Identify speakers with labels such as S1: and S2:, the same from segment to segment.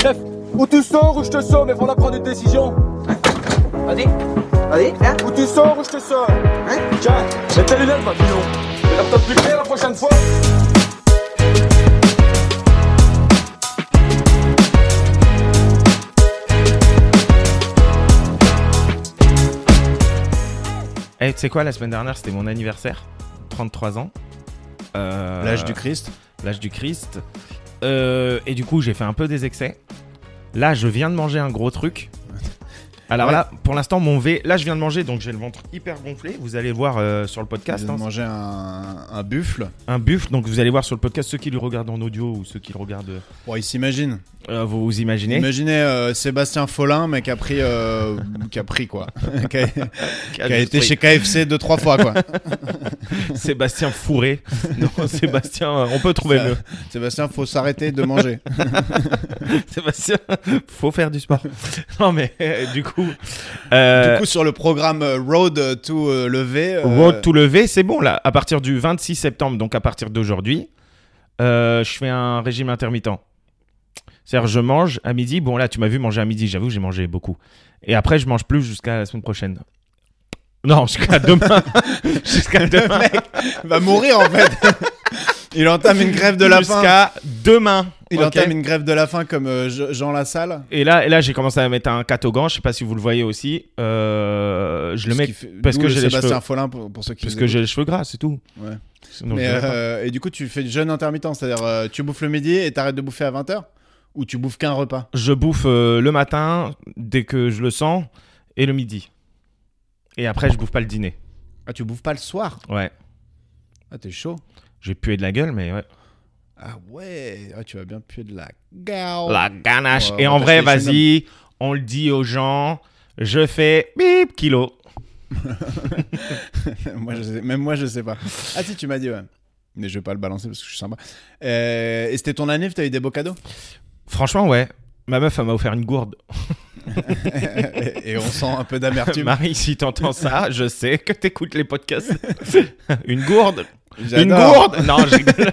S1: Chef, ou tu sors ou je te sors, mais faut la prendre une décision.
S2: Vas-y. Vas-y, viens.
S1: Ou tu sors ou je te sors.
S2: Hein
S1: Tiens, mets tes lunettes, papillon. Mais là, peut-être plus clair la prochaine fois.
S3: Eh, tu sais quoi, la semaine dernière, c'était mon anniversaire. 33 ans. Euh,
S4: L'âge du Christ.
S3: l'âge du Christ. Euh, et du coup, j'ai fait un peu des excès. Là, je viens de manger un gros truc. Alors
S4: Ouais.
S3: là, pour l'instant, mon V. Là, je viens de manger, donc j'ai le ventre hyper gonflé. Vous allez voir euh, sur le
S4: Il
S3: podcast.
S4: vient de
S3: hein,
S4: manger un, un buffle.
S3: un buffle, donc vous allez voir sur le podcast ceux qui le regardent en audio ou ceux qui le regardent.
S4: Bon, il s'imagine.
S3: euh, vous, vous imaginez
S4: Imaginez euh, Sébastien Follin, mais qui a pris, euh, qui a pris quoi. qui a, qui a été chez KFC deux, trois fois quoi.
S3: Sébastien Fourré. Non, Sébastien, euh, on peut trouver
S4: Ça-
S3: mieux.
S4: Sébastien, faut s'arrêter de manger.
S3: Sébastien, faut faire du sport. Non, mais euh, du coup. euh,
S4: Du coup, sur le programme euh, Road to euh, Levé. euh,
S3: Road to lever, c'est bon là. À partir du 26 septembre, donc à partir d'aujourd'hui, euh, je fais un régime intermittent. C'est-à-dire, je mange à midi. Bon, là, tu m'as vu manger à midi. J'avoue, j'ai mangé beaucoup. Et après, je mange plus jusqu'à la semaine prochaine. Non, jusqu'à demain. jusqu'à demain.
S4: va mourir en fait. Il entame une grève de la faim.
S3: Jusqu'à demain.
S4: Il
S3: ok
S4: entame une grève de la faim comme euh, Je- Jean Lassalle.
S3: Et là, et là j'ai commencé à mettre un catogan. Je sais pas si vous le voyez aussi. Euh, je le
S4: Ce
S3: mets
S4: qui fait-
S3: parce
S4: d'où
S3: que
S4: le
S3: j'ai les
S4: Sébastien
S3: cheveux-
S4: Follin pour, pour ceux qui.
S3: parce
S4: nous
S3: que
S4: écoutent.
S3: j'ai les cheveux gras, c'est tout.
S4: Ouais.
S3: Sinon,
S4: Mais,
S3: je verrais pas.
S4: euh, et du coup, tu fais du jeûne intermittent, c'est-à-dire euh, tu bouffes le midi et t'arrêtes de bouffer à 20h ou tu bouffes qu'un repas.
S3: Je bouffe euh, le matin dès que je le sens et le midi. Et après, je bouffe pas le dîner.
S4: Ah, tu bouffes pas le soir.
S3: Ouais.
S4: Ah, t'es chaud.
S3: J'ai pué de la gueule, mais ouais.
S4: Ah ouais, ah, tu vas bien puer de la gare.
S3: La ganache.
S4: Oh. Ouais,
S3: et
S4: on
S3: en
S4: va
S3: vrai,
S4: passer
S3: vas-y, on le dit aux gens. Je fais bip kilo.
S4: moi, je sais- même moi, je sais pas. Ah si, tu m'as dit, ouais. Mais je vais pas le balancer parce que je suis sympa. Euh, et c'était ton année, t'as eu des beaux cadeaux
S3: Franchement, ouais. Ma meuf, elle m'a offert une gourde.
S4: et, et on sent un peu d'amertume.
S3: Marie, si t'entends ça, je sais que t'écoutes les podcasts. une gourde. Une
S4: J'adore.
S3: gourde. Non, je rigole.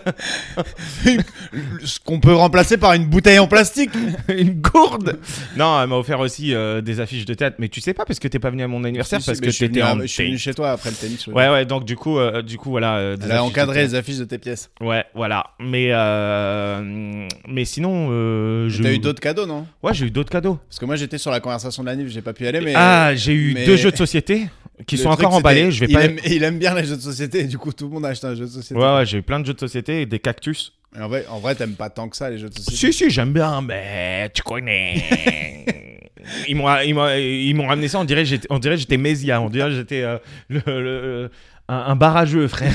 S4: Ce qu'on peut remplacer par une bouteille en plastique.
S3: une gourde. Non, elle m'a offert aussi euh, des affiches de théâtre. Mais tu sais pas parce que t'es pas venu à mon anniversaire
S4: Si, si,
S3: parce
S4: mais
S3: que
S4: je suis
S3: t'étais
S4: venu à- Je
S3: en.
S4: suis venu chez toi après le tennis.
S3: Ouais, ouais, donc du coup, euh, du coup voilà. euh, des
S4: Elle a
S3: affiches
S4: encadré
S3: de
S4: les affiches de tes pièces.
S3: théâtre. Ouais, voilà. Mais, euh, mais sinon, euh, je.
S4: T'as eu d'autres cadeaux, non
S3: Ouais, j'ai eu d'autres cadeaux.
S4: Parce que moi j'étais sur la conversation de la NIF, j'ai pas pu y aller, mais.
S3: ah, j'ai eu
S4: mais-
S3: deux jeux de société qui
S4: Le
S3: sont
S4: truc,
S3: encore
S4: c'était-
S3: emballés. Je vais
S4: il
S3: pas.
S4: Aime, il aime bien les jeux de société, et du coup tout le monde a acheté un jeu de société.
S3: Ouais, ouais, j'ai eu plein de jeux de société et des cactus.
S4: Mais En vrai, en vrai, t'aimes pas tant que ça les jeux de société.
S3: Si, si, j'aime bien, mais tu connais. Ils m'ont, ils, m'ont, ils m'ont ramené ça, on dirait que j'étais, on dirait que j'étais Mésia, on dirait que j'étais euh, le, le- un, un barrageux, frère.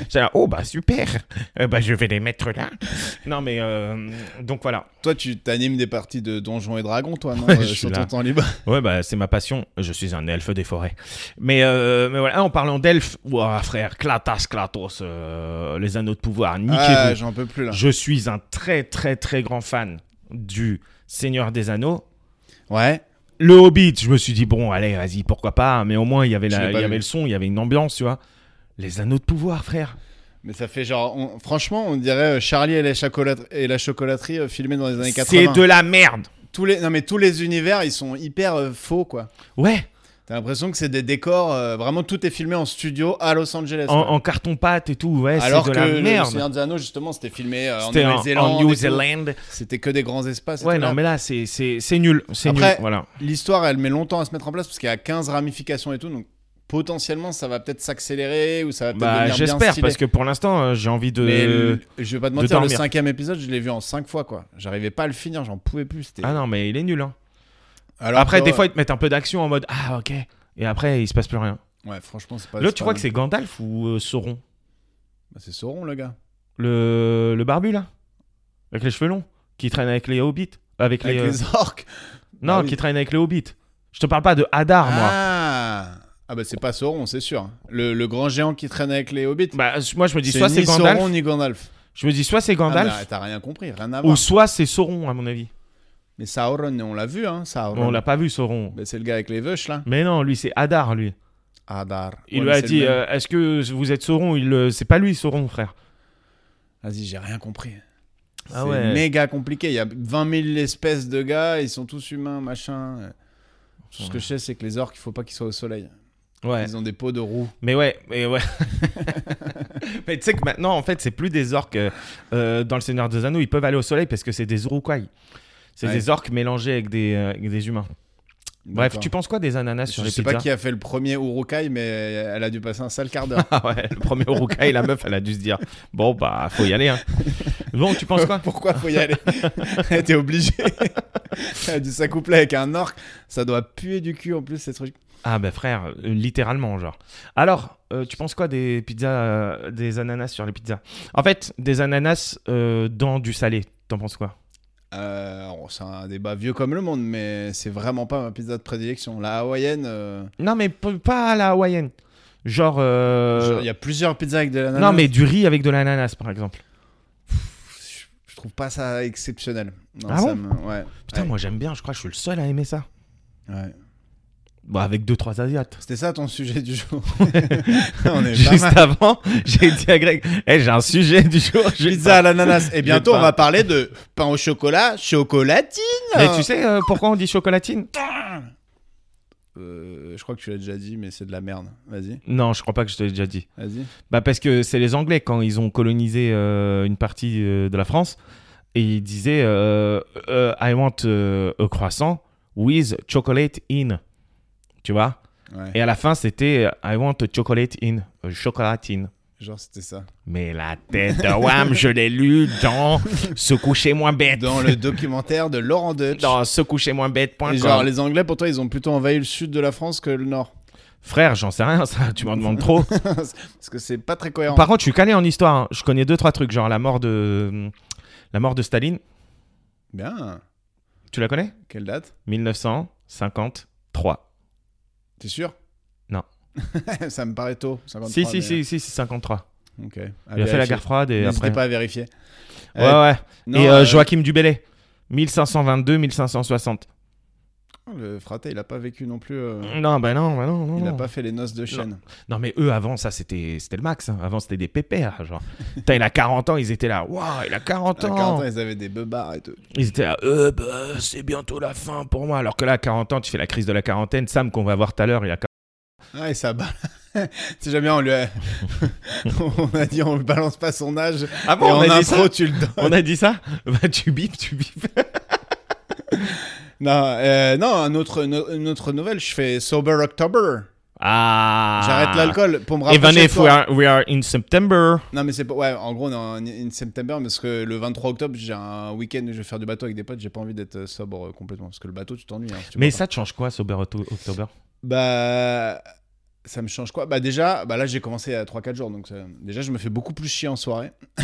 S3: J'étais là, oh bah super, Euh, bah, je vais les mettre là. Non mais, euh, donc voilà.
S4: Toi, tu t'animes des parties de Donjons et Dragons, toi, non
S3: Ouais,
S4: euh,
S3: je suis
S4: Sur
S3: là.
S4: ton temps libre.
S3: Ouais, bah, c'est ma passion. Je suis un elfe des forêts. Mais, euh, mais voilà, Ah, en parlant d'elfe, ouah, frère, Klatas, Klatos, euh, les anneaux de pouvoir, niquez-vous.
S4: Ah, j'en peux plus là.
S3: je suis un très, très, très grand fan du Seigneur des Anneaux.
S4: Ouais.
S3: Le Hobbit, je me suis dit, bon, allez, vas-y, pourquoi pas. Mais au moins, il y avait,
S4: Je
S3: la-
S4: l'ai
S3: il
S4: pas
S3: y
S4: vu.
S3: avait le son, il y avait une ambiance, tu vois. Les anneaux de pouvoir, frère.
S4: Mais ça fait genre, on- franchement, on dirait euh, Charlie et la, chocolat- et la chocolaterie euh, filmée dans les années 80.
S3: C'est de la merde.
S4: Tous les, non mais tous les univers, ils sont hyper euh, faux quoi.
S3: Ouais,
S4: T'as l'impression que c'est des décors, euh, vraiment tout est filmé en studio à Los Angeles.
S3: en,
S4: quoi.
S3: en carton-pâte et tout. Ouais, c'est
S4: Alors
S3: de
S4: que
S3: la
S4: le
S3: merde.
S4: Seigneur des Anneaux, justement, c'était filmé euh, en
S3: C'était en-
S4: Nouvelle-Zélande.
S3: en
S4: et
S3: New
S4: tout.
S3: Zealand.
S4: C'était que des grands espaces. et
S3: Ouais,
S4: tout,
S3: non,
S4: là.
S3: mais là, c'est- c'est c'est nul. C'est nul.
S4: Après,
S3: Voilà.
S4: L'histoire, elle met longtemps à se mettre en place parce qu'il y a 15 ramifications et tout. Donc, potentiellement, ça va peut-être s'accélérer ou ça va peut-être
S3: Bah,
S4: devenir bien
S3: j'espère,
S4: stylé.
S3: parce que pour l'instant, euh, j'ai envie de.
S4: Mais le- je vais pas te
S3: de
S4: mentir, le
S3: dormir.
S4: cinquième épisode, je l'ai vu en 5 fois, quoi. J'arrivais pas à le finir, j'en pouvais plus. c'était-
S3: Ah non, mais il est nul. Hein.
S4: Alors
S3: après,
S4: que, euh,
S3: des
S4: ouais,
S3: fois, ils te mettent un peu d'action en mode Ah, ok. Et après, il se passe plus rien.
S4: Ouais, franchement, c'est pas.
S3: Là,
S4: c'est
S3: tu
S4: pas
S3: crois
S4: mal.
S3: que c'est Gandalf ou euh, Sauron
S4: Bah, C'est Sauron, le gars.
S3: le... le barbu, là Avec les cheveux longs Qui traîne avec les hobbits
S4: Avec
S3: Avec, les. euh,
S4: les orques.
S3: Non,
S4: Ah oui.
S3: qui traîne avec les hobbits. Je te parle pas de Hadar, moi.
S4: Ah Ah, bah, c'est pas Sauron, c'est sûr. Le, le grand géant qui traîne avec les hobbits.
S3: Bah, s- moi, je me dis soit
S4: C'est
S3: c'est
S4: ni
S3: Gandalf.
S4: Sauron ni Gandalf.
S3: Je me dis soit c'est
S4: Ah,
S3: Gandalf.
S4: bah, T'as rien compris, rien à
S3: Ou
S4: voir.
S3: soit c'est Sauron, à mon avis.
S4: Mais Sauron, on l'a vu, hein, Sauron.
S3: On l'a pas vu, Sauron.
S4: Bah, c'est le gars avec les veuches, là.
S3: Mais non, lui, c'est Hadar, lui.
S4: Adar.
S3: Il
S4: Ouais,
S3: lui
S4: mais
S3: a
S4: c'est
S3: dit
S4: le même.
S3: euh, Est-ce que vous êtes Sauron Il, euh, C'est pas lui, Sauron, frère.
S4: Vas-y, j'ai rien compris.
S3: Ah
S4: c'est
S3: ouais.
S4: méga compliqué. Il y a 20 000 espèces de gars, ils sont tous humains, machin. Tout ce que je sais, c'est que les orques, il faut pas qu'ils soient au soleil.
S3: Ouais.
S4: Ils ont des peaux de roux.
S3: Mais ouais, mais ouais. mais tu sais que maintenant, en fait, c'est plus des orques euh, euh, dans le Seigneur des Anneaux. Ils peuvent aller au soleil parce que c'est des urukai. C'est
S4: Ouais.
S3: des orques mélangés avec des, euh, avec des humains. Bref,
S4: D'accord.
S3: tu penses quoi des ananas sur
S4: je
S3: les
S4: sais
S3: pizzas
S4: pas qui a fait le premier Urukai, mais elle a dû passer un sale quart d'heure.
S3: Ah ouais, le premier urukai, la meuf, elle a dû se dire Bon, bah, faut y aller. Hein. Bon, tu penses quoi
S4: Pourquoi faut y aller Elle était obligée. Elle a dû s'accoupler avec un orc. Ça doit puer du cul en plus, ces trucs.
S3: Ah bah frère, euh, littéralement genre. Alors, euh, tu penses quoi des pizzas, euh, des ananas sur les pizzas En fait, des ananas euh, dans du salé, t'en penses quoi
S4: Euh, alors, c'est un débat vieux comme le monde, mais c'est vraiment pas ma pizza de prédilection. La hawaïenne, euh,
S3: Non mais p- pas à la hawaïenne. Genre...
S4: genre,
S3: euh,
S4: il y a plusieurs pizzas avec de l'ananas.
S3: non mais du riz avec de l'ananas par exemple.
S4: Je- Je trouve pas ça exceptionnel. Non,
S3: Ah
S4: ça
S3: bon
S4: me- ouais.
S3: Putain
S4: Ouais.
S3: moi j'aime bien, je crois que je suis le seul à aimer ça.
S4: Ouais.
S3: Bah avec deux trois asiates.
S4: C'était ça ton sujet du jour. On est pas
S3: Juste
S4: mal.
S3: avant, j'ai dit à Greg, Eh, j'ai un sujet du jour. je vais
S4: Pizza à l'ananas. Et bientôt,
S3: pas.
S4: on va parler de pain au chocolat, chocolatine.
S3: pas- Mais tu sais euh, pourquoi on dit chocolatine
S4: Euh, je crois que tu l'as déjà dit, mais c'est de la merde. Vas-y,
S3: Non, je crois pas que je te l'ai déjà dit.
S4: vas-y.
S3: Bah parce que c'est les Anglais quand ils ont colonisé euh, une partie euh, de la France et ils disaient euh, euh, I want euh, a croissant with chocolate in. Tu vois
S4: Ouais.
S3: Et à la fin c'était euh, I want a chocolate in, euh, chocolatine.
S4: Genre, c'était ça.
S3: Mais la tête de Wham, je l'ai lu dans Se coucher moins bête.
S4: Dans le documentaire de Laurent Deutsch.
S3: Dans se coucher moins bête.com.
S4: Et genre, les Anglais, pour toi, ils ont plutôt envahi le sud de la France que le nord.
S3: Frère, j'en sais rien, ça, tu m'en demandes trop.
S4: Parce que c'est pas très cohérent.
S3: Par contre, je suis calé en histoire. hein. Je connais deux, trois trucs, genre la mort de, la mort de Staline.
S4: Bien.
S3: Tu la connais
S4: Quelle date
S3: 1953.
S4: T'es sûr
S3: Non.
S4: ça me paraît tôt. 53,
S3: si, si,
S4: mais-
S3: si, si, si, 53.
S4: Ok. À
S3: Il a fait la
S4: vérifier.
S3: guerre froide et
S4: N'hésitez
S3: après.
S4: pas à vérifier.
S3: Ouais,
S4: Euh,
S3: ouais.
S4: non,
S3: et euh,
S4: euh,
S3: Joachim du Bellay, 1522-1560.
S4: Le fraté, il a pas vécu non plus. euh,
S3: Non, bah non, bah non, non.
S4: Il a
S3: non.
S4: pas fait les noces de chêne.
S3: Non, mais eux, avant, ça, c'était c'était le max. hein. Avant, c'était des pépères. Genre, Putain, il a 40 ans, ils étaient là. Waouh, il a 40
S4: À
S3: ans.
S4: 40 ans, ils avaient des beubards et tout.
S3: Ils étaient là. Euh, bah, c'est bientôt la fin pour moi. Alors que là, à 40 ans, tu fais la crise de la quarantaine. Sam, qu'on va voir tout à l'heure, il a
S4: Ah, et ça bat. C'est jamais on lui a... on a dit on ne balance pas son âge.
S3: Ah
S4: et en
S3: on a, dit ça
S4: intro, tu le donnes.
S3: on a dit ça Bah, tu bip, tu bip.
S4: Non, euh, non un autre, une une autre nouvelle, je fais Sober October.
S3: Ah
S4: J'arrête l'alcool pour me
S3: Even
S4: rapprocher de
S3: if we
S4: toi.
S3: are, we are in September.
S4: Non, mais c'est pas... Ouais, en gros, on est en in September parce que le 23 octobre, j'ai un week-end où je vais faire du bateau avec des potes. J'ai pas envie d'être euh, sobre euh, complètement parce que le bateau, tu t'ennuies. hein, si tu
S3: Mais
S4: bois pas.
S3: ça te change quoi, Sober Octo- October
S4: Bah... Ça me change quoi Bah déjà, bah là j'ai commencé à 3-4 jours, donc euh, déjà je me fais beaucoup plus chier en soirée.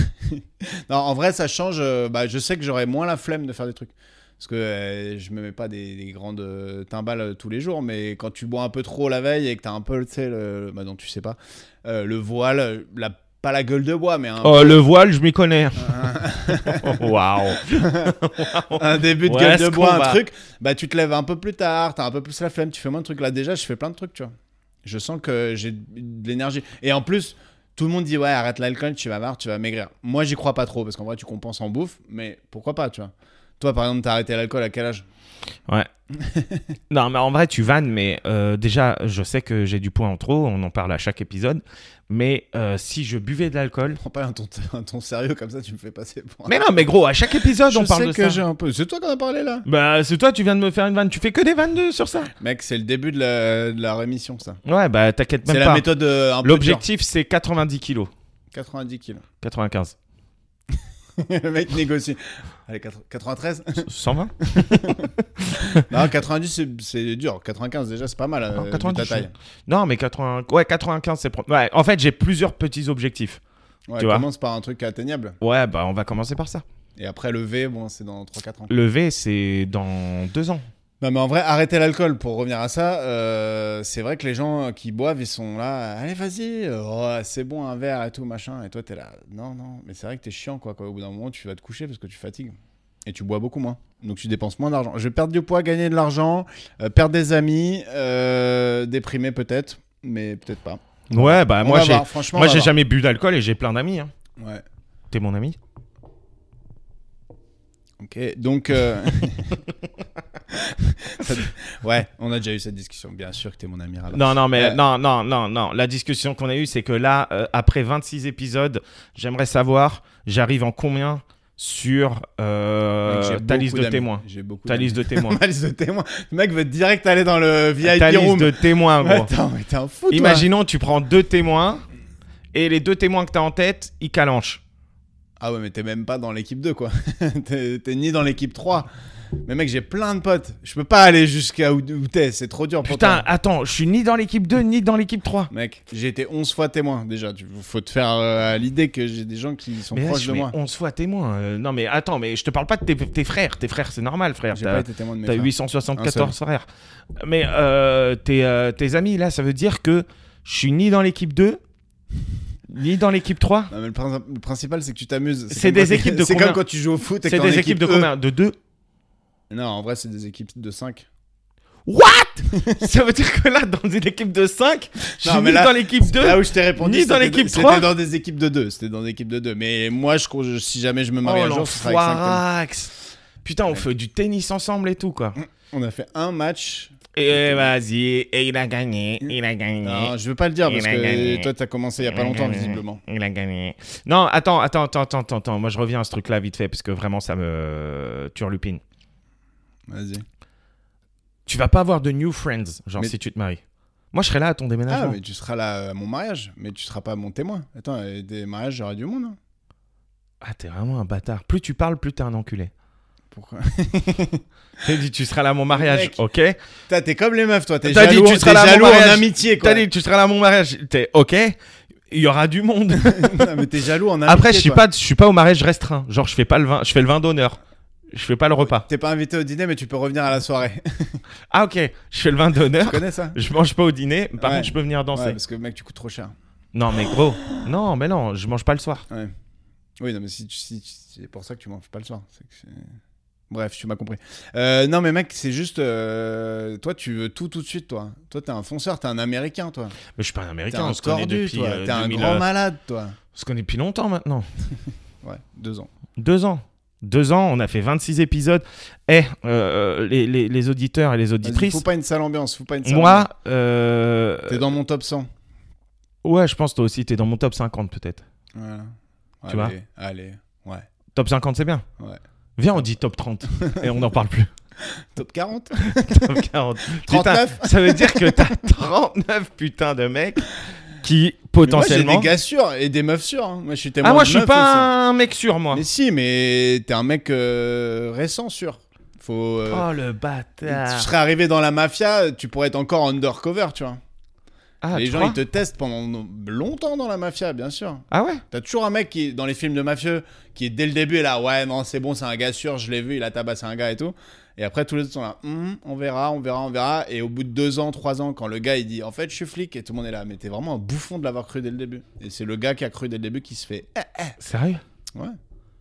S4: non, en vrai ça change, euh, bah je sais que j'aurais moins la flemme de faire des trucs. Parce que euh, je me mets pas des, des grandes euh, timbales euh, tous les jours, mais quand tu bois un peu trop la veille et que t'as un peu, tu sais, le... bah non tu sais pas, euh, le voile, euh, la... pas la gueule de bois, mais un,
S3: Oh, le voile, je m'y connais.
S4: Ah.
S3: Waouh.
S4: un début de
S3: Ouais,
S4: gueule
S3: ce
S4: de bois, un
S3: combat.
S4: truc, bah tu te lèves un peu plus tard, t'as un peu plus la flemme, tu fais moins de trucs. Là déjà, je fais plein de trucs, tu vois. Je sens que j'ai de l'énergie. Et en plus, tout le monde dit ouais, arrête l'alcool, tu vas marre, tu vas maigrir. Moi, j'y crois pas trop parce qu'en vrai, tu compenses en bouffe, mais pourquoi pas, tu vois. Toi, par exemple, t'as arrêté l'alcool à quel âge
S3: Non, mais en vrai, tu vannes, mais euh, déjà, je sais que j'ai du poids en trop, on en parle à chaque épisode. Mais euh, si je buvais de l'alcool.
S4: Prends pas un ton, un ton sérieux comme ça, tu me fais passer pour. un-
S3: Mais non, mais gros, à chaque épisode,
S4: je
S3: on parle
S4: sais
S3: de
S4: que
S3: ça.
S4: j'ai un peu. C'est toi qu'on a parlé là.
S3: Bah, c'est toi, tu viens de me faire une vanne. Tu fais que des vannes de- sur ça
S4: Mec, c'est le début de la, de la rémission, ça.
S3: Ouais, bah, t'inquiète
S4: C'est
S3: même
S4: la
S3: pas.
S4: méthode euh, un peu dure.
S3: L'objectif, c'est 90 kilos.
S4: 90 kilos.
S3: 95.
S4: le mec négocie. Allez, 80- 93
S3: 120
S4: Non, 90, c'est- c'est dur. 95, déjà, c'est pas mal.
S3: Non,
S4: euh,
S3: 90,
S4: vu ta taille.
S3: Non, mais 80... ouais, 95, c'est... pro- Ouais, en fait, j'ai plusieurs petits objectifs.
S4: Ouais,
S3: tu vois.
S4: commence par un truc atteignable.
S3: Ouais, bah on va commencer par ça.
S4: Et après, le V, bon, c'est dans 3-4 ans.
S3: Le V, c'est dans deux ans.
S4: Non, mais en vrai, arrêter l'alcool, pour revenir à ça, euh, c'est vrai que les gens qui boivent, ils sont là. Allez, vas-y, euh, oh, c'est bon, un verre et tout, machin. Et toi, t'es là. Non, non. Mais c'est vrai que t'es chiant, quoi, quoi. Au bout d'un moment, tu vas te coucher parce que tu fatigues. Et tu bois beaucoup moins. Donc, tu dépenses moins d'argent. Je vais perdre du poids, gagner de l'argent, euh, perdre des amis, euh, déprimer peut-être, mais peut-être pas.
S3: Ouais, bah
S4: On
S3: moi,
S4: va
S3: j'ai...
S4: voir, franchement,
S3: Moi,
S4: on va
S3: j'ai
S4: voir.
S3: jamais bu d'alcool et j'ai plein d'amis. hein.
S4: Ouais.
S3: T'es mon ami
S4: Ok, donc. euh, ça- ouais, on a déjà eu cette discussion. Bien sûr que t'es mon ami Rabat.
S3: Non, non, mais
S4: Euh,
S3: non, non, non, non. La discussion qu'on a eue, c'est que là, euh, après 26 épisodes, j'aimerais savoir, j'arrive en combien sur euh,
S4: Mec, j'ai
S3: ta
S4: beaucoup
S3: liste de
S4: d'amis.
S3: témoins
S4: J'ai beaucoup.
S3: Ta
S4: d'amis.
S3: liste de témoins.
S4: Ma liste de témoins. Le mec veut direct aller dans le VIP
S3: ta liste
S4: room.
S3: de témoins, gros.
S4: Attends, mais t'es un fou, toi.
S3: Imaginons, tu prends deux témoins et les deux témoins que tu as en tête, ils calanchent.
S4: Ah ouais, mais t'es même pas dans l'équipe 2, quoi. t'es t'es ni dans l'équipe 3. Mais mec, j'ai plein de potes. Je peux pas aller jusqu'à où, où t'es. C'est trop dur pour
S3: Putain,
S4: toi.
S3: attends, je suis ni dans l'équipe 2 ni dans l'équipe 3.
S4: Mec, j'ai été 11 fois témoin déjà. Tu- Faut te faire euh, à l'idée que j'ai des gens qui sont
S3: Mais là,
S4: proches
S3: je
S4: de
S3: mets
S4: moi.
S3: 11 fois témoin. Euh, non, mais attends, mais je te parle pas de tes, tes frères. Tes frères, c'est normal, frère.
S4: J'ai
S3: T'as-
S4: pas été témoin de mes
S3: T'as
S4: frères.
S3: 874 frères. Mais euh, tes, euh, tes amis, là, ça veut dire que je suis ni dans l'équipe 2, ni dans l'équipe 3.
S4: Non, mais le, prin- le principal, c'est que tu t'amuses.
S3: C'est
S4: comme
S3: des
S4: quand-
S3: équipes de
S4: C'est
S3: combien
S4: comme quand tu joues au foot et que
S3: C'est
S4: t'es en
S3: des équipes de
S4: E.
S3: combien De 2
S4: Non, en vrai, c'est des équipes de 5.
S3: Ça veut dire que là, dans une équipe de 5, je suis
S4: Non, mais
S3: ni
S4: là-
S3: dans l'équipe 2.
S4: Là où je t'ai répondu,
S3: Ni dans
S4: c'était-
S3: l'équipe
S4: C'était
S3: 3.
S4: dans des équipes de 2. C'était dans des équipes de 2. Mais moi, je, je- si jamais je me marie
S3: Oh
S4: un jour, ce sera avec 5
S3: l'enfoirax Putain, on
S4: Ouais. Mm.
S3: fait du tennis ensemble et tout, quoi.
S4: On a fait un match.
S3: Et vas-y, et il a gagné, il a gagné.
S4: Mm. Non, je veux pas le dire
S3: Il
S4: parce
S3: a gagné.
S4: que toi, t'as commencé il y a pas longtemps, visiblement.
S3: Il a gagné. Non, attends, attends, attends, attends, attends, attends. Moi, je reviens à ce truc-là vite fait, parce que vraiment, ça me turlupine.
S4: Vas-y.
S3: Tu vas pas avoir de new friends, genre
S4: Mais-
S3: si tu te maries. Moi, je serais là à ton
S4: Ah,
S3: déménagement.
S4: mais tu seras là euh, à mon mariage, mais tu seras pas mon témoin. Attends, euh, des mariages, j'aurai du monde. hein.
S3: Ah, t'es vraiment un bâtard. Plus tu parles, plus t'es un enculé.
S4: Pourquoi
S3: T'as dit, tu seras là à mon mariage,
S4: Mec.
S3: ok
S4: T'as- T'es comme les meufs, toi. T'es
S3: T'as dit,
S4: jaloux,
S3: tu seras
S4: t'es
S3: là à mon
S4: jaloux en
S3: mariage.
S4: amitié, quoi.
S3: T'as dit, tu seras là à mon mariage, t'es ok Il y aura du monde.
S4: Non, mais t'es jaloux en amitié.
S3: Après, je suis
S4: toi.
S3: pas, je suis pas au mariage restreint. Genre, je fais pas le vin, je fais le vin d'honneur. Je fais pas le repas.
S4: T'es pas invité au dîner, mais tu peux revenir à la soirée.
S3: Ah, ok, je fais le vin
S4: tu
S3: d'honneur.
S4: connais ça
S3: Je mange pas au dîner, par
S4: Ouais.
S3: contre, je peux venir danser.
S4: Ouais, parce que mec, tu coûtes trop cher.
S3: Non, mais gros, non, mais non, je mange pas le soir.
S4: Oui, non, mais si, tu- si, tu- c'est pour ça que tu manges pas le soir. c'est que c'est- Bref, tu m'as compris. Euh, non, mais mec, c'est juste. euh, toi, tu veux tout tout de suite, toi. Toi, t'es un fonceur, t'es un américain, toi.
S3: Mais je suis pas un
S4: T'es
S3: américain,
S4: un
S3: on se connaît
S4: tordu,
S3: depuis.
S4: toi.
S3: euh,
S4: T'es un
S3: 2000,
S4: grand
S3: euh,
S4: malade, toi.
S3: on se connaît depuis longtemps maintenant.
S4: Ouais, deux ans.
S3: Deux ans. Deux ans, on a fait 26 épisodes. Eh, euh, les, les- les auditeurs et les
S4: Vas-y,
S3: auditrices,
S4: Faut pas une sale ambiance, faut pas une sale
S3: moi,
S4: ambiance.
S3: euh,
S4: T'es dans mon top 100.
S3: ouais, je pense toi aussi, t'es dans mon top 50 peut-être.
S4: Voilà.
S3: Tu vois
S4: Allez, Allez, ouais.
S3: Top 50, c'est bien.
S4: Ouais.
S3: Viens, on dit top 30 et on n'en parle plus.
S4: Top 40
S3: Top 40. Putain,
S4: 39
S3: ça veut dire que t'as 39 putains de mecs
S4: Mais moi,
S3: qui
S4: j'ai
S3: potentiellement.
S4: des gars sûrs et des meufs sûrs. hein. Moi, je suis témoin
S3: ah, moi,
S4: de
S3: je suis
S4: meufs aussi.
S3: pas un mec sûr, moi.
S4: Mais si, mais t'es un mec euh, récent sûr. Faut. euh,
S3: Oh le
S4: Tu
S3: bâtard.
S4: serais arrivé dans la mafia, tu pourrais être encore undercover, tu vois.
S3: Ah,
S4: les
S3: tu
S4: gens,
S3: crois
S4: ils te testent pendant longtemps dans la mafia, bien sûr.
S3: Ah ouais
S4: T'as toujours un mec qui, dans les films de mafieux, qui est dès le début est là, ouais, non, c'est bon, c'est un gars sûr, je l'ai vu, il a tabassé un gars et tout. Et après, tous les autres sont là, Hum, on verra, on verra, on verra. Et au bout de deux ans, trois ans, quand le gars, il dit, en fait, je suis flic, et tout le monde est là, mais t'es vraiment un bouffon de l'avoir cru dès le début. Et c'est le gars qui a cru dès le début qui se fait, Eh,
S3: Sérieux
S4: ouais.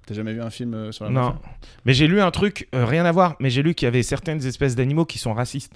S4: T'as jamais vu un film euh, sur la
S3: Non.
S4: mafia
S3: Mais j'ai lu un truc, euh, rien à voir, mais j'ai lu qu'il y avait certaines espèces d'animaux qui sont racistes.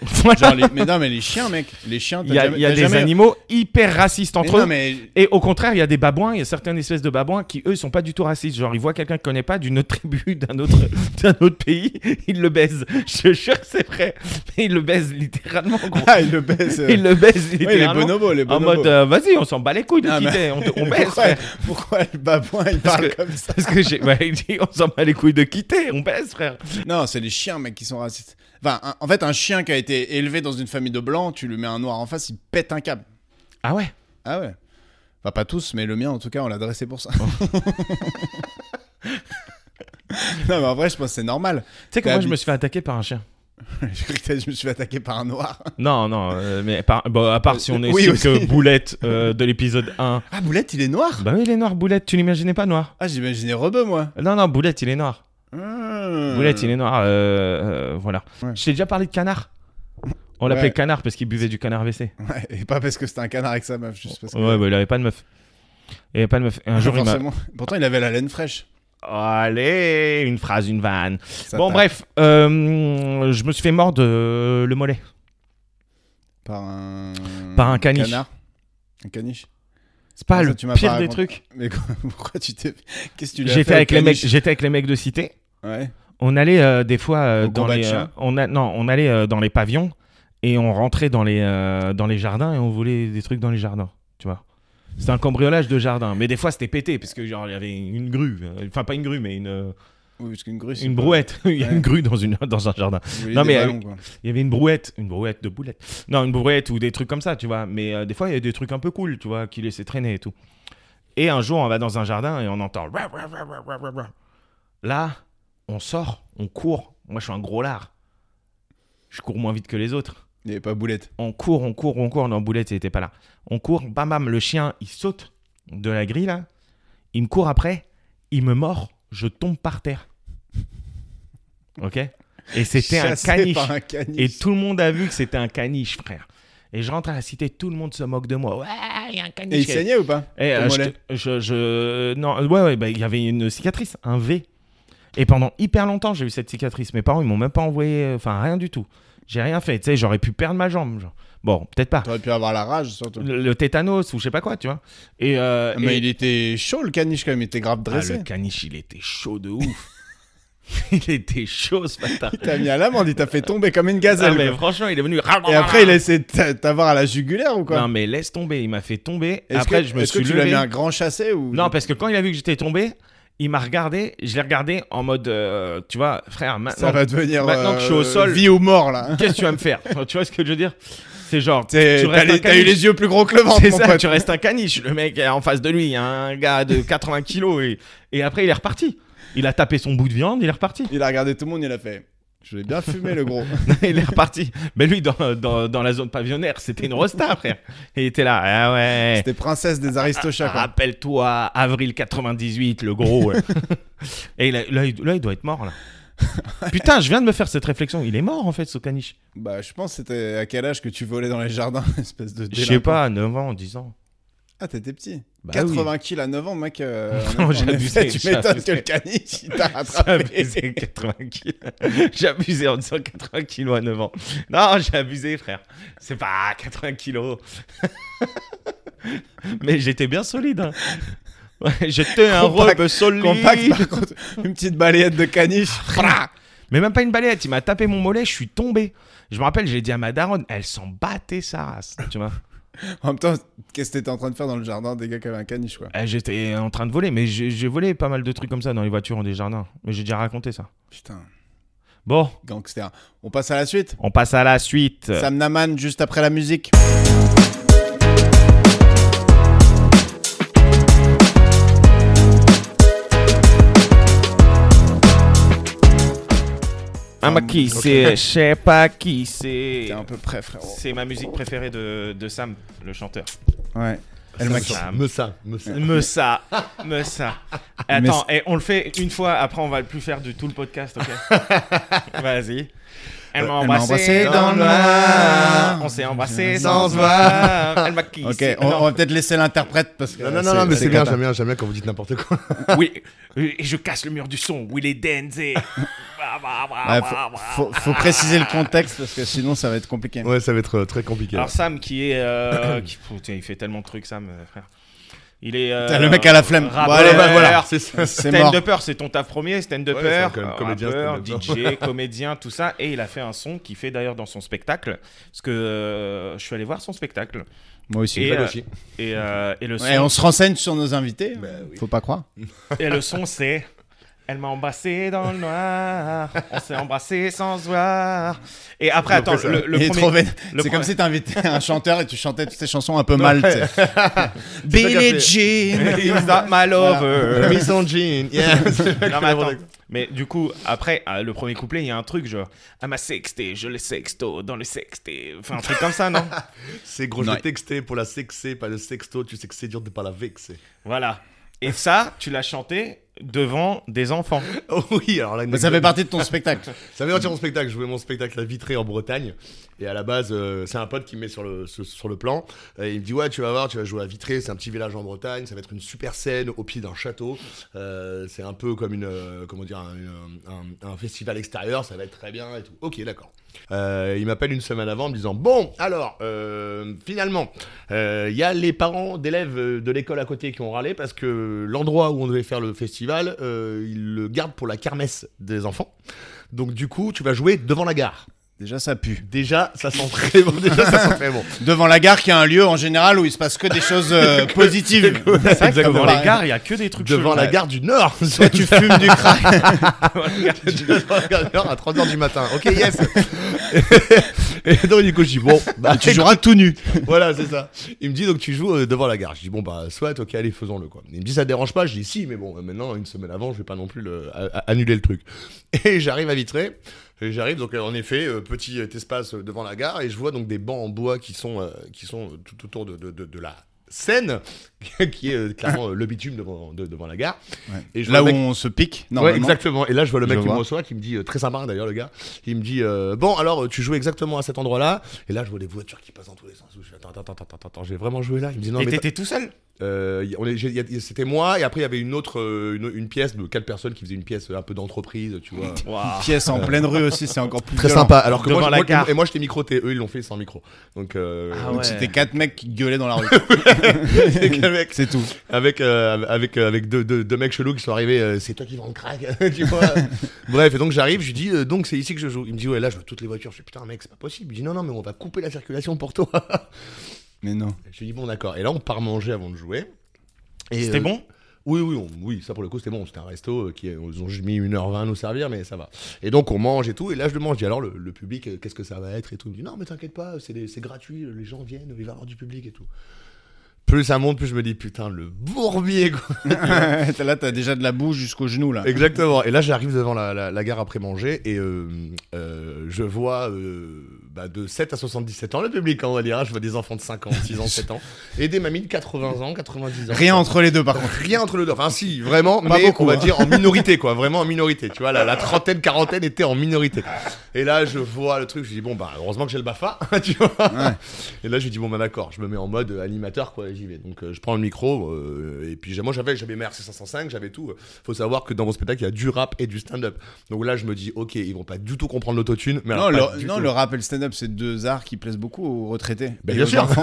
S3: Voilà.
S4: Genre les- Mais non, mais les chiens, mec, les chiens,
S3: Il y a, il y a des
S4: animaux
S3: animaux hyper racistes entre eux.
S4: mais
S3: Et au contraire, il y a des babouins, il y a certaines espèces de babouins qui, eux, sont pas du tout racistes. Genre, ils voient quelqu'un qu'ils connaissent pas d'une autre tribu, d'un autre, d'un autre pays, ils le baisent. Je te jure que c'est vrai. Mais ils le baisent littéralement, gros.
S4: Ah, il le baise. euh.
S3: Ils le baisent
S4: Ouais, les
S3: littéralement.
S4: bonobos, les
S3: en
S4: bonobos.
S3: mode, euh, vas-y, on s'en bat les couilles de
S4: Ah,
S3: qui
S4: mais-
S3: t'es, on, te- on baise,
S4: pourquoi,
S3: frère.
S4: pourquoi le babouin, il
S3: Parce
S4: parle
S3: que-
S4: comme ça
S3: Parce que j'ai. Ouais, il dit, on s'en bat les couilles de quitter, on baisse, frère.
S4: Non, c'est les chiens, mec, qui sont racistes. Enfin, un- en fait, un chien qui a été élevé dans une famille de blancs, tu lui mets un noir en face, il pète un câble.
S3: Ah ouais
S4: Ah ouais. Enfin, pas tous, mais le mien, en tout cas, on l'a dressé pour ça.
S3: Oh.
S4: non, mais en vrai, je pense que c'est normal.
S3: Tu sais que
S4: T'as
S3: moi, je
S4: habi-
S3: me suis fait attaquer par un chien.
S4: je crois que t'as dit, je me suis fait attaquer par un noir.
S3: Non, non, euh, mais par- bon, à part si on est
S4: Oui, aussi.
S3: que Boulette euh, de l'épisode 1.
S4: Ah, Boulette, il est noir
S3: Bah oui, il est noir, Boulette, tu l'imaginais pas noir
S4: Ah, j'imaginais Rebeu, moi.
S3: Non, non, Boulette, il est noir.
S4: Mmh.
S3: Boulette, il est noir, euh, euh, voilà.
S4: Ouais.
S3: Je t'ai déjà parlé de canard On
S4: Ouais.
S3: l'appelait canard parce qu'il buvait du canard WC.
S4: Ouais, et pas parce que c'était un canard avec sa meuf, juste parce que.
S3: Ouais, bah, il avait pas de meuf. Il avait pas de meuf. Et un jour, il m'a.
S4: Forcément. Pourtant, il avait la laine fraîche.
S3: Allez, une phrase, une vanne.
S4: Ça
S3: bon,
S4: tape.
S3: bref, euh, je me suis fait mordre euh, le mollet.
S4: Par un.
S3: Par un caniche.
S4: Canard. Un caniche.
S3: C'est pas
S4: Ça,
S3: le
S4: tu m'as
S3: pire
S4: pas
S3: des
S4: raconté.
S3: trucs.
S4: Mais quoi- pourquoi tu t'es. Qu'est-ce que tu lui as fait
S3: J'étais avec les mecs,
S4: caniche
S3: j'étais avec les mecs de cité.
S4: Ouais.
S3: On allait euh, des fois euh,
S4: Au
S3: dans
S4: combat de
S3: les,
S4: chat.
S3: euh, on a, non, on allait euh, dans les pavillons et on rentrait dans les euh, dans les jardins et on volait des trucs dans les jardins, tu vois. C'était un cambriolage de jardin, mais des fois c'était pété parce que genre il y avait une grue, euh, enfin pas une grue mais une euh,
S4: Oui, parce qu'une grue, c'est
S3: une
S4: pas-
S3: brouette. il y a
S4: Ouais.
S3: une grue dans une dans un jardin.
S4: vous voulez
S3: Non,
S4: des
S3: mais, euh,
S4: ballons, quoi.
S3: Il y avait une brouette, une brouette de boulettes. Non, une brouette ou des trucs comme ça, tu vois. Mais euh, des fois il y a des trucs un peu cool, tu vois, qui laissaient traîner et tout. Et un jour on va dans un jardin et on entend. rah, rah, rah, rah, rah, rah, rah. Là, on sort, on court. Moi, je suis un gros lard. Je cours moins vite que les autres.
S4: Il n'y avait pas boulette.
S3: On court, on court, on court. Non, Boulette, il était pas là. On court, bam, bam, le chien, il saute de la grille, là. Il me court après, il me mord, je tombe par terre. Ok Et c'était un
S4: Chassé
S3: caniche.
S4: par un caniche.
S3: Et tout le monde a vu que c'était un caniche, frère. Et je rentre à la cité, tout le monde se moque de moi. Ouais, il y a un caniche.
S4: Et il
S3: qui est-
S4: saignait ou pas
S3: eh,
S4: Au
S3: euh, je,
S4: mollet.
S3: te- je, je- non, ouais, ouais, bah, il y avait une cicatrice, un V. Et pendant hyper longtemps, j'ai eu cette cicatrice. Mes parents, ils m'ont même pas envoyé, euh, enfin, rien du tout. J'ai rien fait. Tu sais, j'aurais pu perdre ma jambe. genre. Bon, peut-être pas.
S4: T'aurais pu avoir la rage, surtout. Ah,
S3: Le, le tétanos ou je sais pas quoi, tu vois. Et, euh,
S4: Mais
S3: et-
S4: il était chaud, le caniche, quand même. Il était grave
S3: Ah,
S4: dressé.
S3: le caniche, il était chaud de ouf. il était chaud, ce matin.
S4: T'as mis à l'amende, il t'a fait tomber comme une gazelle.
S3: Ah, mais
S4: quoi.
S3: franchement, il est venu.
S4: Et après, il a essayé de t'a- t'avoir à la jugulaire ou quoi
S3: Non, mais laisse tomber. Il m'a fait tomber.
S4: Est-ce
S3: Après,
S4: que,
S3: je me
S4: est-ce que
S3: suis
S4: tu l'as
S3: levé.
S4: mis un grand chassé ou
S3: Non, parce que quand il a vu que j'étais tombé, il m'a regardé. Je l'ai regardé en mode, euh, tu vois, frère,
S4: ça
S3: maintenant,
S4: va devenir
S3: maintenant que je suis au
S4: euh,
S3: sol-
S4: vie ou mort là.
S3: qu'est-ce que tu vas me faire Tu vois ce que je veux dire C'est genre, tu
S4: T'es- T'as
S3: restes un
S4: les- t'as eu
S3: caniche.
S4: les yeux plus gros que le ventre,
S3: C'est
S4: mon
S3: ça,
S4: pote.
S3: tu restes un caniche. Le mec en face de lui, il y a un gars de 80 kilos et, et après il est reparti. Il a tapé son bout de viande, il est reparti.
S4: Il a regardé tout le monde, il a fait. Je l'ai bien fumé le gros.
S3: il est reparti. Mais lui, dans, dans, dans la zone pavillonnaire, c'était une rosta, frère. Et il était là, ah ouais.
S4: C'était princesse des aristochats. quoi.
S3: Rappelle-toi, avril 98, le gros. ouais. Et il a- là, il, là, il doit être mort, là. Putain, je viens de me faire cette réflexion. Il est mort, en fait, ce caniche.
S4: Bah, je pense que c'était à quel âge que tu volais dans les jardins, espèce de.
S3: Je sais
S4: délinquant.
S3: pas, 9 ans, 10 ans.
S4: Ah, t'étais petit.
S3: Bah
S4: 80 kilos à 9 ans, mec. euh, en
S3: Non,
S4: effet,
S3: j'ai
S4: en
S3: abusé,
S4: effet, Tu
S3: j'ai
S4: m'étonnes
S3: abusé.
S4: que le caniche, il t'a rattrapé.
S3: J'abusais 80 kilos. J'abusais en disant 80 kilos à 9 ans. Non, j'ai abusé, frère. C'est pas 80 kilos. Mais j'étais bien solide. hein. Ouais, j'étais un
S4: Compact-
S3: robe solide.
S4: Compact, par contre, une petite balayette de caniche. Prrra.
S3: Mais même pas une balayette, il m'a tapé mon mollet, je suis tombé. Je me rappelle, j'ai dit à ma daronne, elle s'en battait sa race, tu vois.
S4: en même temps, qu'est-ce que t'étais en train de faire dans le jardin des gars qui avaient un caniche, quoi
S3: Euh, J'étais en train de voler, mais j'ai j'ai volé pas mal de trucs comme ça dans les voitures ou des jardins. Mais j'ai déjà raconté ça.
S4: Putain,
S3: Bon,
S4: gangster. On passe à la suite
S3: on passe à la suite.
S4: Sam Naman, juste après la musique.
S3: Ah, mais qui c'est Je sais pas qui c'est.
S4: T'es un peu près, frérot.
S3: C'est ma musique préférée de, de Sam, le chanteur.
S4: Ouais. Elle m'a
S3: Sam.
S5: Me ça, me ça.
S3: Me ça, me ça. Attends, et on le fait une fois, après on va le plus faire du tout le podcast, ok Vas-y. Elle m'a
S4: Euh, m'a embrassé
S3: embrassé, dans le noir. On s'est embrassé sans se voir. Elle m'a
S4: Ok,
S3: kissé.
S4: on, on
S3: Non,
S4: va peut-être laisser l'interprète parce que.
S5: Non, non, non, non, mais c'est bien,
S4: Quentin.
S5: j'aime bien, j'aime bien quand vous dites n'importe quoi.
S3: Oui, et je casse le mur du son. Willy
S4: Ouais,
S3: Denzé.
S4: Ah, faut, faut- faut préciser le contexte parce que sinon ça va être compliqué.
S5: Ouais, ça va être euh, très compliqué.
S3: Alors Sam qui est... euh, qui- Pff, tiens, il fait tellement de trucs Sam, euh, frère. Il est... euh,
S4: Putain, le mec à la flemme. Bon,
S3: rappeur,
S4: allez,
S5: bah, voilà, c'est ça.
S4: C'est mort.
S3: Stand-upper, c'est ton taf premier, stand-upper,
S5: Ouais, c'est quand même
S3: euh,
S5: comédien,
S3: rappeur,
S5: stand-upper.
S3: DJ, comédien, tout ça. Et il a fait un son qui fait d'ailleurs dans son spectacle, parce que euh, je suis allé voir son spectacle.
S4: Moi aussi.
S3: Et,
S5: Pas
S3: euh,
S5: gauchis.
S3: et, euh, et le son,
S4: Ouais, on se renseigne sur nos invités. hein.
S5: Bah oui.
S4: Faut pas croire.
S3: et le son c'est... Elle m'a embrassé dans le noir, on s'est embrassé sans se voir. Et après,
S5: Le
S3: attends,
S5: pré-
S3: le, le
S4: Il est
S3: premier...
S4: trop vénère.
S3: le
S4: C'est
S3: premier-
S4: comme si t'invitais un chanteur et tu chantais toutes ces chansons un peu mal. tu sais. Billie Jean.
S3: He's not my lover.
S5: Miss en jean, yeah.
S3: Non, mais attends. Mais du coup, après, euh, le premier couplet, il y a un truc genre « À ma sexté, je le sexto, dans le sexté ». Enfin, un truc comme ça, non
S5: C'est gros,
S4: Non.
S5: je l'ai texté pour la sexer, pas le sexto, tu sais que c'est dur de pas la vexer.
S3: Voilà. Et ça, tu l'as chanté devant des enfants.
S5: Oh oui, alors là,
S4: Mais ça fait partie de ton spectacle.
S5: Ça fait partie de mon spectacle, je jouais mon spectacle à Vitré en Bretagne. Et à la base, euh, c'est un pote qui me met sur le, ce- sur le plan. Et il me dit Ouais, tu vas voir, tu vas jouer à Vitré, c'est un petit village en Bretagne, ça va être une super scène au pied d'un château. Euh, c'est un peu comme une, euh, comment dire, un, un- un- un festival extérieur, ça va être très bien et tout. Ok, d'accord. Euh, il m'appelle une semaine avant en me disant Bon, alors, euh, finalement, euh, il y a les parents d'élèves euh, de l'école à côté qui ont râlé parce que l'endroit où on devait faire le festival, euh, ils le gardent pour la kermesse des enfants. Donc, du coup, tu vas jouer devant la gare.
S4: Déjà, ça pue.
S5: Déjà, ça sent très bon. Déjà, ça sent très bon.
S4: Devant la gare, qui est un lieu en général où il se passe que des choses euh, positives.
S3: C'est vrai que
S4: Exactement.
S3: devant les gares, il y a que des trucs
S5: Devant
S3: chelous.
S5: la
S3: Ouais.
S5: gare du Nord.
S4: Soit tu fumes du crack.
S5: Devant la gare du Nord à 3h du matin. Ok, yes. Et donc, du coup, je dis, bon, bah,
S4: tu joueras tout nu.
S5: Voilà, c'est ça. Il me dit, donc, tu joues euh, devant la gare. Je dis, bon, bah, soit, ok, allez, faisons-le, quoi. Il me dit, ça te dérange pas. Je dis, si, mais bon, euh, maintenant, une semaine avant, je vais pas non plus le- a- a- annuler le truc. Et j'arrive à Vitré. Et j'arrive, donc, euh, en effet, euh, petit euh, espace euh, devant la gare. Et je vois donc des bancs en bois qui sont, euh, qui sont euh, tout autour de, de- de- de la scène, qui est euh, clairement euh, le bitume devant, de- devant la gare. Et je
S4: Là
S5: vois
S4: où
S5: le mec-
S4: on se pique.
S5: Ouais,
S4: normalement.
S5: exactement. Et là, je vois le mec
S4: Je
S5: qui me
S4: vois.
S5: reçoit, qui me dit, euh, très sympa d'ailleurs, le gars, il me dit euh, Bon, alors, euh, tu joues exactement à cet endroit-là. Et là, je vois des voitures qui passent dans tous les sens. Je fais, Attends, attends, attends, attends, attends, j'ai vraiment joué là. Il me dit Non,
S3: Et
S5: mais.
S3: t'étais tout seul
S5: t'as- euh, y- on est- j'ai- y a- C'était moi, et après, il y avait une autre, euh, une, une pièce de quatre personnes qui faisait une pièce euh, un peu d'entreprise, tu vois.
S4: Pièce en pleine rue aussi, c'est encore plus
S5: Ah. Très
S4: violent.
S5: sympa. Alors que
S3: Devant
S5: moi, je-
S3: la
S5: moi-
S3: gare.
S5: et moi, je t'ai microté. Eux, ils l'ont fait sans micro. Donc, euh,
S3: Ah
S4: Donc
S3: ouais.
S4: c'était quatre mecs qui gueulaient dans la rue.
S5: c'est qu'un mec-
S4: C'est tout.
S5: avec euh, avec euh, avec deux, deux, deux mecs chelous qui sont arrivés euh, c'est toi qui vends le crack tu vois bref et donc j'arrive je lui dis euh, donc c'est ici que je joue il me dit ouais là je veux toutes les voitures je dis putain mec c'est pas possible il me dit non non mais on va couper la circulation pour toi
S4: Mais non.
S5: je lui dis bon d'accord et là on part manger avant de jouer Et,
S3: C'était
S5: euh,
S3: bon
S5: oui, oui, on- oui, ça pour le coup c'était bon, c'était un resto euh, qui ils ont juste mis 1h20 à nous servir, mais ça va. Et donc on mange et tout, et là je demande, je dis alors le, le public, euh, qu'est-ce que ça va être et tout. Il me dit non mais t'inquiète pas, c'est des- c'est gratuit, les gens viennent, il va y avoir du public et tout. Plus ça monte, plus je me dis putain le bourbier quoi.
S4: là, t'as déjà de la boue jusqu'au genou là.
S5: Exactement. Et là, j'arrive devant la, la- la gare après manger et euh, euh, je vois euh, bah, de 7 à 77 ans le public, hein, on va dire. Je vois des enfants de 5 ans, 6 ans, 7 ans et des mamies de 80 ans, 90 ans.
S4: Rien entre les deux par contre.
S5: Rien entre le deux. Enfin, si, vraiment,
S4: Pas
S5: mais
S4: beaucoup,
S5: on va
S4: hein.
S5: dire en minorité, quoi. Vraiment en minorité. Tu vois, la, la trentaine, quarantaine était en minorité. Et là, je vois le truc, je dis, bon, bah, heureusement que j'ai le BAFA, tu vois. Et là, je dis, bon, bah, d'accord, je me mets en mode euh, animateur, quoi, j'y vais. Donc, euh, je prends le micro, euh, et puis, j'ai- moi, j'avais, j'avais mes RC505, j'avais tout. Faut savoir que dans mon spectacle, il y a du rap et du stand-up. Donc là, je me dis, ok, ils vont pas du tout comprendre l'autotune, mais
S4: Non,
S5: alors. pas
S4: le,
S5: du
S4: non,
S5: tout.
S4: le rap et le stand-up, c'est deux arts qui plaisent beaucoup aux retraités.
S5: Ben,
S4: Et
S5: bien
S4: aux
S5: sûr.
S4: enfants.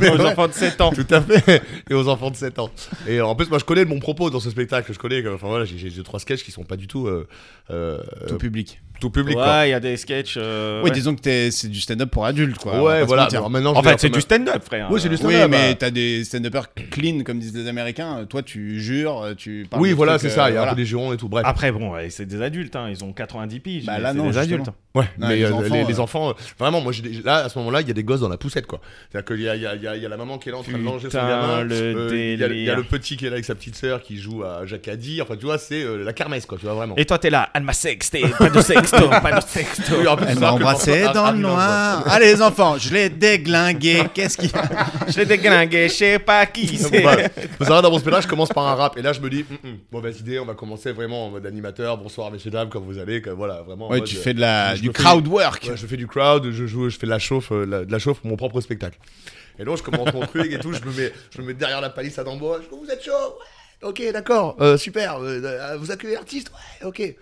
S5: Mais
S3: Aux
S5: ouais.
S3: enfants de 7 ans.
S5: Tout à fait. Et aux enfants de 7 ans. Et en plus, moi, je connais mon propos dans ce spectacle. Je connais. que- Enfin voilà, j'ai j'ai deux trois sketchs qui sont pas du tout euh, euh,
S4: Tout public.
S5: tout public. quoi.
S3: Ouais, il y a des sketchs. euh,
S4: Oui,
S3: ouais.
S4: disons que t'es- c'est du stand-up pour adultes quoi. on va pas
S5: Ouais,
S4: se
S5: voilà.
S4: mentir.
S5: Alors maintenant, je
S3: En
S5: vais
S3: fait,
S5: leur
S3: c'est du
S5: commen-
S3: stand-up, frère.
S5: Oui, c'est du
S4: Ah Oui,
S5: stand-up.
S4: mais
S5: mais
S4: t'as des stand-uppers clean, comme disent les Américains. euh, Toi, tu jures, tu parles.
S5: oui,
S4: de
S5: voilà,
S4: trucs,
S5: c'est
S4: euh,
S5: ça. Il y a
S4: voilà.
S5: un peu des jurons et tout. Bref.
S3: Après, bon, ouais, c'est des adultes, hein, ils ont 90 piges.
S4: Bah
S3: mais
S4: là,
S3: c'est
S4: non,
S3: des
S4: justement.
S3: adultes.
S5: Ouais,
S4: Non,
S5: mais
S4: les
S5: euh, les,
S4: enfants,
S5: les
S4: euh,
S5: enfants, euh, vraiment, moi, j'ai des- là, à ce moment-là, il y a des gosses dans la poussette, quoi. C'est-à-dire qu'il y a, il y, a, il y a- il y a la maman qui est là en train de manger son
S3: Putain,
S5: gamin.
S3: le
S5: euh, il, y a, il y a
S3: délire.
S5: le petit qui est là avec sa petite sœur qui joue à Jacadi. Enfin, tu vois, c'est euh, la kermesse, quoi, tu vois, vraiment.
S3: Et toi, t'es là, Alma Sexte, pas de sexto, pas de sexto.
S5: Oui, en plus,
S4: Elle
S5: faut
S4: m'a
S5: savoir que
S4: embrassé
S5: l'enfant-
S4: dans
S5: Ah,
S4: le
S5: oui, non,
S4: noir. Allez, les enfants, je l'ai déglingué. Qu'est-ce qu'il y a
S3: Je l'ai déglingué, je sais pas qui c'est.
S5: Bah, faut savoir, dans mon spectacle, je commence par un rap. Et là, je me dis, Hum, hum, mauvaise idée, on va commencer vraiment en mode animateur. Bonsoir, messieurs, dames, comme vous allez. Comme, voilà, vraiment. en
S4: Ouais,
S5: mode,
S4: tu
S5: euh,
S4: fais de la,
S5: je
S4: du
S5: me fais-
S4: crowd work.
S5: ouais, je fais du crowd, je joue, je fais de la chauffe, euh, la- de la chauffe pour mon propre spectacle. Et donc, je commence mon truc et tout. Je me mets, je me mets derrière la palisse à Dambois. Je dis, vous êtes chaud Ouais, ok, d'accord, euh, super. euh, euh, vous accueillez l'artiste Ouais, ok.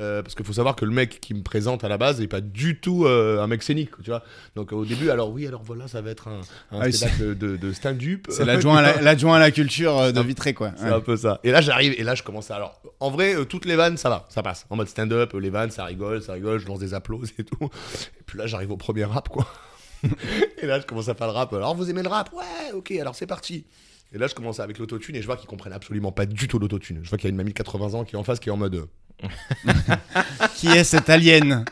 S5: Euh, parce qu'il faut savoir que le mec qui me présente à la base n'est pas du tout euh, un mec scénique, tu vois. Donc au début, alors oui, alors voilà, ça va être un,
S4: Ah
S5: un
S4: oui, c'est-
S5: spectacle de, de stand-up.
S4: C'est l'adjoint à, la, l'adjoint à la culture euh, de Vitré, quoi.
S5: C'est
S4: Ouais.
S5: un peu ça. Et là, j'arrive, et là, je commence à. Alors, en vrai, euh, toutes les vannes, ça va, ça passe. En mode stand-up, euh, les vannes, ça rigole, ça rigole, je lance des applauses et tout. Et puis là, j'arrive au premier rap, quoi. et là, je commence à faire le rap. Alors, vous aimez le rap Ouais, ok, alors c'est parti. Et là, je commence avec l'autotune et je vois qu'ils comprennent absolument pas du tout l'autotune. Je vois qu'il y a une mamie de 80 ans qui est en face qui est en mode. euh,
S4: Qui est cette alien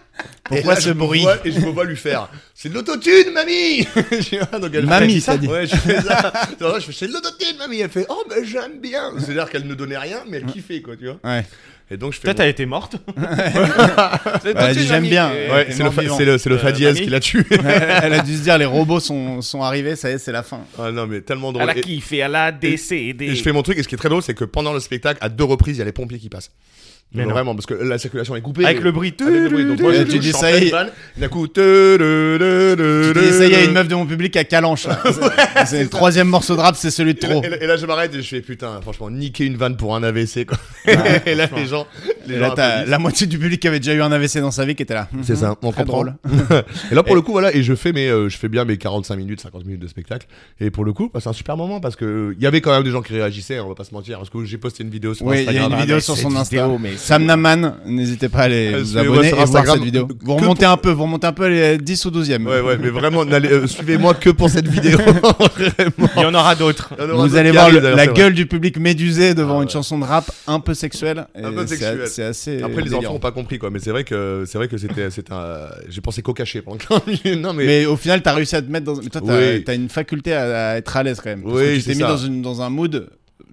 S4: Pourquoi
S5: et là,
S4: ce
S5: je me
S4: bruit
S5: vois- Et je me vois lui faire C'est de l'autotune, mamie Je vois, donc elle-
S4: Mamie,
S5: elle ça
S4: t'as dit.
S5: Ouais, je fais ça. C'est vrai, je fais C'est de l'autotune, mamie Elle fait Oh, ben j'aime bien C'est-à-dire qu'elle ne donnait rien, mais elle kiffait, quoi, tu vois.
S4: Ouais.
S5: Et donc, je fais.
S3: Toi, t'as été morte. C'est
S4: Bah,
S3: toi, tu
S4: j'aime
S3: l'as
S4: bien.
S3: mis.
S4: Ouais,
S5: Ouais,
S4: t'es
S5: c'est le,
S4: mort
S5: fa-
S4: vivant.
S5: c'est le, c'est le
S3: Euh,
S5: Fadiez
S3: mamie.
S5: qui l'a tué.
S4: Elle a dû se dire les robots sont, sont arrivés, ça y est, c'est la fin.
S5: ah non, mais tellement drôle.
S3: Elle a
S5: Et-
S3: kiffé, elle a décédé.
S5: et je fais mon truc, et ce qui est très drôle, c'est que pendant le spectacle, à deux reprises, il y a les pompiers qui passent.
S3: Mais
S5: Non,
S3: non.
S5: Vraiment, parce que la circulation est coupée.
S3: Avec le bruit.
S5: Avec le bruit. Donc moi,
S4: Tu
S5: je- je
S4: dis
S5: suis en
S4: ça
S5: pleine
S4: y est.
S5: vanne, D'un coup. Tu
S4: Tu dis ça y est, une meuf de mon public à Calanche. là. C'est- c'est le troisième morceau de rap, c'est celui de
S5: Et là,
S4: trop.
S5: et là- et là, je m'arrête et je fais putain, franchement, niquer une vanne pour un AVC quoi. et là, les gens. Les
S4: Et
S5: gens
S4: là, t'as
S5: applaudissent.
S4: la moitié du public qui avait déjà eu un AVC dans sa vie qui était là.
S5: C'est ça, on
S4: Mhm. Très
S5: comprend.
S4: drôle.
S5: et là, pour le coup, voilà, et je fais, mes, euh, je fais bien mes 45 minutes, 50 minutes de spectacle. Et pour le coup, bah, c'est un super moment parce que euh, il y avait quand même des gens qui réagissaient, hein, on va pas se mentir. Parce que j'ai posté une vidéo sur
S4: Oui, il y a
S5: Instagram.
S4: une vidéo sur son Insta.
S3: vidéo, mais
S4: Sam Naman, n'hésitez pas à aller
S5: Euh,
S4: vous
S5: suivez-moi
S4: abonner et
S5: sur
S4: voir
S5: Instagram.
S4: cette vidéo.
S5: Que
S4: Vous remontez un peu, vous remontez un peu les 10 ou 12e.
S5: Ouais, ouais, mais vraiment, n'allez- euh, suivez-moi que pour cette vidéo. Vraiment.
S3: Il y en aura d'autres.
S5: Il y en aura
S4: Vous
S5: d'autres
S4: allez
S5: qui
S4: voir
S5: arrivent,
S4: le-
S5: d'ailleurs,
S4: la
S5: c'est vrai.
S4: gueule du public médusé devant
S5: Ah ouais.
S4: une chanson de rap un peu sexuelle. et
S5: Un peu
S4: c'est-
S5: sexuelle.
S4: C'est assez.
S5: Après, les
S4: délirant.
S5: enfants ont pas compris quoi, mais c'est vrai que c'est vrai que c'était c'était un. J'ai pensé qu'au cachet pendant 40 minutes. Non mais.
S4: Mais au final, t'as réussi à te mettre dans. Mais toi, t'as
S5: Oui.
S4: t'as une faculté à, à être à l'aise quand même. Parce
S5: Oui,
S4: que tu
S5: c'est
S4: t'es mis
S5: ça.
S4: dans, une, dans un mood.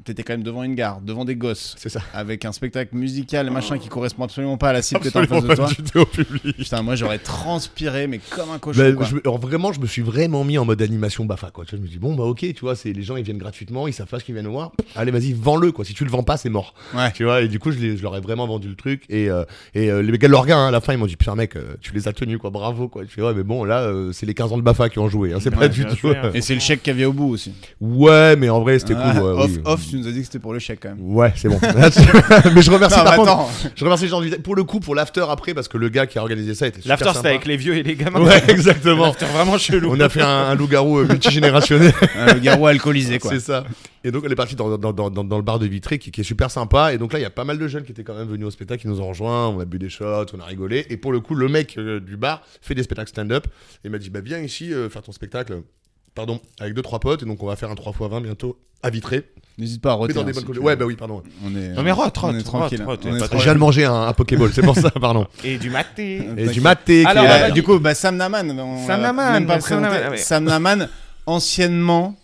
S4: T'étais quand même devant une gare, devant des gosses,
S5: C'est ça.
S4: avec un spectacle musical et machin qui correspond absolument pas à la cible que t'as en face
S5: Absolument
S4: de toi.
S5: pas du tout au public.
S4: Putain, moi j'aurais transpiré, mais comme un cochon.
S5: Ben,
S4: quoi.
S5: je me- alors vraiment, je me suis vraiment mis en mode animation Bafa quoi. Tu vois, je me dis bon bah ok, tu vois, c'est les gens ils viennent gratuitement, ils savent pas ce qu'ils viennent voir. Allez vas-y, vends-le quoi. Si tu le vends pas, c'est mort.
S4: Ouais.
S5: Tu vois et du coup je, l'ai- je leur ai vraiment vendu le truc et, euh, et euh, les gars de l'orga hein, à la fin ils m'ont dit putain mec, euh, tu les as tenus quoi, bravo quoi. Tu vois mais bon là euh, c'est les 15 ans de Bafa qui ont joué, hein, c'est pas
S3: Ouais,
S5: du
S3: bien
S5: tout.
S3: joué, hein.
S4: Et c'est le chèque qu'il y avait au bout aussi.
S5: Ouais mais en vrai c'était cool.
S4: Ah,
S5: ouais,
S4: off,
S5: oui.
S4: off, tu nous as dit que c'était pour le chèque quand même.
S5: Ouais c'est bon. mais je remercie
S4: Non,
S5: par
S4: mais
S5: Ah, contre-
S4: attends.
S5: Je remercie les gens du- pour le coup pour l'after après parce que le gars qui a organisé ça était super
S3: L'after, c'était
S5: sympa.
S3: avec les vieux et les gamins.
S5: Ouais exactement.
S3: L'after vraiment chelou.
S5: On a fait un, un loup-garou euh, multigénérationnel.
S4: Un garou alcoolisé quoi.
S5: Ah, C'est ça. Et donc elle est partie dans, dans, dans, dans, dans le bar de Vitré qui, qui est super sympa. Et donc là, il y a pas mal de jeunes qui étaient quand même venus au spectacle, qui nous ont rejoints. On a bu des shots, on a rigolé. Et pour le coup, le mec euh, du bar fait des spectacles stand-up. Et m'a dit bah, Viens ici euh, faire ton spectacle. Pardon, avec deux trois potes. Et donc on va faire un 3x20 bientôt à Vitré.
S4: N'hésite pas à
S5: Mais
S4: retirer.
S5: dans des
S4: hein,
S5: bonnes
S4: si
S5: conditions.
S4: tu
S5: Ouais,
S4: veux.
S5: bah oui, pardon.
S4: On est,
S3: Non mais rote,
S4: on
S3: rote,
S4: est
S3: rote,
S4: tranquille. hein.
S3: rote,
S4: on
S3: y
S4: est
S3: a pas de
S5: Je
S4: tranquille.
S5: viens de manger un, un Pokéball, c'est pour ça, pardon.
S3: Et du maté.
S5: Et du
S4: T'inquiète.
S5: maté. qui
S3: Alors,
S5: est
S4: Et,
S5: là.
S4: euh,
S3: bah,
S4: du coup, bah, Sam Naman. on
S3: Sam
S4: l'a
S3: Naman,
S4: même pas
S3: bah,
S4: présenté.
S3: Sam Naman, ah ouais.
S4: Sam Naman, anciennement,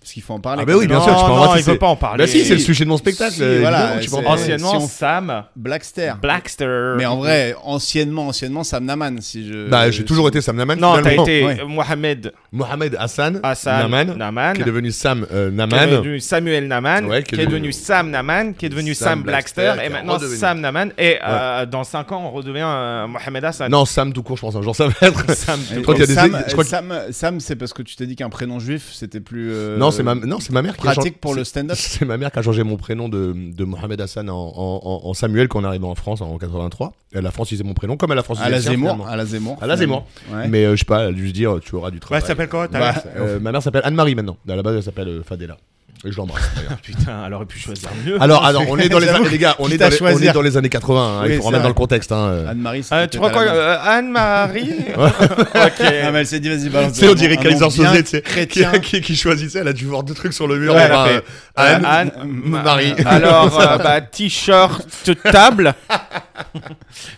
S4: parce qu'il faut en parler.
S5: Ah bah
S4: quand
S5: oui,
S4: même.
S5: bien
S3: non,
S5: sûr, tu peux en
S3: non,
S5: parler,
S3: il veut
S5: c'est-
S3: pas en parler.
S5: Bah si, c'est le
S4: Si,
S5: sujet de mon spectacle.
S4: si,
S5: euh,
S4: voilà,
S5: évidemment, tu peux
S4: c'est-
S5: en
S4: Ah,
S5: parler.
S3: Anciennement,
S4: si on-
S3: Sam
S4: hein. Blackster.
S3: Blackster.
S4: Mais en vrai, anciennement, anciennement, Sam Naman, si je.
S5: Bah, j'ai toujours été Sam Naman.
S3: Non, t'as
S5: finalement.
S3: été
S4: Ouais.
S3: Mohamed
S5: Mohamed Hassan,
S3: Hassan
S5: Naman,
S3: Naman,
S5: qui est devenu Sam euh,
S3: qui est
S5: Naman.
S3: devenu Samuel Naman,
S5: Ouais,
S3: qui est devenu Sam Naman, qui est devenu
S5: Sam
S3: Sam Blackster,
S5: Blackster,
S3: et
S5: qui a
S3: maintenant
S5: redevenu.
S3: Sam Naman. Et euh, dans 5 ans, on redevient euh, Mohamed Hassan.
S5: Non, Sam Euh, tout court, je pense un jour ça va être.
S3: Sam.
S4: Et
S5: Je crois qu'il y a des-
S4: Sam,
S5: je crois que-
S4: Sam, Sam, c'est parce que tu t'es dit qu'un prénom juif, c'était plus. euh,
S5: non, c'est ma, non, c'est ma mère qui a changé-
S4: Pratique pour le
S5: c'est-
S4: stand-up.
S5: C'est ma mère qui a changé mon prénom de, de Mohamed Hassan en, en- en- en Samuel quand on est arrivé en France en 83. Elle a francisé mon prénom comme elle a francisé
S4: À la
S5: le sien,
S4: Zemmour.
S5: finalement.
S4: À la Zemmour.
S5: À la Zemmour.
S4: Ouais.
S5: Mais euh, je sais pas, elle a dû se dire tu auras du
S3: Bah,
S5: travail.
S3: elle s'appelle comment ta
S4: Bah,
S3: mère
S5: Euh, ma mère s'appelle Anne-Marie maintenant. À la base, elle s'appelle euh, Fadela. Et je l'embrasse. d'ailleurs.
S4: Ah,
S3: Putain, elle aurait pu choisir mieux.
S5: alors, alors, on est dans les,
S4: J'avoue,
S5: les gars, on est
S4: quitte
S5: dans
S4: à
S5: les, on
S4: choisir.
S5: est dans les années 80. hein,
S4: Oui,
S5: il
S4: c'est
S5: faut remettre dans
S4: vrai. Ah,
S5: le contexte. hein, euh.
S4: Anne-Marie.
S3: Euh,
S4: c'était
S3: tu crois
S4: à
S3: quoi
S4: la main.
S3: euh, Anne-Marie
S4: Ah,
S3: Ok.
S4: mais elle s'est dit, vas-y, balance.
S5: Tu sais, on
S4: un
S5: dirait
S4: nom- un
S5: Kaiser
S4: nom bien
S5: Soze, tu sais, qui,
S4: Chrétien.
S5: qui, qui choisissait, elle a dû voir deux trucs sur le mur.
S3: Ouais,
S5: enfin,
S3: elle a ah,
S5: euh, Anne,
S3: Anne,
S5: M- Marie.
S3: Euh, Alors, euh, bah, t-shirt, table.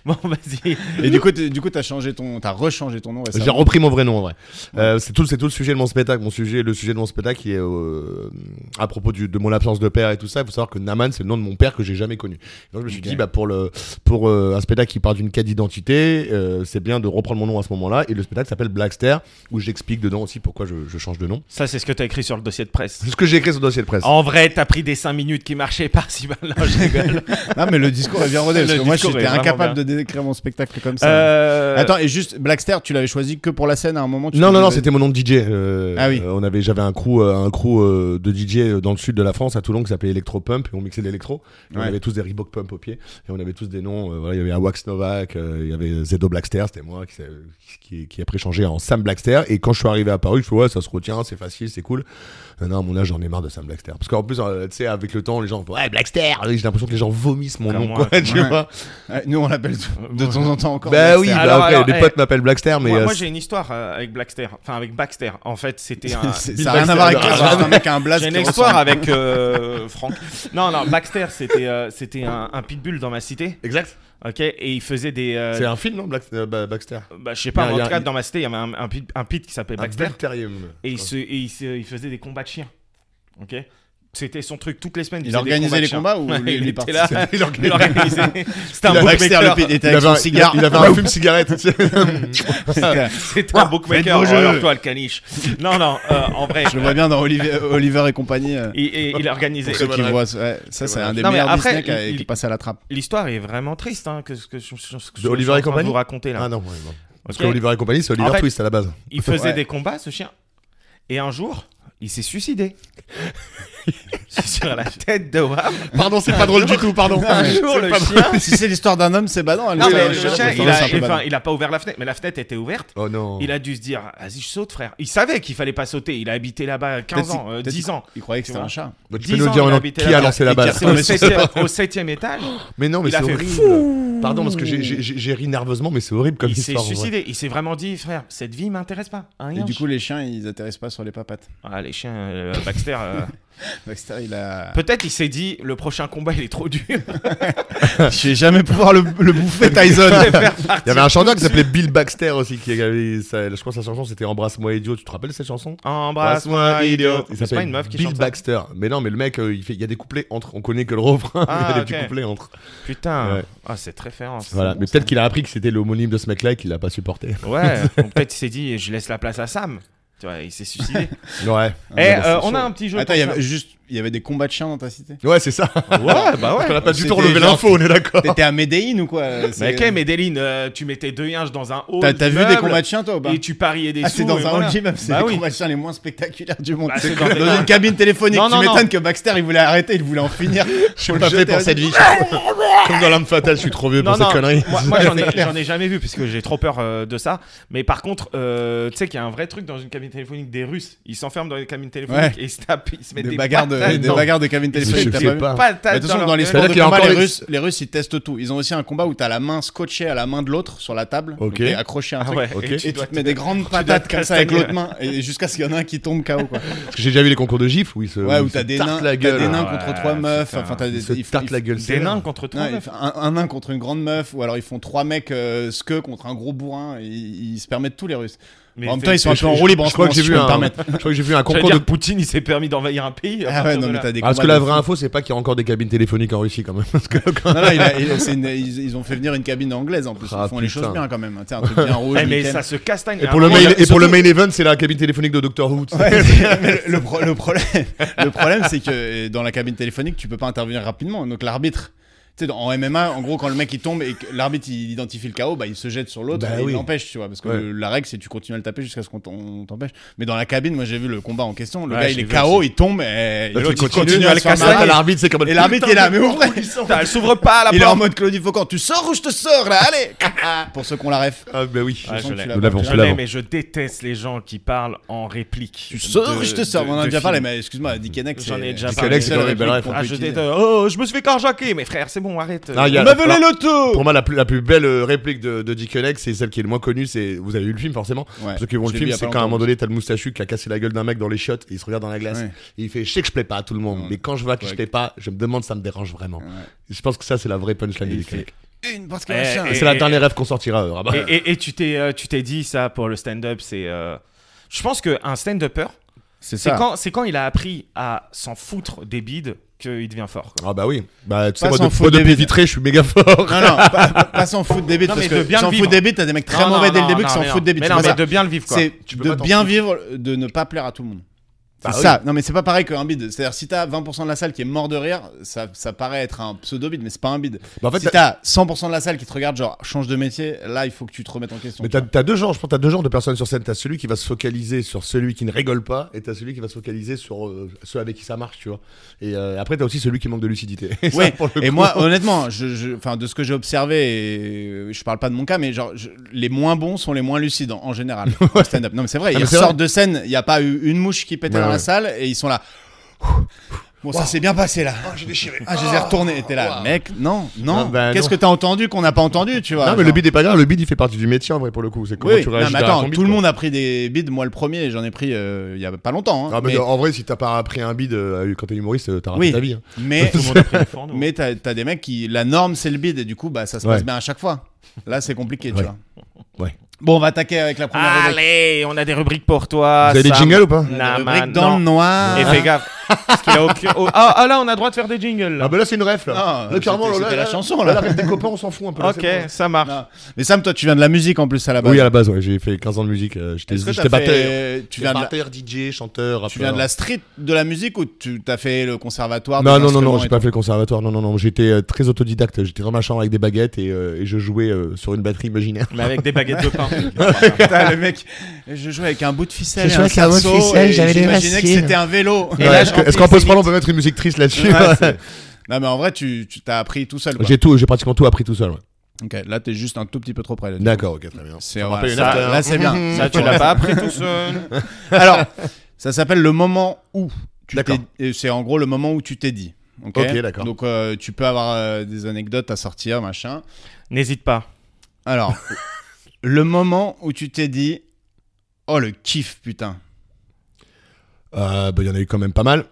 S3: bon, vas-y.
S4: Et du coup, t'es- du coup, t'as changé ton, t'as rechangé ton nom. récemment.
S5: J'ai repris mon vrai nom en vrai. Euh, c'est tout, c'est tout le sujet de mon spectacle. Mon sujet, le sujet de mon spectacle, qui est euh, à propos du- de mon absence de père et tout ça. Il faut savoir que Naman, c'est le nom de mon père que j'ai jamais connu. Donc je me suis
S4: Ok.
S5: dit, bah pour le, pour euh, un spectacle qui part d'une quête d'identité, euh, c'est bien de reprendre mon nom à ce moment-là. Et le spectacle s'appelle Blackster, où j'explique dedans aussi pourquoi je, je change de nom.
S3: Ça, c'est ce que t'as écrit sur le dossier de presse.
S5: C'est ce que j'ai écrit sur le dossier de presse.
S3: En vrai, t'as pris des 5 minutes qui marchaient par-ci par-là. je rigole.
S4: Non, mais le discours est bien rodé. Parce
S3: Le
S4: que moi,
S3: discours est
S4: j'étais
S3: vraiment
S4: incapable de décrire mon spectacle comme ça.
S3: Euh,
S4: Attends, et juste, Blackster, tu l'avais choisi que pour la scène à un moment tu
S5: Non,
S4: t'es
S5: non,
S4: dit,
S5: non,
S4: vas-y.
S5: c'était mon nom de DJ. euh,
S4: Ah oui.
S5: euh, on avait, j'avais un crew, euh, un crew euh, de DJ dans le sud de la France, à Toulon, qui s'appelait Electro Pump, et on mixait de l'électro. Et On
S4: Ouais.
S5: avait tous des Reebok Pump au pied, et on avait tous des noms. euh, voilà, il y avait Awax Novak, euh, il y avait Zedo Blackster, c'était moi qui, s'est- qui, qui après changé en Sam Blackster. Et quand je suis arrivé à Paris, je fais ouais, ça se retient, c'est facile, c'est cool. Non, non, à mon âge, j'en ai marre de Sam Blackster, parce qu'en plus, euh, tu sais, avec le temps, les gens, font, ouais, Blackster. J'ai l'impression que les gens vomissent mon
S3: Comme
S5: nom,
S3: moi,
S5: quoi,
S3: comme
S5: tu
S4: moi.
S5: vois.
S4: Ouais, bah, Nous, on l'appelle de- de temps en temps encore.
S5: Bah oui,
S4: Blackster.
S5: bah,
S3: Alors,
S5: après,
S3: alors,
S5: des
S3: eh,
S5: potes m'appellent Blackster, mais
S3: moi,
S5: euh,
S3: moi, j'ai une histoire euh, avec Blackster. Enfin, avec Baxter. En fait, c'était un.
S4: C'est-
S5: Bill
S4: ça n'a rien à voir avec
S5: Baxter.
S4: c'est un mec à un blast.
S3: hein. J'ai une
S4: qui
S3: histoire
S4: ressemble.
S3: avec euh, Franck. Non, non, Baxter, c'était euh, c'était un, un pitbull dans ma cité.
S5: exact.
S3: Ok, et il faisait des. euh,
S5: C'est un film, non, Black- euh, Ba- Baxter.
S3: bah, je sais pas,
S5: Il y a-
S3: en
S5: il y a-
S3: tout cas, dans ma cité, il y avait un, un pit, un pit qui s'appelait
S5: Un
S3: Baxter.
S5: Bulterium.
S3: Et il, se, et il, se- il faisait des combats de chiens. Ok C'était son truc toutes les semaines.
S4: Il
S3: faisait des
S4: organisait les
S3: de
S4: combats
S3: chiens.
S4: ou
S3: Ouais,
S4: lui-
S3: hein. il
S4: lui
S3: était là,
S4: participait
S3: il organisait. C'était un
S4: Il avait externe le
S3: bookmaker.
S4: pied- il était
S5: Il
S4: avec
S5: avait,
S4: son
S5: un, il
S4: cigare.
S5: a- il avait un fume cigarette. tu sais.
S3: C'était un bookmaker.
S4: vos
S3: Oh,
S4: jeux.
S3: alors toi, le caniche. Non, non, euh, en vrai.
S4: Je le vois euh, bien dans Oliver, Oliver et compagnie. euh,
S3: Il, il- il organisait.
S4: pour ceux qui
S5: bonne
S4: voient, ouais, ça c'est un des
S3: Non, mais
S4: meilleurs
S3: après,
S4: Disney qui a-
S3: il-
S4: qui passe à la trappe.
S3: L'histoire est vraiment triste, hein, que ce que je, je- ce que
S5: De
S3: je
S5: Oliver
S3: suis en train
S5: et
S3: de
S5: compagnie
S3: vous raconter là.
S5: Ah non, ouais, bon. Parce
S3: Ok.
S5: que Oliver et compagnie, c'est Oliver
S3: En fait-
S5: Twist à la base.
S3: Il faisait
S4: Ouais.
S3: des combats, ce chien. Et un jour, il s'est suicidé. C'est sur la tête de Wam.
S5: Pardon, c'est pas drôle du tout, pardon.
S3: Un jour, le chien.
S4: si c'est l'histoire d'un homme, c'est badant.
S3: Non, mais
S4: l'histoire
S3: le
S4: d'un
S3: chien,
S4: c'est
S3: il a,
S4: un peu badant.
S3: enfin, il a pas ouvert la fenêtre, mais la fenêtre était ouverte.
S5: Oh non.
S3: Il a dû se dire, vas-y, je saute, frère. Il savait qu'il fallait pas sauter. Il a habité là-bas 15
S4: Peut-être
S3: ans,
S4: si-
S3: euh,
S4: peut-être
S3: 10
S4: si-
S3: ans.
S4: Il croyait que c'était
S3: Tu
S4: un
S3: vois.
S4: chat.
S5: Bah, tu
S3: 10
S5: peux nous
S3: ans,
S5: dire
S3: il
S5: maintenant,
S3: habitait
S5: qui
S3: là-bas.
S5: a lancé la
S4: Et
S5: balle
S4: qui
S3: C'est au
S4: Non, mais c'est-
S3: septième- au septième étage.
S5: Mais non, mais
S3: Il a
S5: c'est
S3: fait
S5: horrible. Pardon, parce que j'ai- j'ai j'ai- j'ai ri nerveusement, mais c'est horrible comme
S3: Il s'est
S5: histoire. en vrai.
S3: suicidé. Il s'est vraiment dit, frère, cette vie m'intéresse pas. Hein,
S4: Et
S3: Yann
S4: du coup, les chiens, ils atterrissent pas sur les papates.
S3: Ah, les chiens, euh, Baxter. euh,
S4: Baxter, il a.
S3: Peut-être il s'est dit, le prochain combat, il est trop dur.
S4: Je vais jamais pouvoir le, le bouffer,
S3: Je
S4: Tyson.
S3: vais faire
S5: Il y avait un chanteur qui s'appelait Bill Baxter aussi. Qui avait, ça- je crois que sa chanson c'était Embrasse-moi idiot. Tu te rappelles cette chanson
S3: Embrasse-moi, idiot.
S5: Il
S3: C'est
S5: s'appelle
S3: pas une meuf qui
S5: Bill
S3: chante ça
S5: Baxter. Mais non, mais le mec, euh, il, fait, il y a des couplets entre. On connaît que le refrain.
S3: Ah,
S5: il y a
S3: ok.
S5: des petits couplets entre.
S3: Putain,
S5: Ouais.
S3: ah, cette référence.
S5: Voilà. mais peut-être qu'il a appris que c'était l'homonyme de ce mec-là et qu'il l'a pas supporté.
S3: Ouais, ou peut-être il s'est dit, je laisse la place à Sam. Tu vois, il s'est suicidé.
S5: Ouais.
S4: Ah,
S3: Eh,
S4: bah,
S3: euh,
S4: c'est
S3: on a
S4: chaud.
S3: un petit jeu.
S4: Attends,
S3: pour
S4: il y
S3: ça.
S4: avait juste, il y avait des combats de chiens dans ta cité.
S5: Ouais, c'est ça.
S3: Ouais, bah
S5: On
S3: ouais.
S5: n'a pas du tout
S4: C'était
S5: relevé
S4: genre-
S5: l'info, on est d'accord.
S4: T'étais à Médéine ou quoi
S3: Mais
S4: C'est-
S3: ok, mais Deline, euh, tu mettais deux yinches dans un haut.
S4: T'as t'as vu des
S3: d'immeuble,
S4: combats de chiens, toi ou pas
S3: Et tu pariais des
S4: Ah,
S3: sous.
S4: c'est dans
S3: et
S4: un
S3: voilà.
S4: old gym, c'est
S3: Bah
S4: les
S3: oui.
S4: combats de chiens les moins spectaculaires du monde.
S3: Bah, c'est
S4: dans
S3: dans des-
S4: une cabine téléphonique,
S3: Non,
S4: tu
S3: non,
S4: m'étonnes
S3: non.
S4: que Baxter il voulait arrêter, il voulait en finir.
S5: Je suis pas fait pour cette vie. Comme dans l'âme fatale, je suis trop vieux
S3: Non,
S5: pour
S3: non,
S5: cette connerie.
S3: moi, moi, j'en ai, j'en ai jamais vu parce que j'ai trop peur euh, de ça. Mais par contre, euh, tu sais qu'il y a un vrai truc dans une cabine téléphonique des Russes. Ils s'enferment dans les cabines téléphoniques et ils se tapent, ils se mettent des,
S4: Des bagarres de,
S3: patates
S4: des
S3: dans-
S4: bagarres de cabine téléphonique,
S5: Je
S4: t'as
S5: sais
S4: pas vu
S5: pas.
S3: patates
S4: Bah, de toute façon,
S3: leur
S4: dans les
S3: gueule.
S4: sports
S5: C'est-à-dire
S4: de
S5: qu'il y a
S4: combat,
S5: encore
S4: les
S5: les-
S4: Russes, les Russes, ils testent tout. Ils ont aussi un combat où t'as la main scotchée à la main de l'autre sur la table. Donc,
S5: Ok.
S4: T'es accroché à un
S3: Ah
S4: truc.
S3: ouais,
S5: Ok.
S3: et tu
S4: Et
S3: dois
S4: tu te mets des grandes
S3: dois
S4: patates
S3: te
S4: comme ça avec l'autre
S3: castagner,
S4: main, et jusqu'à ce qu'il y en a un qui tombe KO quoi.
S5: Parce que j'ai déjà vu les concours de gifs où ils se.
S4: Ouais,
S5: où
S4: ou
S5: ils se
S4: t'as des nains,
S5: tartent
S4: t'as
S5: la gueule.
S4: des nains
S3: Ah,
S4: contre trois meufs,
S3: putain.
S4: enfin t'as des
S5: Ils se
S4: il faut- il
S5: tartent
S4: faut-
S5: la gueule.
S3: Des
S5: sévère.
S3: nains contre toi.
S4: Ouais, il fait un, un nain contre une grande meuf, ou alors ils font trois mecs euh, skeux contre un gros bourrin, et ils, ils se permettent tous les Russes. en même temps, ils sont un
S5: je-
S4: peu en roue libre en
S5: Je
S4: ce
S5: crois que
S4: moment,
S5: j'ai
S4: si je
S5: vu
S4: peux me
S5: un.
S4: permettre.
S5: Je crois que j'ai vu un
S3: J'allais
S5: concours de
S3: dire, Poutine, il s'est permis d'envahir un pays. à
S4: Ah ouais,
S3: partir
S4: non,
S3: de
S4: mais
S3: là.
S4: t'as des
S5: Ah, parce que
S4: combats
S5: la
S4: de
S5: vraie
S4: fous.
S5: info, c'est pas qu'il y a encore des cabines téléphoniques en Russie quand même. Parce que quand-
S4: Non, non, il a- il- c'est une- ils, ils ont fait venir une cabine anglaise en plus.
S5: Ah,
S4: ils font les choses
S5: putain.
S4: bien quand même. hein. Tu sais, un truc bien rouge.
S3: Eh, mais
S4: nickel.
S3: ça se castagne. à
S5: Et pour,
S3: un
S5: le
S3: moment,
S5: main,
S3: il y a-
S5: et pour le main event, c'est la cabine téléphonique de Doctor Who. tu sais.
S4: Ouais, c'est- mais le, le pro- le problème, le problème c'est que euh, dans la cabine téléphonique, tu peux pas intervenir rapidement. Donc l'arbitre, tu sais, dans- en MMA, en gros, quand le mec il tombe et que l'arbitre il identifie le KO, bah, il se jette sur l'autre
S5: Bah
S4: et
S5: oui.
S4: il l'empêche, tu vois. Parce que
S5: Ouais.
S4: le- la règle, c'est tu continues à le taper jusqu'à ce qu'on t'en- on t'empêche. Mais dans la cabine, moi j'ai vu le combat en question. Le
S3: Ouais,
S4: gars,
S3: je
S4: il
S3: l'ai
S4: est
S3: vu Bah,
S4: KO, il tombe et, et
S5: L'autre, il
S4: l'autre, il
S5: continue
S4: continue à le
S3: faire
S4: casser.
S3: mal.
S5: Ah, l'arbitre, c'est comme.
S4: Et l'arbitre il est là, mais au vrai,
S3: Putain, elle s'ouvre pas la
S4: il est en
S3: porte.
S4: mode Claudie Faucon, tu sors ou je te sors là, allez Pour ceux qu'on la ref.
S5: Ah, bah oui.
S3: Ah,
S4: Je sens
S3: je
S4: que tu
S3: l'ai.
S4: l'as
S5: Nous
S4: pas.
S5: l'avons.
S3: Je
S5: Je
S3: l'ai,
S5: l'avoue.
S3: mais je déteste les gens qui parlent en réplique.
S4: Tu sors
S3: De-
S4: ou je te sors
S3: de-
S4: On en a
S3: de
S4: déjà
S3: films.
S4: parlé, mais excuse-moi, Dick Henneck,
S3: J'en ai
S4: c'est-
S3: déjà
S4: Dick
S3: parlé.
S4: Henneck, c'est
S5: Dick
S4: la
S5: Henneck,
S4: réplique
S5: belle
S4: qu'on
S3: Ah,
S4: peut
S3: je
S4: utiliser.
S3: déteste. Oh, je me suis fait carjacker, mais frère, c'est bon, arrête.
S5: Ah, il y a-
S4: On m'a volé
S5: alors,
S4: l'auto
S5: Pour moi, la plus, la plus belle euh, réplique de, de Dick Henneck, c'est celle qui est le moins connue. C'est vous avez vu le film forcément.
S4: Ouais,
S5: Ceux qui vont
S4: je
S5: le
S4: l'ai
S5: film,
S4: vu il y a
S5: c'est
S4: pas
S5: quand à un
S4: longtemps.
S5: moment donné, t'as le moustachu qui a cassé la gueule d'un mec dans les shots et il se regarde dans la glace
S4: Ouais.
S5: et il fait je sais que je plais pas à tout le monde,
S4: Ouais.
S5: mais quand je vois que je
S4: Ouais.
S5: plais pas, je me demande ça me dérange vraiment.
S4: Ouais.
S5: Je pense que ça c'est la vraie punchline de
S3: Et
S5: Dick
S3: c'est-
S5: Henneck.
S4: Une parce
S3: Eh,
S4: machin.
S5: Et
S3: et-
S5: c'est la
S3: et-
S5: dernière rêve qu'on sortira. euh, Rabat.
S3: Et, et- et tu t'es, euh, tu t'es dit ça pour le stand-up, c'est. euh, Je pense qu'un stand-upper,
S4: C'est
S3: c'est
S4: ça.
S3: quand, c'est quand il a appris à s'en foutre des bides qu'il devient fort. quoi.
S5: Ah bah oui. Bah tu sais
S4: Pas
S5: moi,
S4: s'en
S5: de-
S4: foutre
S5: moi,
S4: des
S5: depuis
S4: bides.
S5: Vitré, je suis méga fort. Bah,
S4: Non, non, pas, pas- pas s'en foutre des bites.
S3: Non,
S4: parce
S3: mais de
S4: que
S3: bien
S4: s'en
S3: le
S4: foutre
S3: vivre.
S4: des bites, t'as des mecs très
S3: Non,
S4: mauvais
S3: non,
S4: dès le
S3: non,
S4: début qui
S3: non,
S4: s'en
S3: mais
S4: foutent
S3: non.
S4: des bites.
S3: Mais
S4: tu
S3: non,
S4: fais
S3: mais
S4: ça.
S3: de bien le vivre quoi.
S4: C'est
S5: Tu peux
S4: de
S5: pas t'en
S4: bien
S5: foutre.
S4: vivre, de ne pas plaire à tout le monde. C'est
S5: Bah oui.
S4: ça. Non, mais c'est pas pareil qu'un bide. C'est-à-dire, si t'as 20% de la salle qui est mort de rire, ça, ça paraît être un pseudo-bide, mais c'est pas un bide.
S5: Bah, en fait,
S4: si t'as 100% de la salle qui te regarde, genre, change de métier, là, il faut que tu te remettes en question.
S5: Mais t'as t'as deux genres, je pense, t'as deux genres de personnes sur scène. T'as celui qui va se focaliser sur celui qui ne rigole pas, et t'as celui qui va se focaliser sur euh, ceux avec qui ça marche, tu vois. Et euh, après, t'as aussi celui qui manque de lucidité. Et ça,
S4: Ouais.
S5: pour le
S4: Et
S5: coup,
S4: moi, honnêtement, je, je- enfin, de ce que j'ai observé, et euh, je parle pas de mon cas, mais genre, je- les moins bons sont les moins lucides en, en général. en stand-up. Non, mais c'est vrai.
S5: Ah,
S4: ils
S5: mais c'est
S4: sortent de scène. Il n'y a pas eu une mouche qui pétait
S5: Ouais,
S4: dans
S5: ouais.
S4: la salle et ils sont là. Bon, ça s'est bien passé là.
S5: Oh, j'ai déchiré.
S4: Ah, je les ai retournés. Et t'es là,
S5: wow.
S4: mec, non, non.
S5: Ah, bah,
S4: Qu'est-ce
S5: non.
S4: que t'as entendu qu'on n'a pas entendu, tu vois
S5: non, mais le
S4: genre.
S5: bid est pas grave, le bid il fait partie du métier en vrai pour le coup. C'est comment
S4: Oui,
S5: tu
S4: non,
S5: réagis
S4: mais
S5: derrière
S4: attends,
S5: ton bid,
S4: tout le
S5: quoi.
S4: monde a pris des bides. Moi, le premier, j'en ai pris euh, il y a pas longtemps. hein.
S5: Ah, mais
S4: mais
S5: en vrai, si t'as pas appris un bid euh, quand t'es humoriste, euh, t'as raté
S4: Oui.
S5: ta vie. hein.
S4: mais,
S3: Tout le monde a pris des fourneaux.
S4: mais t'as t'as des mecs qui. La norme, c'est le bide et du coup, bah, ça se passe
S5: Ouais.
S4: bien à chaque fois. Là, c'est compliqué,
S5: Ouais.
S4: tu vois.
S5: Ouais.
S4: Bon, on va attaquer avec la première rubrique.
S3: Allez, on a des rubriques pour toi.
S4: Ah,
S5: Vous avez des
S3: Sam.
S5: jingles ou pas
S4: La
S3: Nama,
S4: rubrique dans
S3: non.
S4: le noir.
S3: Et fais gaffe. Parce qu'il a aucun- oh, ah, ah, là, on a droit de faire des jingles. là.
S5: Ah, bah là, c'est une ref, là.
S4: Non,
S5: là, clairement,
S4: c'était-
S5: là,
S4: c'était
S5: là,
S4: la chanson, là.
S5: Là, la ref des copains, on s'en fout
S4: Ah
S5: un peu. là,
S3: ok,
S5: c'est bon.
S3: ça marche.
S4: Non. Mais Sam, toi, tu viens de la musique en plus à la base.
S5: Oui, à la base, ouais, j'ai fait 15 ans de musique. euh, J'étais
S4: Est-ce que
S5: j'étais
S4: t'as
S5: batteur.
S4: fait- tu
S5: J'étais
S4: viens de la-
S5: batteur, DJ, chanteur,
S4: Tu viens de la street de la musique ou tu t'as fait le conservatoire
S5: Non,
S4: des
S5: non, non, non,
S4: instruments
S5: j'ai
S4: et
S5: pas
S4: tout
S5: fait le conservatoire. Non, non, non, j'étais euh, très autodidacte. J'étais dans ma chambre avec des baguettes et, euh, et je jouais euh, sur une batterie imaginaire.
S3: Mais avec des baguettes de pain.
S4: Putain, le mec, je jouais avec un bout de ficelle.
S6: Je
S4: et
S6: jouais
S4: un
S6: avec un bout de
S4: sarceau
S6: ficelle,
S4: et
S6: j'avais des
S4: J'imaginais que
S6: racines.
S4: c'était un vélo.
S3: Et là,
S5: Est-ce
S3: je
S5: que- est-ce qu'en
S3: remplis
S5: post on peut mettre une musique triste là-dessus
S4: Ouais, c'est- non, mais en vrai, tu tu- t'as appris tout seul. quoi.
S5: J'ai tout, j'ai pratiquement tout appris tout seul. ouais.
S4: Ok, là, t'es juste un tout petit peu trop près. là.
S5: D'accord, ok, très bien.
S4: C'est
S5: Ça me
S4: voilà,
S5: rappelle une
S4: ça-
S5: after.
S4: Là, c'est bien.
S3: Ça, tu l'as pas appris tout seul.
S4: Alors, ça s'appelle le moment où. tu
S5: D'accord.
S4: t'es- et C'est en gros le moment où tu t'es dit. Ok,
S5: Ok, d'accord.
S4: Donc, euh, tu peux avoir euh, des anecdotes à sortir, machin.
S3: N'hésite pas.
S4: Alors, le moment où tu t'es dit, oh le kiff, putain.
S5: Euh, bah, Il y en a eu quand même pas mal.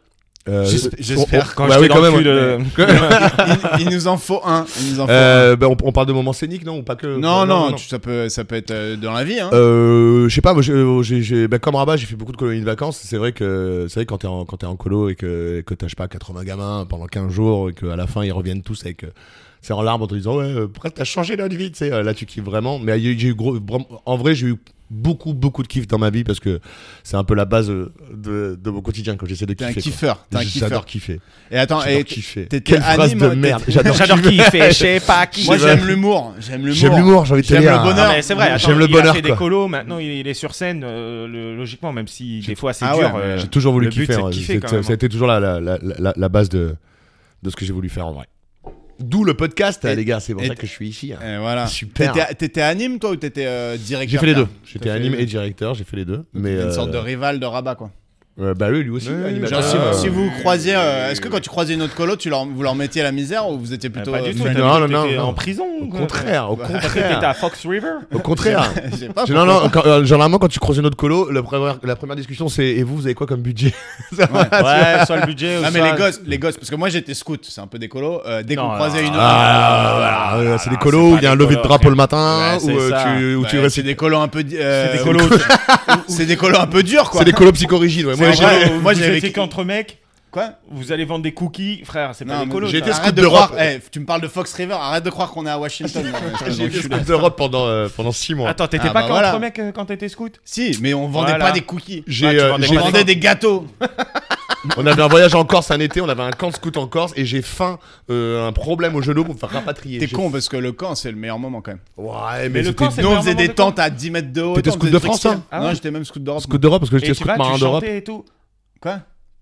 S5: Euh,
S4: J'esp-
S5: on-
S4: J'espère.
S3: Quand
S5: Bah
S3: j'étais
S5: oui,
S3: dans
S5: quand
S3: le
S5: même,
S3: cul de-
S4: il, il nous en faut un. Il nous en
S5: on-
S4: faut
S5: euh, bah, on, on parle de moments scéniques, non Ou pas que
S4: un. Non, non, tu- ça, peut, ça peut être euh, dans la vie. Hein.
S5: Euh, je sais pas, moi, j'ai- j'ai- j'ai- bah, comme Rabat, j'ai fait beaucoup de colonies de vacances. C'est vrai que c'est vrai que quand t'es en quand t'es en colo et que que t'as je sais pas 80 gamins pendant 15 jours et qu'à la fin ils reviennent tous avec euh, c'est en larmes en te disant ouais euh, après t'as changé notre vie tu sais euh, là tu kiffes vraiment mais euh, j'ai j'ai eu gros bram- en vrai j'ai eu beaucoup beaucoup de kiff dans ma vie parce que c'est un peu la base euh, de, de mon quotidien quand j'essaie de
S4: T'es un
S5: kiffer quoi.
S4: kiffeur. T'es un kiffeur.
S5: j'adore kiffer
S4: Et attends,
S5: j'adore
S4: et t-
S5: kiffer
S4: t'étais
S5: quelle phrase
S4: anime,
S5: de
S4: t'étais-
S5: merde j'adore
S3: J'adore
S5: kiffer.
S3: qui fait, je sais pas qui.
S4: moi j'aime l'humour. J'aime l'humour.
S5: j'aime l'humour j'ai envie de te
S4: J'aime
S5: dire
S4: le bonheur.
S3: Non, mais c'est vrai,
S5: J'aime
S3: attends,
S5: le bonheur,
S3: Il a fait
S5: quoi.
S3: des colos, maintenant il il est sur scène, euh, le- logiquement, même si des fois c'est
S4: Ah ouais,
S3: dur.
S4: mais
S3: euh,
S5: J'ai toujours voulu
S3: le but,
S5: kiffer.
S3: c'est de
S5: hein.
S3: kiffer,
S5: C'est-
S3: quand
S5: ça,
S3: même.
S5: ça a été toujours la, la, la, la- la base de, de ce que j'ai voulu faire en vrai. D'où le podcast,
S4: Et-
S5: les gars. C'est pour
S4: et-
S5: ça que je suis ici. hein.
S4: Et voilà.
S5: Super.
S4: T'étais- T'étais anime toi ou t'étais euh, directeur
S5: J'ai fait les deux.
S4: car-
S5: J'étais
S4: T'as fait
S5: anime
S4: les
S5: et directeur. J'ai fait les deux.
S4: deux.
S5: Mais
S4: Une
S5: euh,
S4: sorte de rival de rabat quoi.
S5: euh, bah lui, lui aussi.
S4: Oui,
S5: animateur.
S4: genre, si,
S5: Euh,
S4: si vous croisiez, euh, est-ce que quand tu croisais une autre colo, tu leur, vous leur mettiez la misère ou vous étiez
S3: Bah,
S4: plutôt.
S3: pas
S4: euh,
S3: du tout.
S5: non,
S3: t'as-
S5: non, non,
S3: t'étais
S5: non.
S3: en prison.
S5: Au
S3: quoi.
S5: contraire, au
S3: Parce que T'étais
S5: contraire,
S3: à Fox River.
S5: au contraire.
S4: Je sais pas.
S5: Non, non, quand- euh, généralement, quand tu croises une autre colo, la première, la première discussion, c'est Et vous, vous avez quoi comme budget
S3: Ouais, soit le budget.
S4: Ah
S3: soit-
S4: mais les gosses, les gosses, parce que moi j'étais scout, c'est un peu des colos. euh, dès qu'on
S3: Non,
S4: croisait
S3: non,
S4: une autre,
S5: Ah, voilà, c'est des
S3: non,
S5: colos
S3: c'est
S5: où il y a
S3: pas
S5: un
S3: des
S5: lever de
S3: colos,
S5: drapeau
S3: frère.
S5: le matin,
S3: Ouais, c'est
S5: où, euh,
S3: ça.
S5: tu, où tu
S4: bah,
S5: restes-
S4: c'est des colos un peu. di- euh,
S3: C'est des colos.
S4: C'est des colos un peu durs quoi.
S5: C'est des colos psychorigides. ouais. Moi,
S4: C'est
S5: j'ai-
S4: vrai.
S3: Vous
S4: moi,
S3: étiez
S4: j'avais-
S3: qu'entre mecs,
S4: quoi
S3: vous allez vendre des cookies, frère, c'est pas
S4: Non,
S3: des
S4: mais
S3: colos.
S5: j'ai
S3: ça.
S5: été scout
S4: Arrête de
S5: d'Europe.
S4: croire. eh, tu me parles de Fox River. Arrête de croire qu'on est à Washington. là, parce que
S5: j'ai
S4: donc, je
S5: été
S4: suis
S5: scout d'Europe pendant euh, pendant six mois.
S3: Attends, t'étais
S4: Ah,
S3: pas
S4: bah,
S3: qu'entre
S4: voilà.
S3: mecs euh, quand t'étais scout
S4: Si, mais on vendait
S3: Voilà.
S4: pas des cookies.
S5: J'ai,
S3: Ah, tu
S5: euh,
S3: vendais
S5: j'ai-
S4: On
S3: pas
S4: vendait des gâteaux.
S5: on avait un voyage en Corse un été, on avait un camp de scout en Corse et j'ai faim, euh, un problème au genou pour me faire rapatrier.
S4: T'es
S5: J'ai-
S4: con parce que le camp c'est le meilleur moment quand même.
S5: Ouais,
S3: Mais
S5: mais
S3: le
S5: c'était
S3: camp, c'est
S4: Nous
S3: le
S4: on
S3: meilleur
S4: faisait
S3: moment
S4: des
S3: de camp.
S4: tentes à 10 mètres de haut.
S5: T'étais
S4: on
S5: scout
S4: faisait
S5: de
S4: des
S5: France,
S4: freestyles.
S3: hein
S4: Non, j'étais même scout d'Europe.
S5: scout d'Europe parce que
S3: Et
S5: j'étais
S3: tu
S5: scout
S3: vas, tu
S5: marin d'Europe.
S3: chantais et tout.
S4: Quoi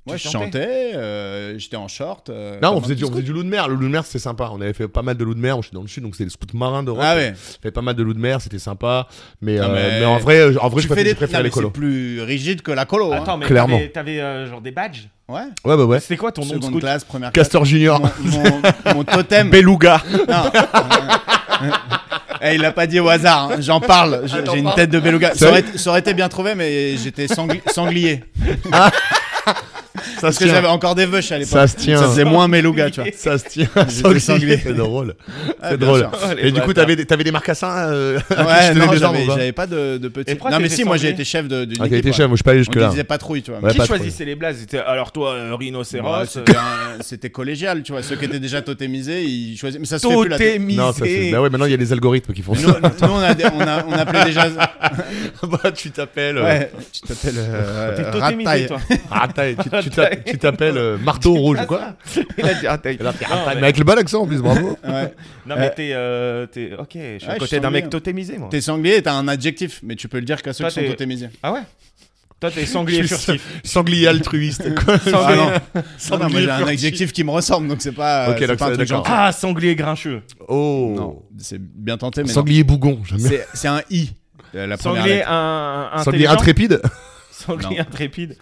S4: Ouais, je
S3: chantais
S4: chantais, euh, j'étais en short. euh,
S5: Non,
S4: comme
S5: on
S4: un
S5: faisait,
S4: petit
S5: du, on
S4: scout.
S5: faisait du loup de mer. Le loup de mer, c'était sympa. On avait fait pas mal de loup de mer. On était dans le sud, donc c'était les scouts marins d'Europe.
S4: Ah ouais.
S5: On fait pas mal de loup de mer, c'était sympa. Mais,
S4: Non,
S5: euh,
S4: mais-
S5: mais en vrai, euh, en vrai, je
S4: tu fais
S5: préfère,
S4: des
S5: je préfère
S4: non,
S5: les
S4: mais c'est
S5: colos.
S4: plus rigide que la colo. hein.
S3: Attends, mais
S5: Clairement.
S3: t'avais- t'avais euh, genre des badges
S4: Ouais.
S5: Ouais, bah ouais.
S3: C'était quoi ton nom de
S4: Seconde
S3: scout
S4: classe, première classe.
S5: Castor Junior.
S4: Mon, mon- mon totem.
S5: Beluga.
S4: Non. Eh, il l'a pas dit au hasard. hein. J'en parle. Je- J'ai une tête de beluga. Ça aurait, ça aurait été bien trouvé, mais j'étais sangli- sanglier.
S5: Ça
S4: Parce
S5: Ah. se
S4: que j'avais
S5: tient.
S4: encore des veuches à l'époque.
S5: Ça se tient.
S4: Ça faisait moins beluga, tu vois.
S5: Ça se tient.
S4: J'étais sanglier.
S5: C'est drôle.
S4: Ah,
S5: C'est
S4: bien
S5: drôle.
S4: sûr.
S5: Et du coup, t'avais des t'avais des marcassins euh, à qui
S4: Ouais,
S5: tu donnais
S4: non,
S5: des armes
S4: j'avais
S5: ou pas
S4: j'avais pas de, de
S3: Et
S4: petit.
S3: pourquoi
S4: hein. Non, mais
S3: t'étais
S4: si, moi j'ai
S3: sanglier
S4: été chef de- d'une
S5: Ah, t'as
S4: équipe.
S5: été
S4: ouais.
S5: chef, moi je suis pas allé
S4: On
S5: jusque-là.
S4: disait patrouille, tu vois.
S5: Ouais,
S3: Qui
S5: pas de
S3: choisissait les blazes C'était- Alors toi, euh,
S4: Ouais,
S3: rhinocéros,
S4: c'était un- C'était collégial, tu vois. Ceux qui étaient déjà totémisés, ils choisissaient. Mais ça se fait plus la to-
S5: Non, ça c'est. Bah ouais, maintenant il y a les algorithmes qui font
S4: Nous,
S5: ça.
S4: nous, on, a des- on, a- on appelait déjà.
S5: bah, tu t'appelles. euh,
S4: Ouais, tu t'appelles. euh,
S3: T'es
S4: Rattaille.
S3: totémisé, toi.
S5: Ah, t'as- tu- tu t'a- tu t'appelles euh, marteau rouge ou quoi
S3: Il a dit, ah, t'as-
S5: Et là, t'es-
S3: Non,
S5: ah,
S3: mais-
S5: Mais avec le bon accent en plus, bravo.
S4: Ouais.
S3: Non, mais t'es. euh, t'es- Ok, je suis
S4: Ouais,
S3: à
S4: je
S3: côté
S4: sens
S3: d'un mec
S4: bien.
S3: totémisé, moi.
S4: T'es sanglier, t'as un adjectif, mais tu peux le dire qu'à ceux
S3: Toi,
S4: qui sont
S3: t'es-
S4: totémisés.
S3: Ah ouais Toi, t'es sanglier
S5: Je suis
S3: furtif.
S5: Sanglier altruiste. quoi.
S4: Ah
S3: Sanglier-
S4: non, Ah non, moi j'ai un adjectif qui me ressemble, donc c'est pas. euh,
S5: Ok,
S4: c'est
S5: donc
S4: pas un
S5: ça-
S4: truc
S5: d'accord.
S4: gentil.
S3: Ah, sanglier grincheux.
S5: Oh.
S4: Non, c'est bien tenté, mais. non.
S5: Sanglier bougon, jamais.
S4: C'est c'est un i. euh, La première
S3: Sanglier
S4: lettre.
S3: un, un-
S5: Sanglier
S3: intelligent.
S5: intrépide
S3: Sanglier
S4: Non.
S3: intrépide.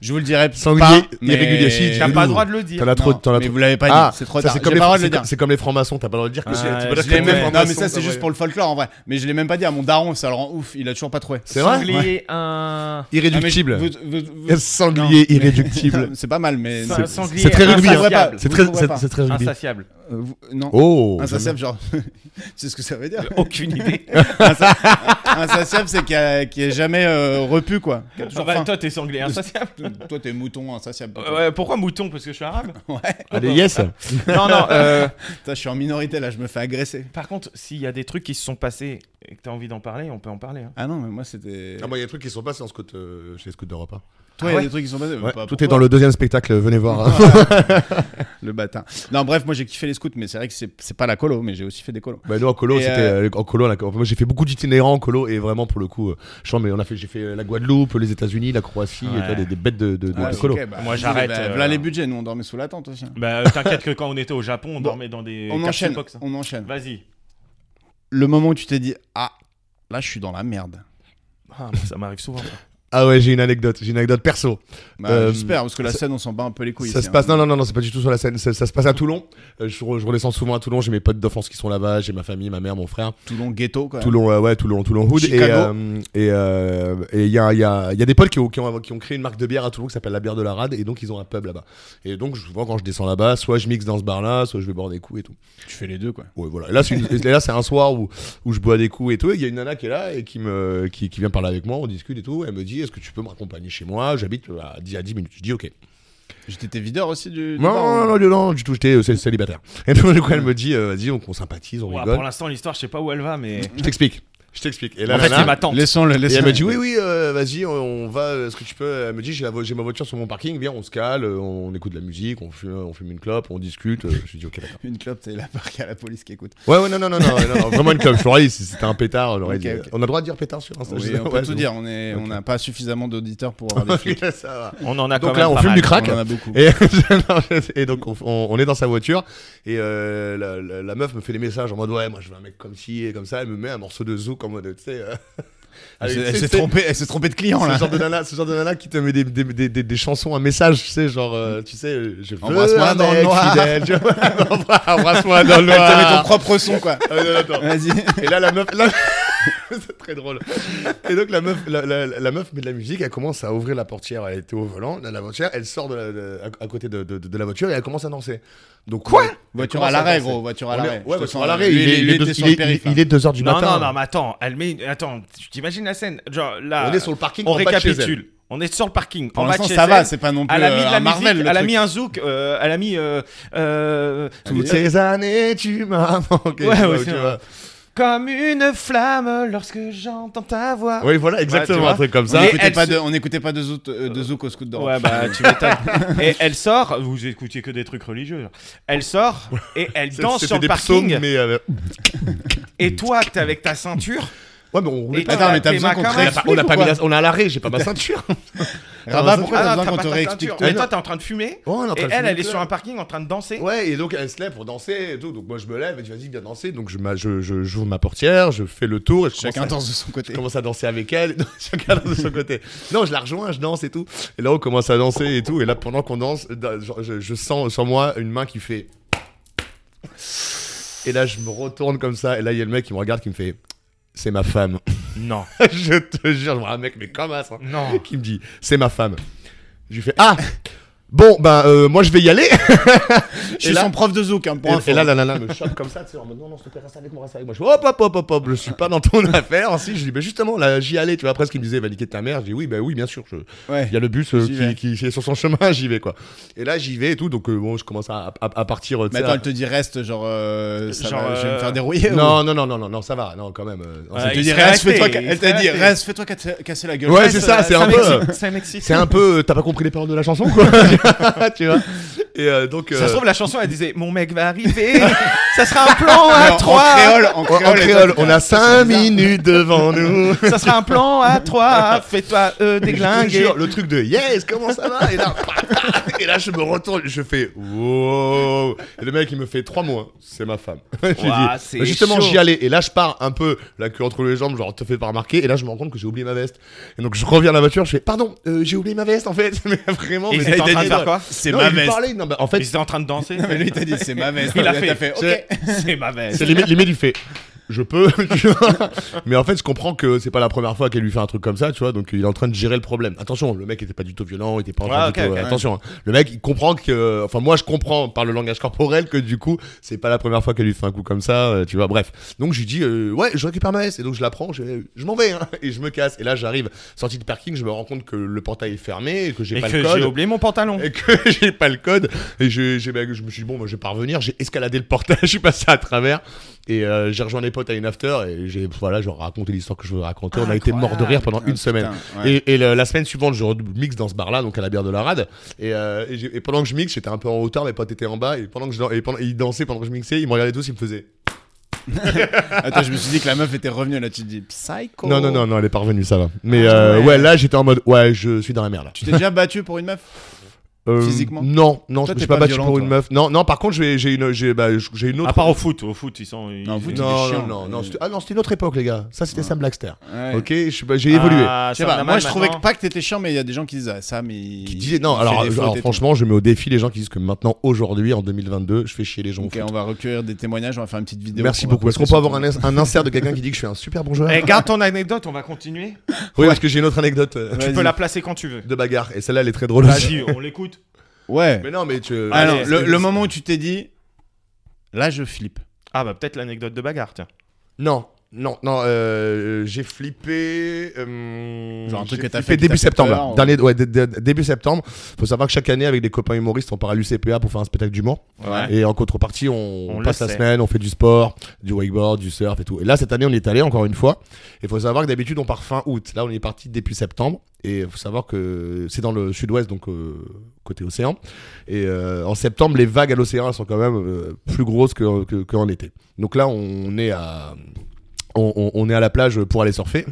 S4: Je vous le dirai
S5: Sanglier
S4: pas. mais-
S5: irrégulier, si,
S3: T'as
S5: Mais
S3: pas
S5: nous,
S3: le droit de le
S5: T'en
S3: dire.
S5: as trop.
S4: Non,
S5: t'en as
S4: mais
S5: trop-
S4: vous l'avez pas
S5: Ah,
S4: dit, c'est trop
S5: ça,
S4: tard.
S5: c'est
S4: J'ai pas
S5: comme les
S4: le droit de le
S5: c'est
S4: dire.
S5: comme- c'est comme les francs-maçons, t'as pas le droit de dire que
S3: Ah,
S5: c'est- t'as pas le
S3: je
S5: droit de
S3: l'ai
S5: dire que
S3: même-
S5: les
S4: Non, mais
S5: francs-maçons,
S4: ça c'est
S5: t'as
S4: juste
S5: pas-
S4: pour le folklore en vrai. Mais je l'ai même pas dit à mon daron, ça le rend ouf, il a toujours pas trouvé.
S5: C'est vrai
S3: Sanglier un.
S5: Irréductible.
S4: Ah, mais je- vous- vous- vous-
S5: Sanglier
S4: Non, mais-
S5: irréductible.
S4: C'est pas mal, mais.
S3: Sa- sanglier
S5: C'est très rugby, hein.
S4: pas.
S3: insatiable.
S5: C'est très
S4: Ah, Vous trouverez
S5: c'est-
S4: pas.
S5: c'est très rugby.
S3: Insatiable.
S4: Euh, vous- non.
S5: Oh
S4: Insatiable, genre. c'est ce que ça veut dire.
S3: Aucune idée.
S4: Insa- insatiable, c'est qui a- qui est jamais euh, repu, quoi. Qui a toujours
S3: Bah,
S4: faim.
S3: toi, t'es sanglé, insatiable.
S4: Toi- Toi, t'es mouton insatiable.
S3: Euh, ouais, pourquoi mouton Parce que je suis arabe
S5: Allez, yes
S3: Non, non. euh,
S4: Putain, je suis en minorité là, je me fais agresser.
S3: par contre, s'il y a des trucs qui se sont passés et que t'as envie d'en parler, on peut en parler. hein.
S4: Ah non, mais moi c'était.
S5: Ah, moi, il y a des trucs qui sont passés en scout, euh, chez Scout d'Europe. hein.
S4: Toi, il y a
S3: ouais.
S4: des trucs qui sont passés. mais pas
S5: Tout
S4: pourquoi.
S5: est dans le deuxième spectacle, venez voir. hein.
S4: Le bâtard. Non, bref, moi j'ai kiffé les scouts, mais c'est vrai que c'est c'est pas la colo, mais j'ai aussi fait des colos.
S5: Bah nous en colo,
S4: Et,
S5: c'était
S4: euh,
S5: euh, en colo. là, moi j'ai fait beaucoup d'itinérants en colo et vraiment pour le coup, euh, je sens, mais on a fait, j'ai fait la Guadeloupe, les États-Unis, la Croatie,
S3: Ouais.
S5: et là, des, des bêtes de, de, de- de
S4: Ah,
S5: colo.
S4: ok, bah,
S3: Moi,
S4: écoutez,
S3: j'arrête,
S4: bah,
S3: euh,
S4: voilà les budgets, nous on dormait sous la tente aussi. hein.
S3: Bah, euh, t'inquiète que quand on était au Japon, on
S4: Bon,
S3: dormait dans des
S4: on
S3: capsules
S4: enchaîne.
S3: box.
S4: On enchaîne.
S3: Vas-y.
S4: Le moment où tu t'es dit ah là je suis dans la merde.
S3: Ah, moi, ça m'arrive souvent. ça.
S5: Ah ouais, j'ai une anecdote, j'ai une anecdote perso.
S4: Bah,
S5: Euh,
S4: J'espère parce que la
S5: ça-
S4: scène on s'en bat un peu les couilles.
S5: ça
S4: ici,
S5: se
S4: hein.
S5: passe, non, non, non, non, c'est pas du tout sur la scène, ça, ça se passe à Toulon. Euh, je, re- je redescends souvent à Toulon, j'ai mes potes d'enfance qui sont là-bas, j'ai ma famille, ma mère, mon frère.
S4: Toulon ghetto quoi.
S5: Toulon, euh, ouais, Toulon, Toulon Hood. Et
S4: Chicago.
S5: euh, et euh, et il y, a, il y, a, il y a des potes qui ont, qui, ont, qui ont créé une marque de bière à Toulon qui s'appelle la bière de la rade. Et donc, ils ont un pub là-bas. Et donc, je vois quand je descends là-bas, soit je mixe dans ce bar-là, soit je vais boire des coups et tout.
S4: Tu fais les deux quoi.
S5: Ouais, voilà. Et Là, c'est une- et là, c'est un soir où, où je bois des coups et tout. et Il y a une nana qui est là et qui, me, qui, qui vient parler avec moi. On discute et tout. Elle me dit Est-ce que tu peux me raccompagner chez moi J'habite à 10 à 10 minutes. Je dis Ok.
S4: J'étais videur aussi du. du
S5: Non,
S4: bar,
S5: non,
S4: hein.
S5: non, non, non, du tout. J'étais euh, cé- célibataire. Et donc, du coup, elle me dit euh, Vas-y, on, on sympathise, on
S3: Ouah,
S5: rigole.
S3: pour l'instant, l'histoire, je sais pas où elle va, mais.
S5: Je t'explique. Je t'explique. Et la
S3: en fait,
S5: nana-
S3: c'est ma tante.
S4: Laissons le.
S5: et
S4: Laissons
S5: elle me dit oui oui euh, vas-y on, on va euh, est-ce que tu peux elle me dit j'ai la vo- j'ai ma voiture sur mon parking viens on se cale euh, on, écoute de la musique on fume, on fume une clope on discute euh, je lui dis ok d'accord
S4: Une clope, t'es là par qu'il y a la police qui écoute.
S5: ouais ouais non non non non, non, non, vraiment une clope je leur ai dit, si c'était un pétard j'aurais
S4: Ok,
S5: dit
S4: ok.
S5: on a le droit de dire pétard sur Insta
S4: Oui,
S5: je sais
S4: on
S5: pas,
S4: peut
S5: ouais,
S4: tout
S5: c'est
S4: dire, on est- on
S5: Ok.
S4: n'a pas suffisamment d'auditeurs pour avoir des flics.
S5: bon. ça va
S3: On en a
S5: donc
S3: quand
S5: là
S3: même
S5: on
S3: pas
S5: fume
S3: mal.
S5: du crack
S4: on en a beaucoup.
S5: et, non, je- et donc on, on- on est dans sa voiture et euh, la, la- la meuf me fait des messages en mode ouais moi je veux un mec comme ci et comme ça elle me met un morceau de zouk en mode tu sais euh,
S4: Elle s'est-
S5: avec- tu sais,
S4: elle s'est
S5: c'est-
S4: trompée, elle s'est trompée de client
S5: ce
S4: là.
S5: genre de nana ce genre de nana qui te met des, des, des, des, des chansons un message tu sais genre euh, tu sais euh, je veux
S4: Embrasse-moi
S5: un
S4: dans le
S5: mec
S4: noir.
S5: fidèle, tu vois. embrasse-moi dans le
S4: Elle te met ton
S5: noir
S4: propre son quoi.
S5: Ah, non, attends.
S4: Vas-y.
S5: et là la meuf là- c'est très drôle et donc la meuf la, la, la meuf met de la musique elle commence à ouvrir la portière elle était au volant la, la portière elle sort de la- de- à, à côté de, de, de la voiture et elle commence à danser donc quoi
S4: Voiture à l'arrêt, gros, voiture à l'arrêt. Je te
S5: ouais voiture
S4: sens-
S5: à l'arrêt
S4: lui,
S5: il est-
S4: lui,
S5: il est
S4: était
S5: deux-
S4: sur
S5: il
S4: le
S5: est-
S4: périph', hein.
S5: il est 2h du
S3: Non,
S5: matin
S3: non, non, mais attends, elle met. Attends, tu t'imagines la scène Genre là.
S5: on est sur le parking
S3: on
S5: en bas de chez elle.
S3: récapitule. On est sur le parking.
S4: Pour
S3: en bas de
S4: l'instant,
S3: chez
S4: ça va,
S3: elle.
S4: c'est pas non plus
S3: Elle a mis de
S4: euh,
S3: la
S4: un Marvel.
S3: musique,
S4: le
S3: elle a
S4: truc.
S3: mis un zouk, euh, elle a mis. euh, euh,
S5: toutes ces années tu m'as manqué
S3: Ouais,
S5: tu vois,
S3: ouais,
S5: tu
S3: c'est
S5: vois.
S3: Comme une flamme lorsque j'entends ta voix.
S5: Oui, voilà, exactement,
S3: tu vois.
S5: un truc comme
S4: On
S5: ça.
S3: Et
S4: n'écoutait
S3: elle
S4: pas,
S3: se-
S4: de- on n'écoutait pas de Zouk, euh, de Zouk au scout d'or.
S3: Ouais, bah tu m'étonnes. et elle sort, vous écoutiez que des trucs religieux. là. Elle sort et elle
S5: C'est-
S3: danse
S5: c'était
S3: sur le
S5: des
S3: parking.
S5: psaumes, mais, euh,
S3: Et toi, t'es avec ta ceinture.
S5: Ouais, mais on roulait
S3: Et
S5: pas.
S4: Attends, mais t'as
S3: t'es
S4: besoin qu'on
S3: macaron.
S4: te réexplique
S5: On a
S4: ou
S5: pas mis
S4: quoi
S5: la- on a l'arrêt, j'ai pas ma ceinture. bah,
S4: Rabat, pourquoi
S3: Ah,
S4: t'as
S3: non,
S4: besoin
S3: t'as
S4: qu'on
S3: pas
S4: te
S3: ta
S4: réexplique
S3: ceinture. Mais toi, t'es en train de fumer.
S5: Ouais, Oh, on est en train
S3: Et
S5: de
S3: elle,
S5: fumer
S3: elle est
S5: plein.
S3: sur un parking en train de danser.
S5: Ouais, et donc elle se lève pour danser et tout. Donc moi je me lève et dis vas-y, viens danser. Donc je m'a- je- je- j'ouvre ma portière, je fais le tour et je
S4: Chacun
S5: commence à-
S4: danse de son côté.
S5: je commence à danser avec elle, chacun de son côté. Non, je la rejoins, je danse et tout. Et là, on commence à danser et tout. Et là, pendant qu'on danse, da- genre, je, je sens sur moi une main qui fait. Et là, je me retourne comme ça. Et là, il y a le mec qui me regarde qui me fait C'est ma femme.
S3: Non,
S5: je te jure, je vois un mec, mais comme as, hein,
S3: non.
S5: qui me dit C'est ma femme. Je lui fais Ah Bon, ben, euh, moi, je vais y aller.
S4: Je
S5: Et
S4: suis
S5: là-
S4: son prof de Zouk, hein, pour
S5: Et,
S4: info.
S5: et là, la nana me chope comme ça, tu sais, en mode non, non, s'il te plaît, reste avec moi, reste avec moi. Je fais hop, hop, hop, hop, hop, je suis pas dans ton affaire. Ensuite, je dis, mais justement, là, j'y allais, tu vois. Après, ce qu'il me disait, va niquer ta mère. Je dis, oui, bah oui, bien sûr. je-
S4: Ouais.
S5: Il y a le bus euh,
S4: J'y vais.
S5: qui, qui- qui est sur son chemin, j'y vais, quoi. Et là, j'y vais et tout, donc euh, bon, je commence à, à- à partir. euh, tu
S4: Mais
S5: sais,
S4: attends,
S5: à-
S4: elle te dit reste, genre, euh, ça
S3: Genre,
S4: va, je vais me
S3: euh,
S4: faire dérouiller. ou-
S5: non, non, non, non, non, non, ça va, non, quand même. euh, non,
S3: Ouais,
S5: c'est-
S4: Elle te
S3: il
S4: dit
S3: serait
S4: reste,
S3: resté,
S4: fais-toi
S3: il
S4: ca- elle
S3: serait
S4: t'a dit
S3: resté.
S4: reste, fais-toi ca- casser la gueule.
S5: Ouais, c'est ça, c'est un peu,
S3: m'excite, Ça m'excite.
S5: C'est un peu, euh, t'as pas compris les paroles de la chanson, quoi. tu vois. Et euh, donc.
S3: Ça
S5: euh,
S3: se trouve, la chanson, elle disait Mon mec va arriver, ça sera un plan
S4: Mais en-
S3: à
S4: en
S3: 3.
S4: créole, en
S5: en- en
S4: créole, elle t'a
S5: créole,
S4: dit,
S5: on a
S4: ça,
S5: 5
S4: c'est bizarre.
S5: minutes devant nous.
S3: Ça sera un plan à 3. Fais-toi euh,
S5: Je te
S3: déglinguer.
S5: jure, le truc de yes, comment ça va et là, et là, je me retourne, je fais wow. Et le mec, il me fait trois mots. hein. C'est ma femme. Je lui dis,
S3: Ouah, c'est
S5: bah, justement,
S3: chaud.
S5: j'y allais. Et là, je pars un peu la queue entre les jambes, genre, te fais pas remarquer. Et là, je me rends compte que j'ai oublié ma veste. Et donc, je reviens à la voiture, je fais pardon, euh, j'ai oublié ma veste en fait. Mais vraiment,
S3: Et
S5: mais
S3: ils étaient en
S5: il a
S3: train
S5: dit,
S3: de faire
S5: ouais.
S3: quoi
S4: C'est
S5: Non,
S4: ma
S5: il me
S4: veste.
S5: parlait, non, bah, en
S3: Ils
S5: fait,
S3: étaient en train de danser.
S4: Mais lui, il t'a dit c'est ma veste.
S3: Il a
S4: Là,
S3: fait,
S4: t'as fait ok.
S3: C'est ma veste.
S5: c'est limite, limite, il fait je peux, tu vois. Mais en fait, je comprends que c'est pas la première fois qu'elle lui fait un truc comme ça, tu vois. Donc, il est en train de gérer le problème. Attention, le mec était pas du tout violent, il était pas en
S4: Ouais,
S5: train de
S4: ok,
S5: tout-
S4: ok, ouais.
S5: Attention, hein. le mec, il comprend que. Enfin, moi, je comprends par le langage corporel que du coup, c'est pas la première fois qu'elle lui fait un coup comme ça, euh, tu vois. Bref. Donc, je lui dis, euh, ouais, je récupère ma S. Et donc, je la prends, je, je m'en vais, hein. Et je me casse. Et là, j'arrive, sorti de parking, je me rends compte que le portail est fermé, et que j'ai
S3: Et
S5: pas
S3: que
S5: le
S3: j'ai
S5: code
S3: oublié mon pantalon.
S5: et que j'ai pas le code et je, j'ai- bah, je me suis dit bon moi je vais pas revenir j'ai escaladé le portail je suis passé à travers et euh, j'ai rejoint les potes à une after et j'ai voilà je leur ai raconté l'histoire que je voulais raconter on a été mort de rire pendant une semaine
S4: Ah,
S5: et, et le- la semaine suivante je mixe dans ce bar là donc à la bière de la rade et, euh, et j'ai- et pendant que je mixe j'étais un peu en hauteur mes potes étaient en bas et pendant que je dan- et pendant- et ils dansaient pendant que je mixais ils me regardaient tous ils me faisaient
S4: Attends, je me suis dit que la meuf était revenue là, tu te dis psycho.
S5: non non non non elle est pas revenue ça va mais
S4: Ah,
S5: euh,
S4: ouais.
S5: ouais là j'étais en mode ouais je suis dans la merde là
S4: Tu t'es déjà battu pour une meuf
S5: Euh,
S4: Physiquement
S5: non non
S4: Toi,
S5: je me
S4: t'es
S5: suis pas
S4: pas
S5: battu
S4: violent,
S5: pour une
S4: toi.
S5: meuf non non par contre j'ai j'ai une j'ai bah, j'ai une autre
S3: À part au foot, au foot, ils sont.
S4: Non, au foot, ils-
S3: ils...
S4: était
S5: Non, non,
S4: chiant.
S5: non, non,
S4: Euh,
S5: c'était- Ah non, c'était une autre époque, les gars. Ça, c'était Sam Blackster.
S4: Ah. Ouais.
S5: Ok, je suis pas- j'ai évolué.
S3: Ah,
S4: Je sais
S3: Sam
S4: pas,
S3: Laman,
S4: moi je trouvais que
S3: maintenant.
S4: pas que t'étais chiant, mais il y a des gens qui disent ah, ça, mais.
S5: Qui disait- non, alors, alors, franchement, je mets au défi les gens qui disent que maintenant, aujourd'hui, en 2022, je fais chier les gens. au
S4: Ok,
S5: foot.
S4: on va recueillir des témoignages, on va faire une petite vidéo.
S5: Merci
S4: qu'on va
S5: beaucoup. Est-ce qu'on
S4: poster
S5: peut
S4: sur
S5: avoir un,
S4: Twitter.
S5: ins- un insert de quelqu'un qui dit que je suis un super bon joueur
S3: Eh, garde ton anecdote, on va continuer.
S5: Oui, parce que j'ai une autre anecdote euh,
S3: Tu peux la placer quand tu veux.
S5: de bagarre et celle-là, elle est très drôle aussi.
S3: Vas-y, on l'écoute.
S4: Ouais.
S5: Mais non, mais tu.
S4: Ah non,
S3: Allez,
S4: le, le moment où tu t'es dit, là je flippe.
S3: Ah bah peut-être l'anecdote de bagarre, tiens.
S5: Non, non, non, euh, j'ai flippé. euh,
S4: Genre un truc
S5: j'ai
S4: que t'as
S5: flippé
S4: fait qui t'a
S5: début
S4: fait
S5: septembre.
S4: peur,
S5: là.
S4: ou-
S5: Dernier, ouais, dé- dé- début septembre. Faut savoir que chaque année, avec des copains humoristes, on part à l'UCPA pour faire un spectacle d'humour.
S3: Ouais.
S5: Et en contrepartie, on,
S3: On le
S5: passe la
S3: sait.
S5: semaine, on fait du sport, du wakeboard, du surf et tout. Et là, cette année, on y est allé encore une fois. Et faut savoir que d'habitude, on part fin août. Là, on est parti depuis septembre. Et faut savoir que c'est dans le sud-ouest, donc euh, côté océan. Et euh, en septembre, les vagues à l'océan elles sont quand même euh, plus grosses qu'en que, qu'en été. Donc là, on est à, on, on- on est à la plage pour aller surfer.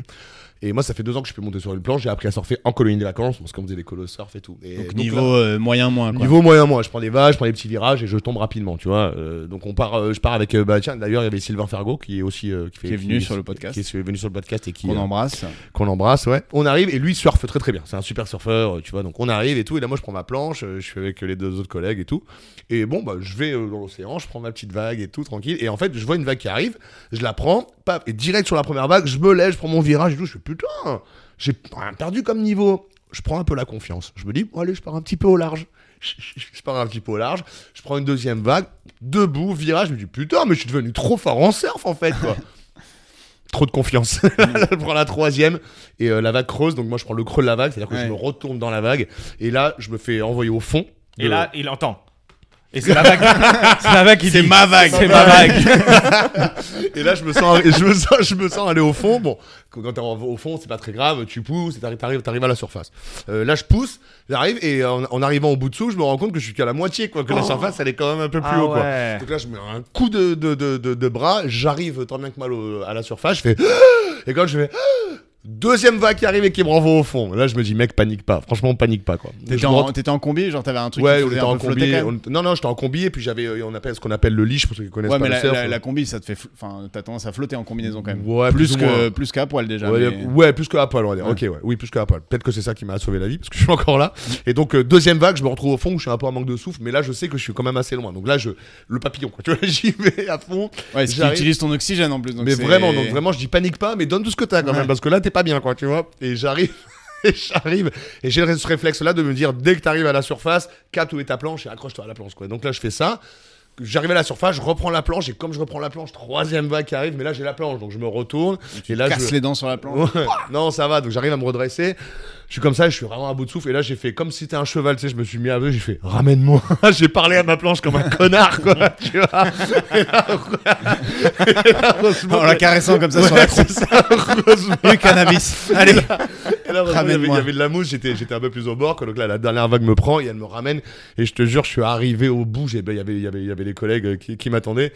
S5: Et moi, ça fait deux ans que je peux monter sur une planche. J'ai appris à surfer en colonie des vacances, parce qu'on faisait des colos surf et tout. Et
S4: Donc,
S5: donc là-
S4: niveau euh, moyen moins. Quoi.
S5: Niveau moyen, moi, je prends les vagues, je prends les petits virages et je tombe rapidement, tu vois. Euh, donc on part, euh, je pars avec. euh, bah tiens, d'ailleurs il y avait Sylvain Fargo qui est aussi euh, fait-
S4: Qui est venu sur le podcast.
S5: qui est venu sur le podcast et qui
S4: qu'on
S5: euh,
S4: embrasse.
S5: qu'on embrasse, ouais. On arrive et lui surfe très très bien. C'est un super surfeur, euh, tu vois. Donc on arrive et tout. Et là moi je prends ma planche, euh, je suis avec euh, les deux autres collègues et tout. Et bon bah je vais euh, dans l'océan, je prends ma petite vague et tout tranquille. Et en fait je vois une vague qui arrive, je la prends, paf, et direct sur la première vague, je me lève, je prends mon virage et tout. Je fais putain, j'ai perdu comme niveau. Je prends un peu la confiance. Je me dis bon, allez je pars un petit peu au large. Je- je je pars un petit peu au large, je prends une deuxième vague, debout, virage, je me dis putain, mais je suis devenu trop fort en surf en fait quoi. trop de confiance. Là, je prends la troisième et euh, la vague creuse, donc moi je prends le creux de la vague, c'est-à-dire que
S4: Ouais.
S5: je me retourne dans la vague et là je me fais envoyer au fond.
S3: Et
S5: de-
S3: là, il entend. Et c'est la vague. c'est la vague qui dit.
S4: ma vague.
S3: C'est ma vague.
S5: et là je me sens, et je me sens, je me sens aller au fond. Bon, quand t'es en- au fond, c'est pas très grave, tu pousses, et t'arrives, t'arrives, t'arrives à la surface. Euh, là je pousse, j'arrive et en, en arrivant au bout dessous, je me rends compte que je suis qu'à la moitié, quoi, que la surface elle est quand même un peu plus haut, quoi.
S3: Ah ouais.
S5: Donc là, je mets un coup de, de, de, de- de bras, j'arrive tant bien que mal au- à la surface, je fais. Et quand je fais. Deuxième vague qui arrive et qui me renvoie au fond. Là, je me dis, mec, panique pas. Franchement, panique pas, quoi.
S4: T'étais
S5: Je me
S4: en,
S5: retourne-
S4: t'étais en combi, genre t'avais un truc.
S5: Ouais,
S4: qui
S5: on
S4: te
S5: était
S4: faisait un
S5: en
S4: peu flotter,
S5: combi.
S4: quand même
S5: on- Non, non, j'étais en combi et puis j'avais, euh, on appelle ce qu'on appelle le leash pour ceux qui connaissent
S4: Ouais,
S5: pas
S4: mais
S5: le
S4: la,
S5: surf.
S4: la- la combi, ça te fait. fl- Enfin, t'as tendance à flotter en combinaison quand même.
S5: Ouais, plus
S4: plus
S5: ou moins.
S4: que plus qu'à poil déjà.
S5: Ouais,
S4: mais-
S5: ouais, plus que à poil, on va dire.
S4: Ouais.
S5: Ok, ouais, oui, plus que à poil. Peut-être que c'est ça qui m'a sauvé la vie, parce que je suis encore là. Et donc, euh, deuxième vague, je me retrouve au fond où je suis un peu en manque de souffle, mais là, je sais que je suis quand même assez loin. Donc là, je, le papillon, quoi. Tu vois, j'y vais à fond.
S4: Ouais, si tu
S5: J'arrive.
S4: utilises ton oxygène en plus. donc
S5: mais
S4: c'est-
S5: vraiment, donc vraiment, je dis panique pas, mais donne tout ce que t'as quand même,
S4: Ouais.
S5: parce que là, t'es pas bien, quoi, tu vois. Et j'arrive, et j'arrive, et j'ai le- ce réflexe-là de me dire, dès que t'arrives à la surface, capte où est ta planche et accroche-toi à la planche, quoi. Donc là, je fais ça. J'arrive à la surface, je reprends la planche, et comme je reprends la planche, troisième vague qui arrive, mais là, j'ai la planche, donc je me retourne, et là,
S4: Casse
S5: je.
S4: les dents sur la planche.
S5: Ouais. Non, ça va, donc j'arrive à me redresser. Je suis comme ça, je suis vraiment à bout de souffle. Et là, j'ai fait comme si c'était un cheval, tu sais, je me suis mis à deux, j'ai fait ramène-moi. j'ai parlé à ma planche comme un connard, quoi. tu vois. Et là, et là, heureusement,
S4: En Oh, la caressant comme ça sur la
S5: Ouais,
S4: croupe.
S5: c'est ça, heureusement.
S4: Le cannabis. Allez.
S5: Et là, heureusement, il y avait- il y
S4: Ramène-moi.
S5: avait de la mousse, j'étais, j'étais un peu plus au bord. Quoi. Donc là, la dernière vague me prend et elle me ramène. Et je te jure, je suis arrivé au bout. J'ai, ben, il, y avait, il, y avait, il y avait les collègues euh, qui, qui m'attendaient.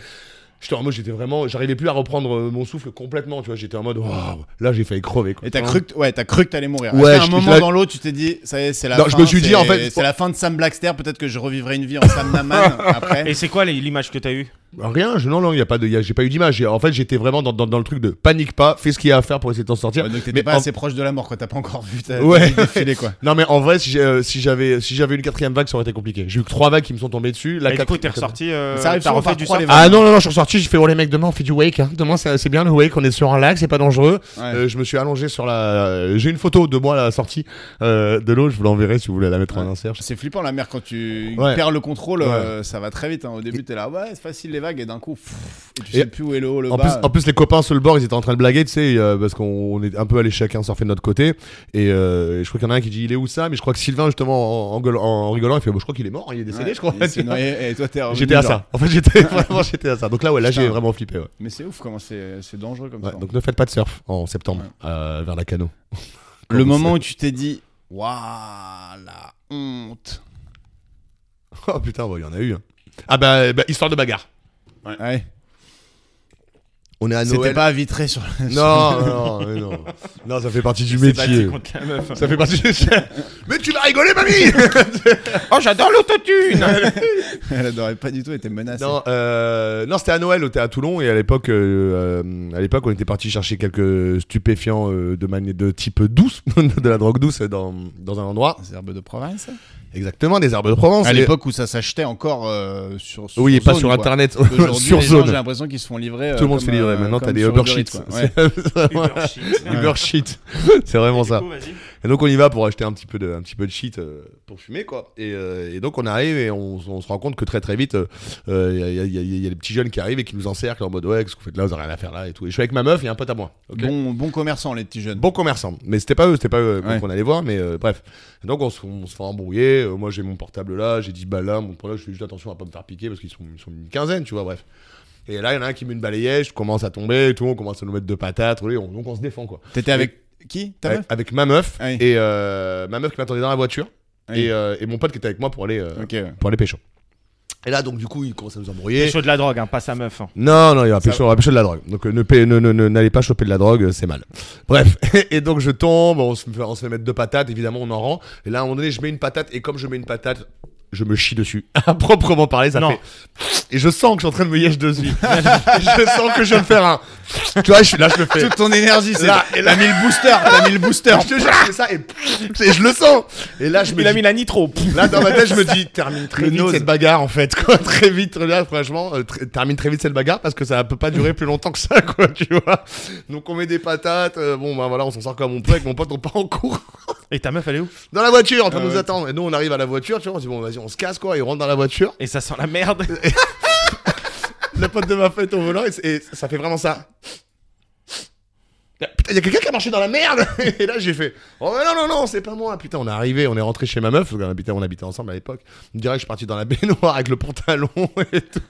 S5: J'étais en mode, j'étais vraiment, j'arrivais plus à reprendre euh, mon souffle complètement. Tu vois, j'étais en mode, waouh, là, j'ai failli crever. Quoi.
S4: Et t'as cru, que- ouais, t'as cru que t'allais mourir.
S5: Ouais,
S4: à
S5: je-
S4: un
S5: je
S4: moment
S5: l'ai-
S4: dans l'eau, tu t'es dit, ça y est, c'est la
S5: Non,
S4: fin.
S5: je me suis dit,
S4: c'est-
S5: en fait,
S4: c'est la fin de Sam Blackster. Peut-être que je revivrai une vie en Sam Naman après.
S3: Et c'est quoi les- l'image que t'as eue
S5: Rien, je, non, non, il y a pas de, il y a- j'ai pas eu d'image. J'ai- En fait, j'étais vraiment dans, dans- dans le truc de panique pas, fais ce qu'il y a à faire pour essayer de t'en sortir.
S4: Ouais, donc t'étais
S5: Mais
S4: pas
S5: en-
S4: assez proche de la mort, quoi. T'as pas encore vu ta
S5: Ouais.
S4: ta vie défiler, quoi.
S5: Non, mais en vrai, si j'ai- euh, si j'avais si j'avais une quatrième vague, ça aurait été compliqué. J'ai eu que trois vagues qui me sont tombées dessus. La
S3: Et Bah, du coup,
S5: quatrième-
S3: t'es ressorti.
S4: Ça
S3: Euh,
S4: arrive
S3: t'as
S4: souvent
S3: refait
S4: par
S3: du
S4: trois,
S3: surf.
S4: les
S5: Ah non, non, non, je suis ressorti, j'ai fait, oh les mecs, demain on fait du wake. Hein. Demain c'est c'est bien le wake, on est sur un lac, c'est pas dangereux.
S4: Ouais.
S5: Euh, je me suis allongé sur la. J'ai une photo de moi à la sortie euh, de l'eau, je vous l'enverrai si vous voulez la mettre en
S4: Ouais.
S5: insert.
S4: C'est flippant la mer quand tu
S5: Ouais.
S4: perds le contrôle,
S5: Ouais.
S4: euh, ça va très vite. hein. Au début, t'es là, ouais, c'est facile les vagues, et d'un coup, pff, et tu
S5: Et-
S4: sais plus où est le haut, le
S5: En plus,
S4: bas.
S5: en plus, les copains sur le bord, ils étaient en train de blaguer, tu sais, euh, parce qu'on on est un peu allés chacun surfer de notre côté. Et euh, je crois qu'il y en a un qui dit il est où ça Mais je crois que Sylvain, justement, en, en gueule- en rigolant, il fait Bon, je crois qu'il est mort, hein, il est décédé,
S4: Ouais.
S5: je crois.
S4: Et c'est noyé, et toi, t'es revenu,
S5: J'étais à
S4: genre.
S5: ça. En fait, j'étais vraiment j'étais à ça. Donc là, ouais, là, j'ai
S4: Putain.
S5: vraiment flippé. ouais.
S4: Mais c'est ouf comment c'est c'est dangereux comme
S5: Ouais,
S4: ça.
S5: donc ne faites pas de surf en septembre euh, vers la cano.
S4: le moment où tu t'es dit, waouh, la honte.
S5: Oh putain, ouais, il y en a eu. hein. Ah bah, bah, histoire de bagarre.
S4: Ouais.
S5: On est à
S4: C'était
S5: Noël.
S4: pas vitré sur le.
S5: Non, non, non, non. Non, ça fait partie du
S3: C'est battu
S5: métier.
S3: contre la meuf.
S5: Ça fait partie du Mais tu vas rigoler, mamie
S3: Oh, j'adore l'autotune
S4: Elle adorait pas du tout, elle était menacée.
S5: Non, euh, non c'était à Noël, on était à Toulon et à l'époque, euh, euh, à l'époque, on était parti chercher quelques stupéfiants euh, de, mani- de type douce, de la drogue douce dans, dans un endroit.
S4: Des herbes de province. ça
S5: Exactement, des herbes de Provence.
S4: À
S5: Et-
S4: l'époque où ça s'achetait encore euh, sur, sur
S5: oui, et pas
S4: zone,
S5: sur
S4: quoi.
S5: internet,
S4: Aujourd'hui,
S5: sur
S4: les gens, J'ai
S5: zone.
S4: l'impression qu'ils se font livrer. euh,
S5: Tout le monde se
S4: comme,
S5: fait livrer.
S4: euh,
S5: Maintenant, t'as
S4: comme
S5: des
S4: sur
S5: Uber
S4: Uber
S5: Sheets.
S4: Eats, quoi. Ouais.
S5: C'est vraiment-
S3: Uber shit.
S5: Uber Sheet. C'est vraiment
S3: Du
S5: ça.
S3: coup, vas-y.
S5: Et donc on y va pour acheter un petit peu de, un petit peu de shit euh, pour fumer quoi. Et, euh, et donc on arrive et on, on se rend compte que très très vite, euh, euh, il y, a- il y a- il y a- il y a les petits jeunes qui arrivent et qui nous encerclent en mode ouais qu'est-ce que vous faites là, vous avez rien à faire là et tout. Et je suis avec ma meuf et un pote à moi. ok
S4: Bon, bon commerçant, les petits jeunes.
S5: Bon commerçant, mais c'était pas eux, c'était pas eux qu'on-
S4: Ouais.
S5: qu'on allait voir, mais euh, bref. Et donc on se, on se fait embrouiller, euh, moi j'ai mon portable là, j'ai dit bah là, mon portable, je fais juste attention à pas me faire piquer parce qu'ils sont, ils sont une quinzaine, tu vois, bref. Et là, il y en a un qui met une balayette, je commence à tomber et tout, on commence à nous mettre de patates, oui, on- donc on se défend quoi
S4: T'étais avec qui ta
S5: avec,
S4: meuf
S5: avec ma meuf
S4: Ah oui.
S5: et euh, ma meuf qui m'attendait dans la voiture
S4: Oui.
S5: et, euh, et mon pote qui était avec moi pour aller euh,
S4: Ok. ouais.
S5: pour aller pécho. Et là donc du coup il commence à nous embrouiller.
S3: Pécho de la drogue, hein, pas sa meuf. hein.
S5: Non non il va
S4: Ça
S5: pécho, il va pécho de la drogue. Donc euh, ne pé- ne- ne- ne- n'allez pas choper de la drogue, euh, c'est mal. Bref et donc je tombe, on se, fait, on se fait mettre deux patates, évidemment on en rend. Et là à un moment donné je mets une patate et comme je mets une patate je me chie dessus. À proprement parler, ça
S3: Non.
S5: fait. Et je sens que je suis en train de me yèche dessus. je sens que je vais me faire un. Tu vois, je suis là, je le fais.
S4: Toute ton énergie, c'est
S5: Là,
S4: là.
S5: et
S4: T'as mis le booster, t'as mis le booster.
S5: Je te jure, je fais ça et, et je le sens. Et là, je me
S3: Il a
S5: dis,
S3: mis la nitro. Pff.
S5: là dans ma tête, je me dis, termine très
S4: Le
S5: vite
S4: nose.
S5: cette bagarre en fait. Quoi. Très vite, très bien, franchement, euh, tr- termine très vite cette bagarre parce que ça peut pas durer plus longtemps que ça, quoi, tu vois. Donc on met des patates. euh, bon, bah voilà, on s'en sort comme on peut avec mon pote, on part en cours
S3: Et ta meuf, elle est où
S5: dans la voiture en train
S4: Ah
S5: de nous
S4: ouais.
S5: attendre. Et nous, on arrive à la voiture, tu vois, on se dit bon, vas-y, on se casse quoi. Et on rentre dans la voiture.
S3: Et ça sent la merde.
S5: Le pote de ma fête au volant et, c- et ça fait vraiment ça. Putain, il y a quelqu'un qui a marché dans la merde Et là, j'ai fait Oh, mais non, non, non, c'est pas moi Putain, on est arrivé, on est rentré chez ma meuf, on habitait, on habitait ensemble à l'époque. On dirait que je suis parti dans la baignoire avec le pantalon et tout.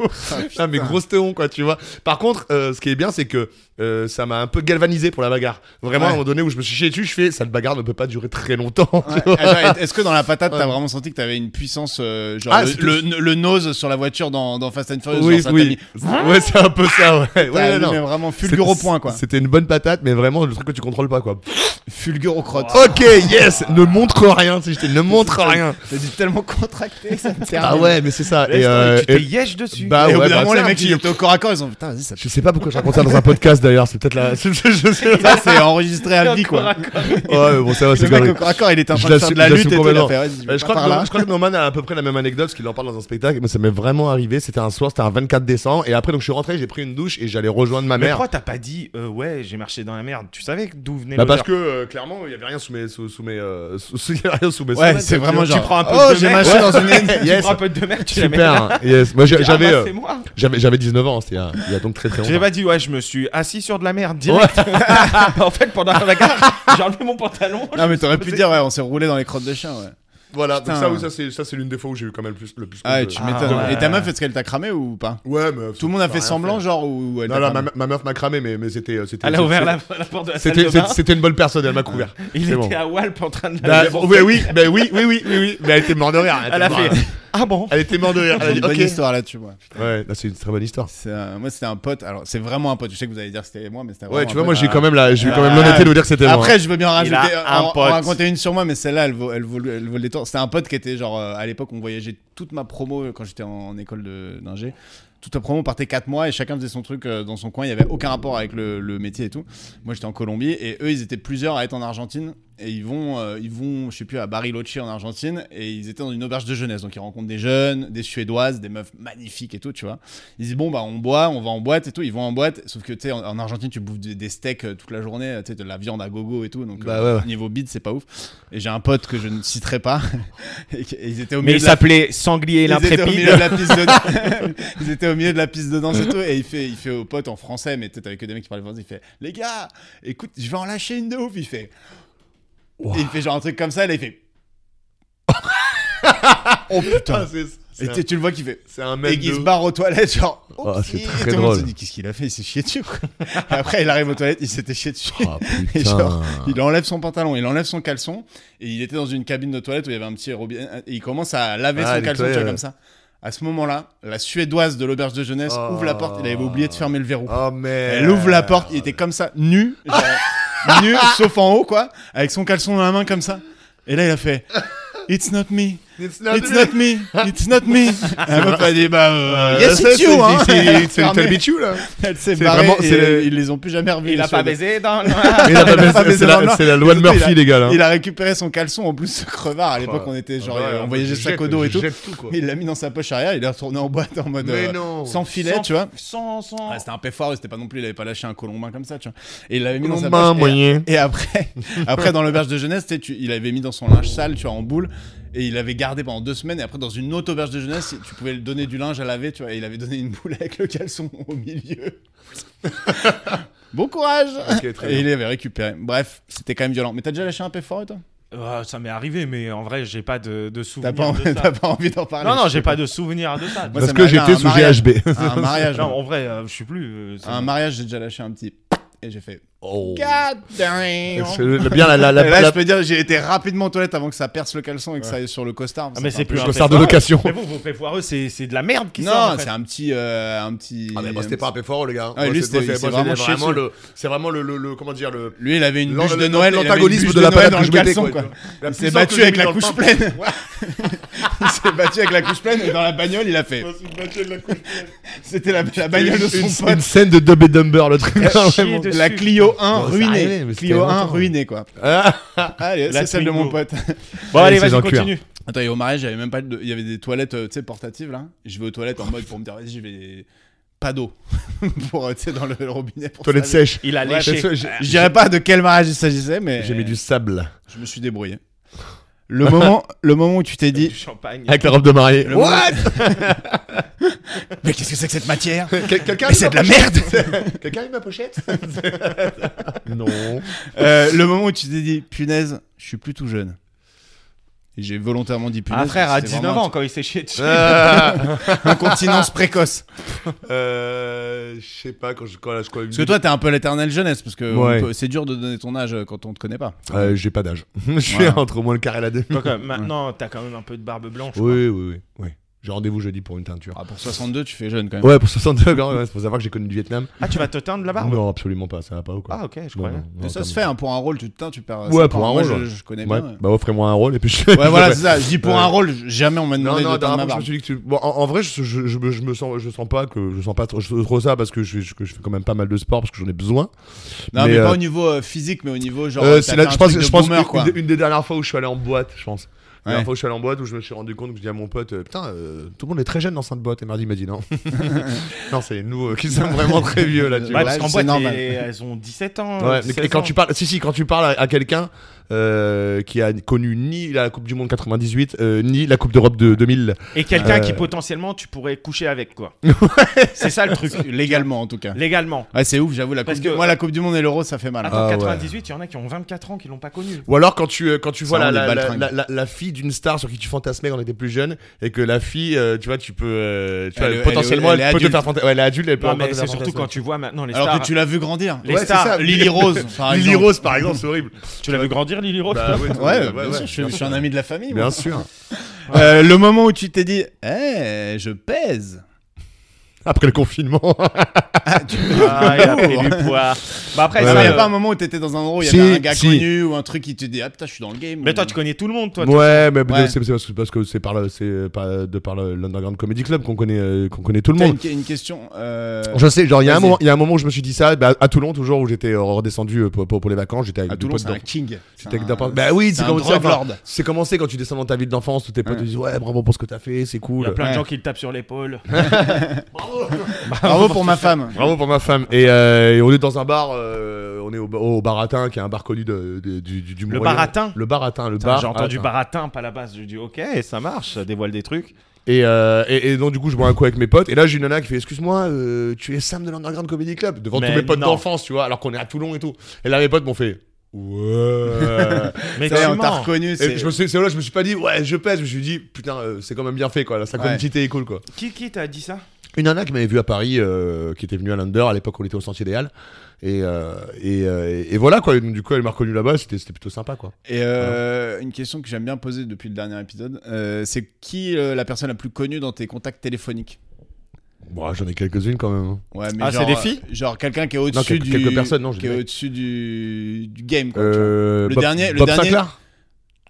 S5: Ah, mais grosse théon, quoi, tu vois. Par contre, euh, ce qui est bien, c'est que euh, ça m'a un peu galvanisé pour la bagarre. Vraiment, à un
S4: Ouais.
S5: moment donné où je me suis chié dessus, je fais Cette bagarre ne peut pas durer très longtemps. tu
S4: Ouais.
S5: vois.
S4: Attends, Est-ce que dans la patate,
S5: Ouais.
S4: t'as vraiment senti que t'avais une puissance, euh, genre
S5: Ah,
S4: le,
S5: c'était-
S4: le- le nose sur la voiture dans, dans Fast and Furious
S5: Oui,
S4: genre, ça t'a
S5: oui.
S4: mis-
S5: Ouais, c'est un peu ça, ouais.
S4: t'as
S5: ouais
S4: mis
S5: non.
S4: mais vraiment fulgure au point, quoi.
S5: C'était une bonne patate, mais vraiment le truc que tu contrôles pas, quoi.
S4: Fulgure au crotte.
S5: Ok, yes, ne montre rien, si je t'ai- ne montre rien.
S4: T'as dû tellement contracter, ça me
S5: Ah
S4: termine.
S5: ouais, mais c'est ça. Et, euh,
S3: tu t'es
S5: et-
S3: yèche dessus.
S5: bah
S4: et au bout
S5: ouais,
S4: d'un
S5: bah,
S4: moment,
S5: c'est
S4: les
S5: un
S4: mecs,
S5: petit-
S4: ils étaient au corps à corps, ils ont putain, vas-y, ça
S5: Je sais pas pourquoi je raconte ça dans un podcast d'ailleurs, c'est peut-être la. je sais pas.
S4: ça, c'est enregistré à vie, quoi.
S5: Ouais, mais bon, ça va, c'est
S4: Le mec
S5: correct.
S4: au corps à corps, il était en
S5: Je
S4: train de faire
S5: l'assume-
S4: de la
S5: je
S4: lutte
S5: l'assume
S4: et tout, il a
S5: complètement.
S4: fait, vas-y, je
S5: Euh,
S4: vais pas
S5: Je crois,
S4: par
S5: que,
S4: là.
S5: je crois que Norman a à peu près la même anecdote, parce qu'il en parle dans un spectacle, mais ça m'est vraiment arrivé. C'était un soir, c'était un 24 décembre, et après, donc je suis rentré, j'ai pris une douche et j'allais rejoindre ma
S3: Mais
S5: mère.
S3: pourquoi t'as pas dit euh, ouais j'ai marché dans la merde Tu savais d'où venait
S5: Bah
S3: l'odeur
S5: parce que euh, clairement il y avait rien sous mes sous, sous mes euh, sous, sous- il y avait rien sous mes
S4: Ouais,
S5: semelles,
S4: c'est
S5: quoi,
S4: vraiment
S5: tu vois.
S4: genre.
S3: prends un peu
S4: oh,
S3: de
S4: j'ai
S3: mec.
S4: mâché dans une
S5: Ouais.
S4: haine.
S5: Yes.
S3: Tu prends un peu de merde, tu la mets là.
S5: Super, hein. yes. Moi j'ai-
S3: Ah,
S5: j'avais
S3: bah,
S5: euh,
S3: c'est moi.
S5: j'avais j'avais 19 ans, c'était il y a- il y a donc très très
S3: J'ai
S5: longtemps.
S3: pas dit ouais je me suis assis sur de la merde direct. en fait pendant la bagarre j'ai enlevé mon pantalon.
S5: Ah,
S4: Non, mais t'aurais pu dire, ouais, on s'est roulé dans les crottes de chien, ouais.
S5: Voilà, donc
S4: Putain.
S5: ça, oui, ça c'est ça c'est l'une des fois où j'ai eu quand même le plus le plus.
S4: Ah,
S5: de-
S4: et tu
S3: Ah,
S4: m'étonnes.
S3: ouais.
S4: Et ta meuf, est-ce qu'elle t'a cramé ou pas
S5: Ouais, mais
S4: Tout le monde a
S5: ça
S4: fait
S5: rien
S4: semblant, genre, ou elle
S5: Non,
S4: t'a
S5: non, ma,
S4: cramé
S5: ma meuf m'a cramé, mais, mais c'était euh, c'était.
S3: Elle a ouvert la, la porte de la salle
S5: C'était
S3: de bain.
S5: c'était- c'était une bonne personne, elle m'a couvert.
S3: Il
S5: C'est
S3: était
S5: bon.
S3: à Walp en train de
S5: Bah,
S3: la
S5: ouais, oui, bah, oui, oui, oui, oui, oui, mais elle était morte de rire. Elle,
S3: Elle
S5: était
S3: a
S5: morte-
S3: fait ah bon.
S5: Elle était morte de rire.
S4: J'ai
S5: Elle
S4: une
S5: a
S4: bonne
S5: dit, ok.
S4: histoire là-dessus, moi.
S5: Ouais, là, c'est une très bonne histoire.
S4: C'est un- Moi, c'était un pote. Alors, c'est vraiment un pote. Je sais que vous allez dire que c'était moi, mais c'était
S5: Ouais,
S4: vraiment
S5: tu
S4: un
S5: vois,
S4: pote.
S5: moi j'ai eu quand même la, j'ai eu quand
S4: Ah.
S5: même l'honnêteté de vous dire que c'était moi.
S4: Après, je veux bien
S3: Il
S4: rajouter.
S3: a un
S4: on- on
S3: pote.
S4: racontait une sur moi, mais celle-là, elle vaut, elle vaut, le- elle vaut le détour. C'était un pote qui était genre, euh, à l'époque, on voyageait toute ma promo euh, quand j'étais en, en école de- d'ingé. toute la promo, on partait 4 mois et chacun faisait son truc euh, dans son coin. Il n'y avait aucun rapport avec le, le métier et tout. Moi, j'étais en Colombie et eux, ils étaient plusieurs à être en Argentine. Et ils vont, euh, ils vont, je sais plus, à Bariloche en Argentine. Et ils étaient dans une auberge de jeunesse. Donc, ils rencontrent des jeunes, des Suédoises, des meufs magnifiques et tout, tu vois. Ils disent, bon, bah, on boit, on va en boîte et tout. Ils vont en boîte. Sauf que, tu sais, en, en Argentine, tu bouffes des, des steaks euh, toute la journée, euh, tu sais, de la viande à gogo et tout. Donc,
S5: Bah
S4: euh,
S5: ouais, ouais.
S4: niveau bide, c'est pas ouf. Et j'ai un pote que je ne citerai pas. et, qui- et ils étaient au
S3: Mais
S4: milieu
S3: il
S4: de la
S3: s'appelait Sanglier
S4: ils étaient, au milieu de
S3: l'Intrépide.
S4: la piste de... ils étaient au milieu de la piste de danse et tout. Et il fait, il fait aux potes en français, mais peut-être avec que des mecs qui parlent français. Il fait Les gars, écoute, je vais en lâcher une de ouf. Il fait. Et il fait genre un truc comme ça. Et là, il fait. oh
S5: Ah,
S4: putain.
S5: c'est-
S4: Et
S5: c'est
S4: tu-
S5: un-
S4: tu le vois qu'il fait.
S5: c'est un
S4: Et
S5: mec
S4: il se
S5: de...
S4: barre aux toilettes, genre.
S5: Oh,
S4: Oups.
S5: c'est
S4: Et
S5: très
S4: tout le monde se
S5: drôle.
S4: dit Qu'est-ce qu'il a fait Il s'est chié dessus. quoi. Et après, il arrive aux toilettes, il s'était chié dessus.
S5: Oh,
S4: Et
S5: putain.
S4: genre, il enlève son pantalon, il enlève son caleçon, et il était dans une cabine de toilette où il y avait un petit robinet, et il commence à laver
S5: Ah,
S4: son caleçon, tu vois,
S5: nettoyer, ouais.
S4: comme ça. À ce moment-là, la Suédoise de l'auberge de jeunesse
S5: Oh.
S4: ouvre la porte, il avait oublié de fermer le verrou.
S5: Oh, merde.
S4: Elle ouvre la porte, il était comme ça, nu, genre, nu, sauf en haut, quoi, avec son caleçon dans la main, comme ça. Et là, il a fait « It's not me,
S5: It's not
S4: it's
S5: me.
S4: not me, it's not me ». La meuf a dit « Bah, euh, yes,
S5: Yes, it's
S4: it's you,
S5: you,
S4: hein !»
S5: c'est-
S4: Elle a
S5: c'est
S4: fermé.
S5: little bit you, là.
S4: Elle s'est
S5: c'est
S4: barrée,
S5: vraiment-
S4: et
S5: c'est le-
S4: ils les ont plus jamais revus.
S3: Il
S4: les
S3: a
S4: Suédois.
S3: pas baisé dans le.
S5: Mais la-
S4: Elle a pas baisé
S5: C'est
S4: dans le
S5: la,
S4: noir.
S5: c'est la loi de
S4: Et le truc, il
S5: Murphy,
S4: a-
S5: les gars. Là.
S4: Il a récupéré son caleçon en plus ce crevard. À l'époque,
S5: Ouais.
S4: on était genre,
S5: Oh. Ah Ouais,
S4: euh,
S5: ouais,
S4: on voyageait
S5: je
S4: sac
S5: jette,
S4: au dos et
S5: je
S4: tout.
S5: jette tout, quoi.
S4: Il l'a mis dans sa poche arrière. Il est retourné en boîte en mode
S5: Mais
S4: euh,
S5: non.
S4: sans filet, tu vois.
S3: Sans,
S5: Ah,
S3: sans.
S4: Ouais, c'était un péfoire, c'était pas non plus, il avait pas lâché un colombin comme ça, tu vois. Et il l'avait mis dans sa
S5: Colombin
S4: poche. et-
S5: moyen.
S4: Et, après, après dans l'auberge de jeunesse, tu sais, tu- il avait mis dans son linge sale, tu vois, en boule, et il avait gardé pendant deux semaines. Et après, dans une autre auberge de jeunesse, tu pouvais lui donner du linge à laver, tu vois, et il avait donné une boule avec le caleçon au milieu. bon courage.
S5: Ok, très
S4: Et
S5: bien.
S4: il avait récupéré. Bref, c'était quand même violent. Mais t'as déjà lâché un péfoire, toi
S3: Euh, ça m'est arrivé, mais en vrai, j'ai pas de, de
S4: T'as
S3: souvenir.
S4: pas,
S3: de
S4: envie-
S3: ça.
S4: t'as pas envie d'en parler
S3: Non, non, j'ai pas de souvenir de ça.
S4: Moi,
S5: Parce
S4: ça
S5: que
S4: m'est arrivé à
S5: j'étais
S4: un
S5: sous
S4: mariage.
S5: GHB.
S4: À un mariage.
S3: Non,
S4: moi.
S3: en vrai, euh, je suis plus. euh, ça
S4: À un
S3: me-
S4: mariage, j'ai déjà lâché un petit. Et j'ai fait.
S5: Oh.
S4: God damn
S5: C'est le- le- bien la, la, la,
S4: Et là,
S5: la-
S4: je peux dire, j'ai été rapidement aux toilettes avant que ça perce le caleçon et que ça aille sur le costard.
S3: Ah, mais c'est plus
S5: le
S3: un
S5: costard de
S3: péfoireux.
S5: location.
S3: Mais vous, vos péfoireux, c'est c'est de la merde qui sort.
S4: Non,
S3: en fait.
S4: c'est un petit. euh, un petit...
S5: Ah, mais moi, c'était pas un péfort, le gars.
S4: Ah,
S5: Moi,
S4: lui,
S5: c'est- moi,
S4: c'était-
S5: c'est-
S4: il
S5: moi,
S4: s'est
S5: c'est
S4: vraiment
S5: vraiment
S4: chié
S5: le. C'est vraiment le, le, le- Comment dire le.
S4: Lui, il avait une
S5: l'an-
S4: bûche de
S5: le-
S4: Noël. il avait une
S5: L'antagonisme
S4: bûche
S5: de la
S4: Noël
S5: palette
S4: dans
S5: que
S4: le
S5: je mettais.
S4: caleçon,
S5: quoi.
S4: quoi.
S5: La
S4: Il s'est
S5: puissance que
S4: battu
S5: j'ai
S4: avec
S5: mis
S4: la
S5: dans le
S4: couche
S5: pain.
S4: pleine. Il s'est battu avec la couche pleine et dans la bagnole, il a fait. C'était la, la bagnole de
S5: Une-
S4: son
S5: Une
S4: pote.
S5: scène de Dub et Dumber, le truc.
S3: Chier
S5: vraiment.
S3: dessus.
S4: La Clio 1
S5: Bon, ça arrivait,
S4: ruinée.
S5: mais c'était
S4: Clio 1
S5: longtemps.
S4: ruinée, quoi.
S5: Ah,
S4: Allez,
S3: La
S4: c'est celle de mon
S3: Twingo.
S4: pote.
S3: Bon, allez,
S5: c'est
S3: vas-y,
S5: en cuir.
S3: continue.
S4: Attends, et au mariage, j'avais même pas de... il y avait des toilettes, euh, tu sais, portatives là. Je vais aux toilettes en mode pour me dire, vas-y, je vais pas d'eau pour euh, tu sais dans le, le robinet. Pour
S5: Toilette
S4: ça.
S5: sèche.
S3: Il a
S4: Ouais,
S3: léché.
S5: J'ai- j'ai-
S4: Je dirais pas de quel mariage il s'agissait, mais
S5: J'ai mis du sable.
S4: Je me suis débrouillé. Le moment, le moment où tu t'es
S3: Du
S4: dit,
S3: champagne.
S5: Avec la robe de mariée.
S4: Le
S5: What
S4: mais qu'est-ce que c'est que cette matière
S5: Quel- Quelqu'un
S4: Mais c'est de la merde.
S5: Quelqu'un a eu ma pochette Non.
S4: Euh, le moment où tu t'es dit, punaise, je suis plus tout jeune. Et J'ai volontairement dit punaise.
S3: Un frère à
S4: parce que c'était
S3: 19
S4: vraiment
S3: ans quand il s'est chié dessus.
S4: Euh, Incontinence précoce.
S5: Euh, Je sais pas, quand je. Quand, je- quand
S4: Parce que toi, t'es un peu l'éternelle jeunesse, parce que on
S5: Ouais.
S4: peut- c'est dur de donner ton âge euh, quand on te connaît pas.
S5: Euh, J'ai pas d'âge. Je suis
S4: Voilà.
S5: entre moins le quart et la demi.
S3: Donc, euh, maintenant, t'as quand même un peu de barbe blanche. quoi.
S5: Oui, oui, oui. oui. J'ai rendez-vous jeudi pour une teinture.
S4: Ah, pour 62, tu fais jeune quand même.
S5: Ouais, pour 62 grammes, ouais, c'est pour savoir que j'ai connu du Vietnam.
S3: Ah, tu vas te teindre la barbe
S5: Non, absolument pas, ça va pas ou quoi.
S3: Ah, ok, je
S5: Non,
S3: croyais.
S5: non,
S4: Mais
S5: non,
S4: ça se fait,
S5: comme-
S4: hein, pour un rôle, tu te teins, tu perds.
S5: Ouais,
S4: cinq ans.
S5: pour un
S4: Moi,
S5: rôle,
S4: je- Je, connais
S5: Ouais,
S4: bien. ouais.
S5: bah offrez-moi un rôle et puis je.
S4: Ouais, voilà, c'est ça. Je dis pour
S5: Ouais.
S4: un rôle, j- jamais on m'a
S5: Non,
S4: demandé
S5: non,
S4: de teindre ma
S5: dernièrement, je me
S4: barbe.
S5: suis dit que tu. Bon, en, en vrai, je, je, je, me- je me sens, je sens pas que je sens pas trop, trop ça parce que je, je- que je fais quand même pas mal de sport parce que j'en ai besoin.
S4: Non, mais,
S5: mais,
S4: pas
S5: euh,
S4: au niveau euh, physique, mais au niveau genre.
S5: Euh,
S4: t'as
S5: c'est la-
S4: fait un
S5: je pense,
S4: truc de
S5: je pense
S4: boomer,
S5: une-
S4: quoi.
S5: une, des- une des dernières fois où je suis allé en boîte, je pense. La
S4: Ouais.
S5: dernière fois où je suis allé en boîte où je me suis rendu compte que je dis à mon pote, euh, putain, euh, tout le monde est très jeune dans cette boîte. Et mardi, il m'a dit non. non, c'est nous euh, qui sommes vraiment très vieux là. Tu
S4: Ouais,
S5: vois.
S3: Ouais, parce qu'en
S4: c'est
S3: boîte,
S4: normal.
S3: les- elles ont 17 ans.
S5: Ouais, mais-
S3: 16
S5: et quand
S3: ans.
S5: tu parles, si si, quand tu parles à, à quelqu'un euh, qui a connu ni la Coupe du Monde 98 euh, ni la Coupe d'Europe de 2000,
S3: Et quelqu'un
S5: Euh.
S3: qui potentiellement tu pourrais coucher avec, quoi. C'est ça le truc.
S4: Légalement, en tout cas.
S3: Légalement.
S4: Ouais, c'est ouf, j'avoue. La
S3: Parce
S4: coupe
S3: que-
S4: du- Moi, la Coupe du Monde et l'Euro, ça fait mal. hein.
S5: Ah,
S3: Attends,
S5: ouais.
S3: 98, il y en a qui ont 24 ans qui l'ont pas connu.
S5: ou alors quand tu euh, quand tu vois la,
S4: vraiment
S5: la,
S4: des
S5: la,
S4: baltringues.
S5: la- la- la fille d'une star sur qui tu fantasmais quand on était plus jeune et que la fille, euh, tu vois, tu peux, euh, tu vois,
S4: Elle est-
S5: potentiellement,
S4: elle
S5: elle,
S4: est
S5: peut te
S4: adulte.
S5: faire fantasmer. Ouais, elle est adulte, elle peut
S3: Non,
S5: encore
S3: mais
S5: te
S3: c'est
S5: faire
S3: surtout
S5: fantasmer.
S3: quand tu vois maintenant les
S4: Alors
S3: stars.
S4: que tu l'as vu grandir.
S3: Les
S5: Ouais, c'est ça.
S3: stars.
S4: Lily Rose, par
S5: Lily
S4: exemple.
S5: Rose, par exemple, c'est horrible.
S3: Tu l'as vu grandir, Lily Rose
S5: Bah, ouais,
S4: Ouais,
S5: ouais,
S4: bien
S5: ouais,
S4: sûr, je, suis- je suis un ami de la famille.
S5: Bien
S4: moi.
S5: sûr.
S4: Euh, le moment où tu t'es dit, eh, je pèse.
S5: après le confinement.
S4: Ah, tu-
S3: Ah, il a pris du poids. Bah après,
S5: Ouais,
S3: ça,
S4: Il n'y
S3: euh,
S4: a pas un moment où t'étais dans un endroit où il
S5: Si,
S4: y avait un gars
S5: si.
S4: connu ou un truc qui te dit Ah putain, je suis dans le game.
S3: Mais toi,
S4: Ou-
S3: tu connais tout le monde, toi.
S5: ouais, mais
S4: Ouais.
S5: c'est c'est parce que- parce que c'est par le- c'est par- de par le- l'Underground Comedy Club qu'on connaît, euh, qu'on connaît tout le
S4: T'as
S5: monde.
S4: une, une question. euh,
S5: Je sais, genre, il y, a un
S4: vas-y.
S5: moment- il y a un moment où je me suis dit ça, bah, à Toulon, toujours, où j'étais euh, redescendu euh, pour, pour- pour les vacances, j'étais avec
S4: à
S5: des
S4: Toulon,
S5: potes
S4: c'est un
S5: d'enfance.
S4: king.
S5: J'étais avec
S4: un-
S5: des potes- Bah oui,
S4: c'est
S5: c'est
S4: un
S5: comme ça. enfin,
S4: drogue lord.
S5: C'est commencé quand tu descends dans ta ville d'enfance, tous tes potes
S4: Ouais.
S5: te disent Ouais, bravo pour ce que t'as fait, c'est
S3: Il y a
S5: cool.
S3: plein de
S4: Ouais.
S3: gens qui le tapent sur l'épaule.
S4: Bravo pour ma femme.
S5: Bravo pour ma femme. Et, euh, et on est dans un bar, euh, on est au, au Baratin, qui est un bar connu de, de- du, du, du
S3: Le
S5: Moyen-
S3: Baratin
S5: Le Baratin, le
S3: Putain,
S5: bar.
S3: J'ai entendu
S5: Atin.
S3: baratin, pas la base. J'ai dit, ok, ça marche, ça dévoile des trucs.
S5: Et, euh, et, et donc, du coup, je bois un coup avec mes potes. Et là, j'ai une nana qui fait Excuse-moi, euh, tu es Sam de l'Underground Comedy Club Devant
S3: Mais
S5: tous mes potes
S3: non.
S5: d'enfance, tu vois, alors qu'on est à Toulon et tout. Et là, mes potes m'ont fait Ouais.
S3: Mais
S4: Ça y est, on t'a
S3: comment
S4: reconnu.
S5: Et
S4: c'est-
S5: je me suis, c'est là, je me suis pas dit, ouais, je pèse. Je me suis dit, putain, euh, c'est quand même bien fait, quoi. La synchronicité est cool, quoi.
S3: Qui, qui t'a dit ça
S5: Une nana qui m'avait vu à Paris, euh, qui était venue à l'Under, à l'époque, on était au Sentier des Halles. Et, euh, et, euh, et voilà, quoi. Et donc, du coup, elle m'a reconnu là-bas, c'était, c'était plutôt sympa, quoi.
S4: Et euh, une question que j'aime bien poser depuis le dernier épisode, euh, c'est qui euh, la personne la plus connue dans tes contacts téléphoniques
S5: Bon, j'en ai quelques-unes quand même. hein.
S4: Ouais,
S3: Ah,
S4: genre,
S3: c'est des filles
S4: euh, Genre quelqu'un qui est
S5: Non,
S4: au-dessus
S5: quelques,
S4: du
S5: quelques personnes, non, je
S4: qui est
S5: dirais.
S4: au-dessus du, du game quoi. tu vois.
S5: Euh,
S4: Le
S5: Bob-
S4: dernier- le
S5: Bob
S4: dernier-
S5: Sinclair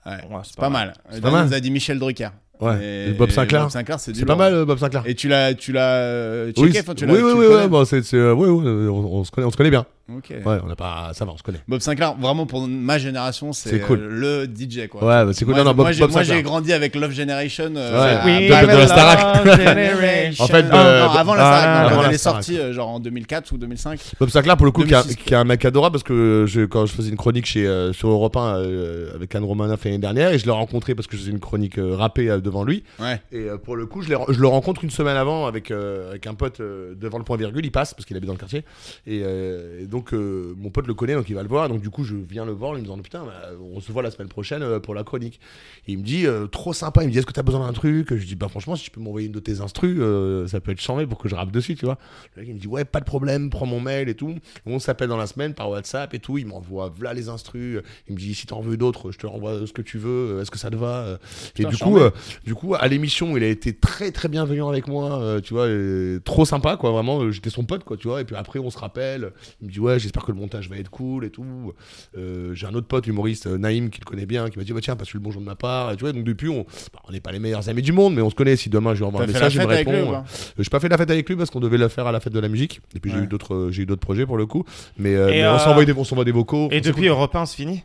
S4: Ouais,
S3: Ouais,
S4: c'est pas mal.
S5: C'est
S4: Euh,
S5: pas
S4: on
S5: mal.
S4: nous a dit Michel Drucker.
S5: Ouais.
S4: Et-
S5: Et Bob
S4: et
S5: Sinclair.
S4: Bob Sinclair, c'est du
S5: c'est pas
S4: lourd.
S5: mal, euh, Bob Sinclair.
S4: Et tu l'as tu l'as euh,
S5: oui,
S4: checké
S5: c'est-
S4: enfin, tu
S5: oui,
S4: l'as-
S5: oui,
S4: tu le
S5: oui,
S4: connais
S5: ouais, bon, c'est, c'est, euh, ouais, ouais, euh, on, on se connaît, on se connaît bien.
S4: Ok.
S5: Ouais, on a pas, ça va, on se connaît.
S4: Bob Sinclair, vraiment pour ma génération, c'est
S5: C'est cool.
S4: euh, le DJ quoi.
S5: Ouais, bah, c'est cool.
S4: Moi,
S5: non, non, Bob,
S4: moi, j'ai-
S5: Bob
S4: moi, j'ai
S5: Sinclair.
S4: grandi avec Love Generation.
S5: Ouais.
S4: euh,
S5: Oui,
S4: à
S5: Bad
S4: Bad
S5: de la Starac.
S4: Generation.
S5: En fait,
S4: Non,
S5: euh,
S4: non, avant la
S3: ah,
S4: Starac,
S3: ah,
S4: donc,
S5: avant
S4: quand
S5: la
S4: elle est
S5: Starac.
S4: sortie euh, genre en 2004 ou 2005.
S5: Bob Sinclair, pour le coup, qui a,
S4: 2006, quoi.
S5: qui a un mec adorable parce que euh, je, quand je faisais une chronique chez, euh, sur Europe 1 euh, avec Anne Romanoff l'année dernière et je l'ai rencontré parce que je faisais une chronique euh, rappée euh, devant lui.
S4: Ouais.
S5: Et euh, pour le coup, je, l'ai re- je le rencontre une semaine avant avec, euh, avec un pote euh, devant le point virgule. Il passe parce qu'il habite dans le quartier. Et, euh, et donc, euh, mon pote le connaît, donc il va le voir. Donc, du coup, je viens le voir en lui disant Putain, bah, on se voit la semaine prochaine euh, pour la chronique. Et il me dit euh, Trop sympa. Il me dit Est-ce que t'as besoin d'un truc Je dis Bah, franchement, si tu peux m'envoyer une de tes instrus, euh, ça peut être charmé pour que je rappe dessus, tu vois. Le mec, il me dit Ouais, pas de problème, prends mon mail et tout. On s'appelle dans la semaine par WhatsApp et tout. Il m'envoie voilà les instrus. Il me dit Si t'en veux d'autres, je te renvoie ce que tu veux. Euh, Est-ce que ça te va
S4: Putain,
S5: Et du
S4: je
S5: coup,
S4: t'en mets.
S5: euh, du coup, à l'émission, il a été très très bienveillant avec moi, euh, tu vois, euh, trop sympa quoi, vraiment, euh, j'étais son pote quoi, tu vois, et puis après on se rappelle, il me dit ouais, j'espère que le montage va être cool et tout. Euh, J'ai un autre pote humoriste, euh, Naïm, qui le connaît bien, qui m'a dit bah tiens, passe le bonjour de ma part, et tu vois, donc depuis on bah, on n'est pas les meilleurs amis du monde, mais on se connaît, si demain je lui envoie
S4: T'as
S5: un
S4: fait la
S5: message, il me
S4: fête avec
S5: répond.
S4: lui ou
S5: euh,
S4: pas
S5: euh, J'ai pas fait la fête avec lui parce qu'on devait la faire à la fête de la musique, et puis j'ai
S4: Ouais.
S5: eu d'autres euh, j'ai eu d'autres projets pour le coup, mais, euh,
S3: Et
S5: mais
S3: euh,
S5: on s'envoie des, on s'envoie des vocaux.
S3: Et
S5: on s'écoute.
S3: depuis Europe 1, c'est fini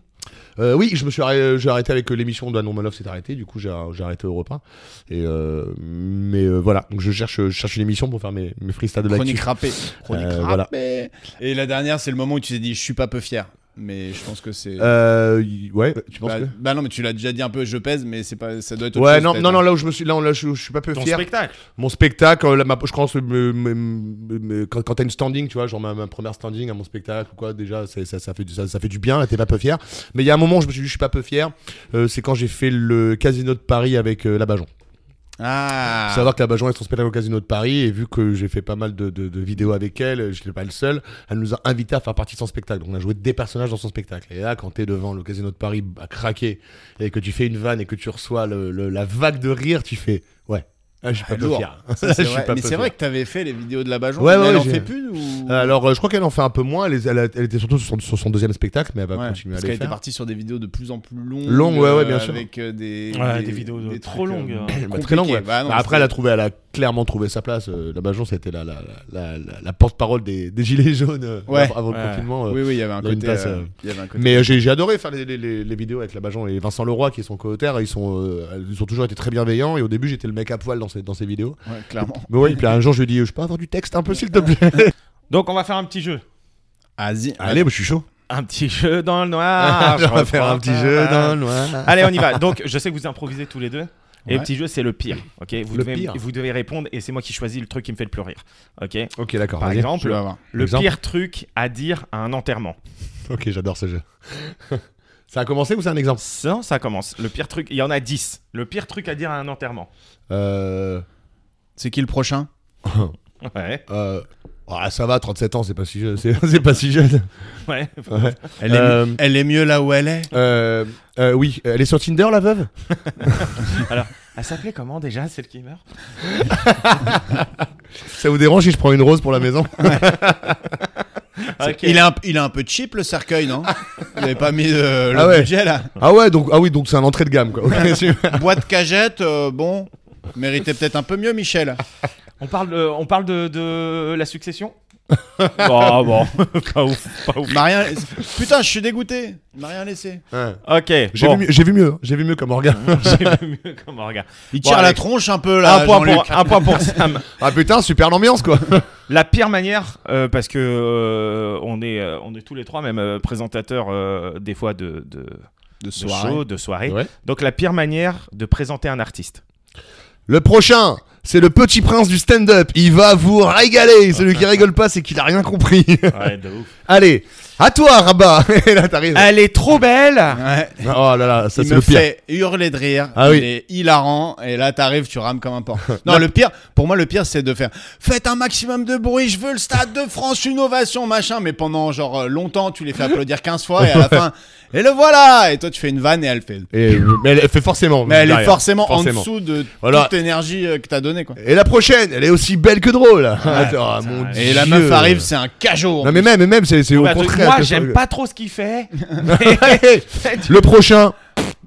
S5: Euh, oui, je me suis arrêté, j'ai arrêté avec euh, l'émission de Maloff s'est arrêté, du coup j'ai j'ai arrêté Europe 1. Et euh, mais euh, voilà, donc je cherche, je cherche une émission pour faire mes, mes freestyles de la
S4: Chronique rappée. Chronique
S5: Euh,
S4: rappée.
S5: voilà.
S4: Et la dernière, c'est le moment où tu t'es dit, je suis pas peu fier. Mais je pense que c'est.
S5: Euh, y- ouais, tu penses
S4: bah,
S5: que
S4: bah non, mais tu l'as déjà dit un peu, je pèse, mais c'est pas, ça doit être. autre
S5: Ouais,
S4: chose,
S5: non,
S4: peut-être,
S5: non, non,
S4: hein.
S5: là où je me suis, là, où- là où je, je suis pas peu
S3: Ton
S5: fier.
S3: spectacle
S5: Mon spectacle, euh, là, ma- je pense, euh, me- me- me- me- quand, quand t'as une standing, tu vois, genre ma, ma première standing à mon spectacle ou quoi, déjà, c'est- ça, ça, fait, du- ça, ça fait du bien, là, t'es pas peu fier. Mais il y a un moment où je me suis dit, je suis pas peu fier, euh, c'est quand j'ai fait le casino de Paris avec euh, Labajon.
S4: Ah.
S5: Faut savoir que la Bajon est son spectacle au Casino de Paris et vu que j'ai fait pas mal de, de- de vidéos avec elle, je n'étais pas le seul, elle nous a invités à faire partie de son spectacle. Donc on a joué des personnages dans son spectacle. Et là, quand t'es devant le Casino de Paris à craquer et que tu fais une vanne et que tu reçois le- le- la vague de rire, tu fais ouais, ah, je suis pas
S4: Ah,
S5: peu
S4: lourd.
S5: fier.
S4: Ça, c'est
S5: Je suis
S4: vrai.
S5: pas
S4: Mais
S5: peu
S4: c'est vrai
S5: fier.
S4: que t'avais fait les vidéos de la Bajon.
S5: Ouais,
S4: mais
S5: ouais,
S4: elle en
S5: j'ai-
S4: fait plus ou.
S5: Alors, euh, je crois qu'elle en fait un peu moins. Elle, elle a- elle était surtout sur son, sur son deuxième spectacle, mais elle va
S4: Ouais,
S5: continuer Bah, à
S4: parce
S5: les
S4: qu'elle était
S5: faire.
S4: partie sur des vidéos de plus en plus longues.
S5: Longues, ouais, ouais,
S4: euh,
S5: bien sûr.
S4: Avec euh, des, euh,
S3: Ouais, des vidéos de- trop longues, hein. Bah, très
S4: compliquées.
S5: longues, ouais.
S4: Bah non,
S5: Bah, après,
S4: c'est-
S5: elle a trouvé, elle a clairement trouvé sa place. Euh, la Bajon, c'était la, la, la, la- la porte-parole des, des gilets jaunes euh,
S4: Ouais.
S5: avant le
S3: Ouais.
S5: confinement. euh,
S4: Oui, oui, il y avait un
S5: il y a une
S4: côté.
S5: place,
S4: euh,
S5: euh,
S4: Il y avait un côté.
S5: Mais euh, j'ai j'ai adoré faire les, les- les- les vidéos avec la Bajon et Vincent Leroy qui est son co-auteur. Ils, sont, euh, ils ont toujours été très bienveillants et au début j'étais le mec à poil dans ces, dans ces vidéos.
S4: Ouais, clairement.
S5: Mais ouais, et puis un jour je lui ai dit euh, Je peux avoir du texte un peu s'il te plaît
S3: Donc, on va faire un petit jeu.
S4: Asie.
S5: Allez, bah, je suis chaud.
S3: Un petit jeu dans le noir.
S5: on va faire un petit jeu dans le noir.
S3: Allez, on y va. Donc, je sais que vous improvisez tous les deux.
S4: Ouais.
S3: Et le petit jeu, c'est le pire. Ok, vous,
S5: Le
S3: devez,
S5: pire.
S3: vous devez répondre et c'est moi qui choisis le truc qui me fait le plus rire. Ok.
S5: Ok, d'accord.
S3: Par
S5: vas-y.
S4: Je
S3: exemple,
S4: vais avoir.
S3: le
S5: Exemple.
S3: pire truc à dire à un enterrement.
S5: Ok, j'adore ce jeu. ça a commencé ou c'est un exemple
S3: Ça, ça commence. Le pire truc, il y en a 10. Le pire truc à dire à un enterrement.
S5: euh...
S4: C'est qui le prochain
S3: Ouais.
S5: Euh, ah, ça va, 37 ans, c'est pas si jeune. C'est c'est pas si jeune.
S3: Ouais.
S5: Ouais.
S4: Elle est,
S5: Euh,
S4: mi- elle est mieux là où elle est.
S5: Euh, euh, oui, elle est sur Tinder, la veuve
S3: Elle s'appelait comment déjà, celle qui meurt
S5: Ça vous dérange si je prends une rose pour la maison
S3: Ok.
S4: Il, est un, il est un peu cheap le cercueil, non Vous n'avez pas mis euh, le
S5: Ah ouais.
S4: budget là.
S5: Ah ouais, donc ah oui, donc c'est un entrée de gamme quoi. Ok, super.
S4: Boîte cagette, euh, bon, méritait peut-être un peu mieux, Michel.
S3: On parle, de, on parle de, de la succession Bon, Ah, bon, pas ouf, pas ouf.
S4: Il m'a rien. Putain, je suis dégoûté. Il m'a rien laissé.
S5: Ouais.
S3: Ok,
S5: J'ai
S3: bon.
S5: vu, mieux- j'ai vu mieux, j'ai vu mieux comme organe.
S3: J'ai vu mieux comme regard.
S4: Il
S3: Bon,
S4: tire la
S3: allez.
S4: tronche un peu là.
S3: un, point
S4: Jean-Luc.
S3: pour, un point pour Sam.
S5: Ah putain, super l'ambiance quoi.
S3: La pire manière, euh, parce que euh, on, est, euh, on est tous les trois même euh, présentateurs euh, des fois de, de,
S4: De
S3: de
S4: soirée.
S3: show, de soirée.
S5: Ouais.
S3: Donc la pire manière de présenter un artiste.
S5: Le prochain, c'est le petit prince du stand-up. Il va vous régaler. Celui qui rigole pas, c'est qu'il a rien compris.
S3: Ouais, de ouf.
S5: Allez, à toi, Rabat. Et là, t'arrives.
S3: Elle est trop belle
S4: Ouais.
S5: Oh là là, ça
S4: Ah. il
S5: c'est
S4: me
S5: le pire.
S4: fait hurler de rire.
S5: Ah oui.
S4: Il est hilarant. Et là, t'arrives, tu rames comme un porc. Non, le pire, pour moi, le pire, c'est de faire Faites un maximum de bruit, je veux le stade de France, une ovation, machin. Mais pendant genre euh, longtemps, tu les fais applaudir 15 fois et à la fin, et le voilà Et toi, tu fais une vanne et elle fait.
S5: Et, mais elle fait forcément.
S4: Mais elle est
S5: derrière.
S4: forcément,
S5: Forcément.
S4: en dessous de
S5: Voilà.
S4: toute l'énergie euh, que t'as donnée, quoi.
S5: Et la prochaine, elle est aussi belle que drôle. Attends, ah, mon
S4: Et
S5: Dieu.
S4: la meuf arrive, c'est un cajot.
S5: Non mais même, même, c'est c'est au
S3: Bah,
S5: contraire.
S3: Moi,
S5: que-
S3: j'aime pas trop ce qu'il fait.
S5: Le prochain.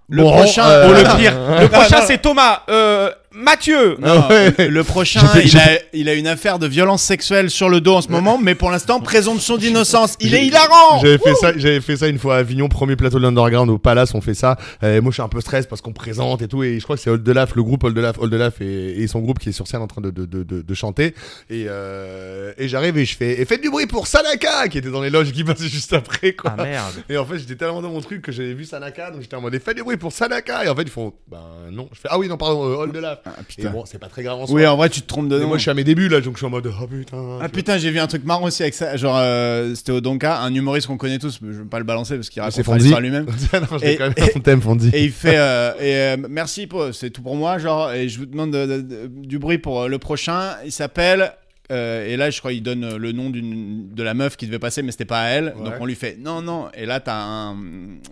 S4: Le
S5: Bon,
S4: prochain,
S5: euh,
S3: Oh, le
S4: non,
S3: pire. Le prochain, c'est Thomas. Euh, Mathieu.
S4: non,
S5: Ah Ouais.
S4: le- le prochain,
S5: J'ai fait-
S4: il,
S5: j'ai
S4: a, il a une affaire de violence sexuelle sur le dos en ce moment, mais pour l'instant, présomption d'innocence. Il est hilarant
S5: J'avais fait ça, j'avais fait ça une fois à Avignon, premier plateau de l'Underground au Palace, on fait ça. Euh, moi, je suis un peu stress parce qu'on présente et tout, et je crois que c'est Oldelaf, le groupe Oldelaf, Oldelaf et, et son groupe qui est sur scène en train de, de, de, de- de chanter. Et, euh, et j'arrive et je fais, et faites du bruit pour Sanaka qui était dans les loges qui passait juste après quoi.
S3: Ah merde.
S5: et en fait, j'étais tellement dans mon truc que j'avais vu Sanaka, donc j'étais en mode, et faites du bruit pour Sanaka. Et en fait, ils font, ben non. Je fais, ah oui, non, pardon, euh, Oldelaf. et
S4: Ah, putain.
S5: bon, c'est pas très grave en soi.
S4: Oui, en vrai, tu te trompes de
S5: Mais
S4: nom.
S5: moi, je suis à mes débuts là, donc je suis en mode, oh putain.
S4: Ah putain, j'ai vu un truc marrant aussi avec ça. Genre, euh, c'était au Donka, un humoriste qu'on connaît tous, mais je vais pas le balancer parce qu'il
S5: c'est
S4: raconte
S5: Fonzie.
S4: l'histoire lui-même.
S5: non, je
S4: Et-
S5: déconne,
S4: et-
S5: on t'aime, Fondy.
S4: Et il fait euh, et, euh, merci pour c'est tout pour moi genre et je vous demande de- de- de- du bruit pour euh, le prochain il s'appelle euh, et là je crois il donne euh, le nom d'une de la meuf qui devait passer mais c'était pas à elle
S5: Ouais.
S4: donc on lui fait non non et là t'as un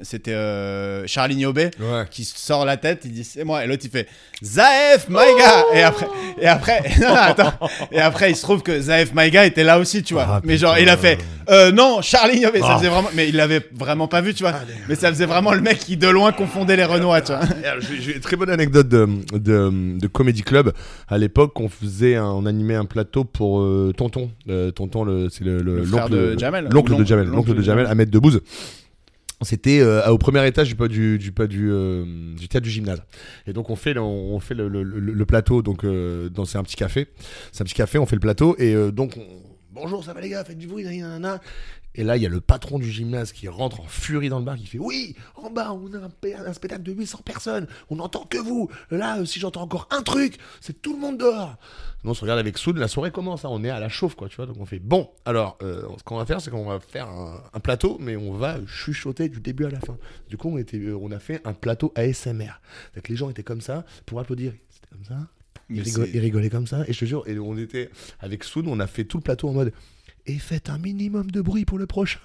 S4: c'était euh, Charlie Niobé
S5: Ouais.
S4: qui sort la tête il dit c'est moi et l'autre il fait Zaef Maïga et après et après non, non, attends. et après il se trouve que Zaef Maïga était là aussi tu vois
S5: Ah,
S4: mais genre il a fait euh, non Charlie Niobé ça faisait vraiment mais il l'avait vraiment pas vu tu vois mais ça faisait vraiment le mec qui de loin confondait les Renois tu vois
S5: Et alors, J'ai j'ai une très bonne anecdote de, de, de Comedy Club. À l'époque, on faisait, un- on animait un plateau pour euh, Tonton. Euh, tonton, le- c'est le- le-
S4: Le frère
S5: l'oncle
S4: de Jamel.
S5: L'oncle de
S4: L'oncle-
S5: Jamel,
S4: l'oncle
S5: l'oncle de
S4: de
S5: Jamel, Ahmed Debouze. C'était euh, au premier étage du pas du du pas du, euh, du théâtre du gymnase. Et donc on fait le- on fait le, le- le- le plateau donc euh, dans c'est un petit café. C'est un petit café, on fait le plateau et euh, donc on- bonjour, ça va les gars, faites du bruit, nanana. Et là, il y a le patron du gymnase qui rentre en furie dans le bar, qui fait Oui, en bas, on a un, pe- un spectacle de 800 personnes, on n'entend que vous. Là, euh, si j'entends encore un truc, c'est tout le monde dehors. Nous, on se regarde avec Soud, la soirée commence, hein, on est à la chauffe, quoi, tu vois. Donc, on fait Bon, alors, euh, ce qu'on va faire, c'est qu'on va faire un, un plateau, mais on va chuchoter du début à la fin. Du coup, on, était, euh, on a fait un plateau ASMR. Fait que les gens étaient comme ça pour applaudir. C'était comme ça. Ils,
S4: Mais
S5: rigol-
S4: c'est-
S5: ils rigolaient comme ça. Et je te jure, et on était avec Soud, on a fait tout le plateau en mode Et faites un minimum de bruit pour le prochain.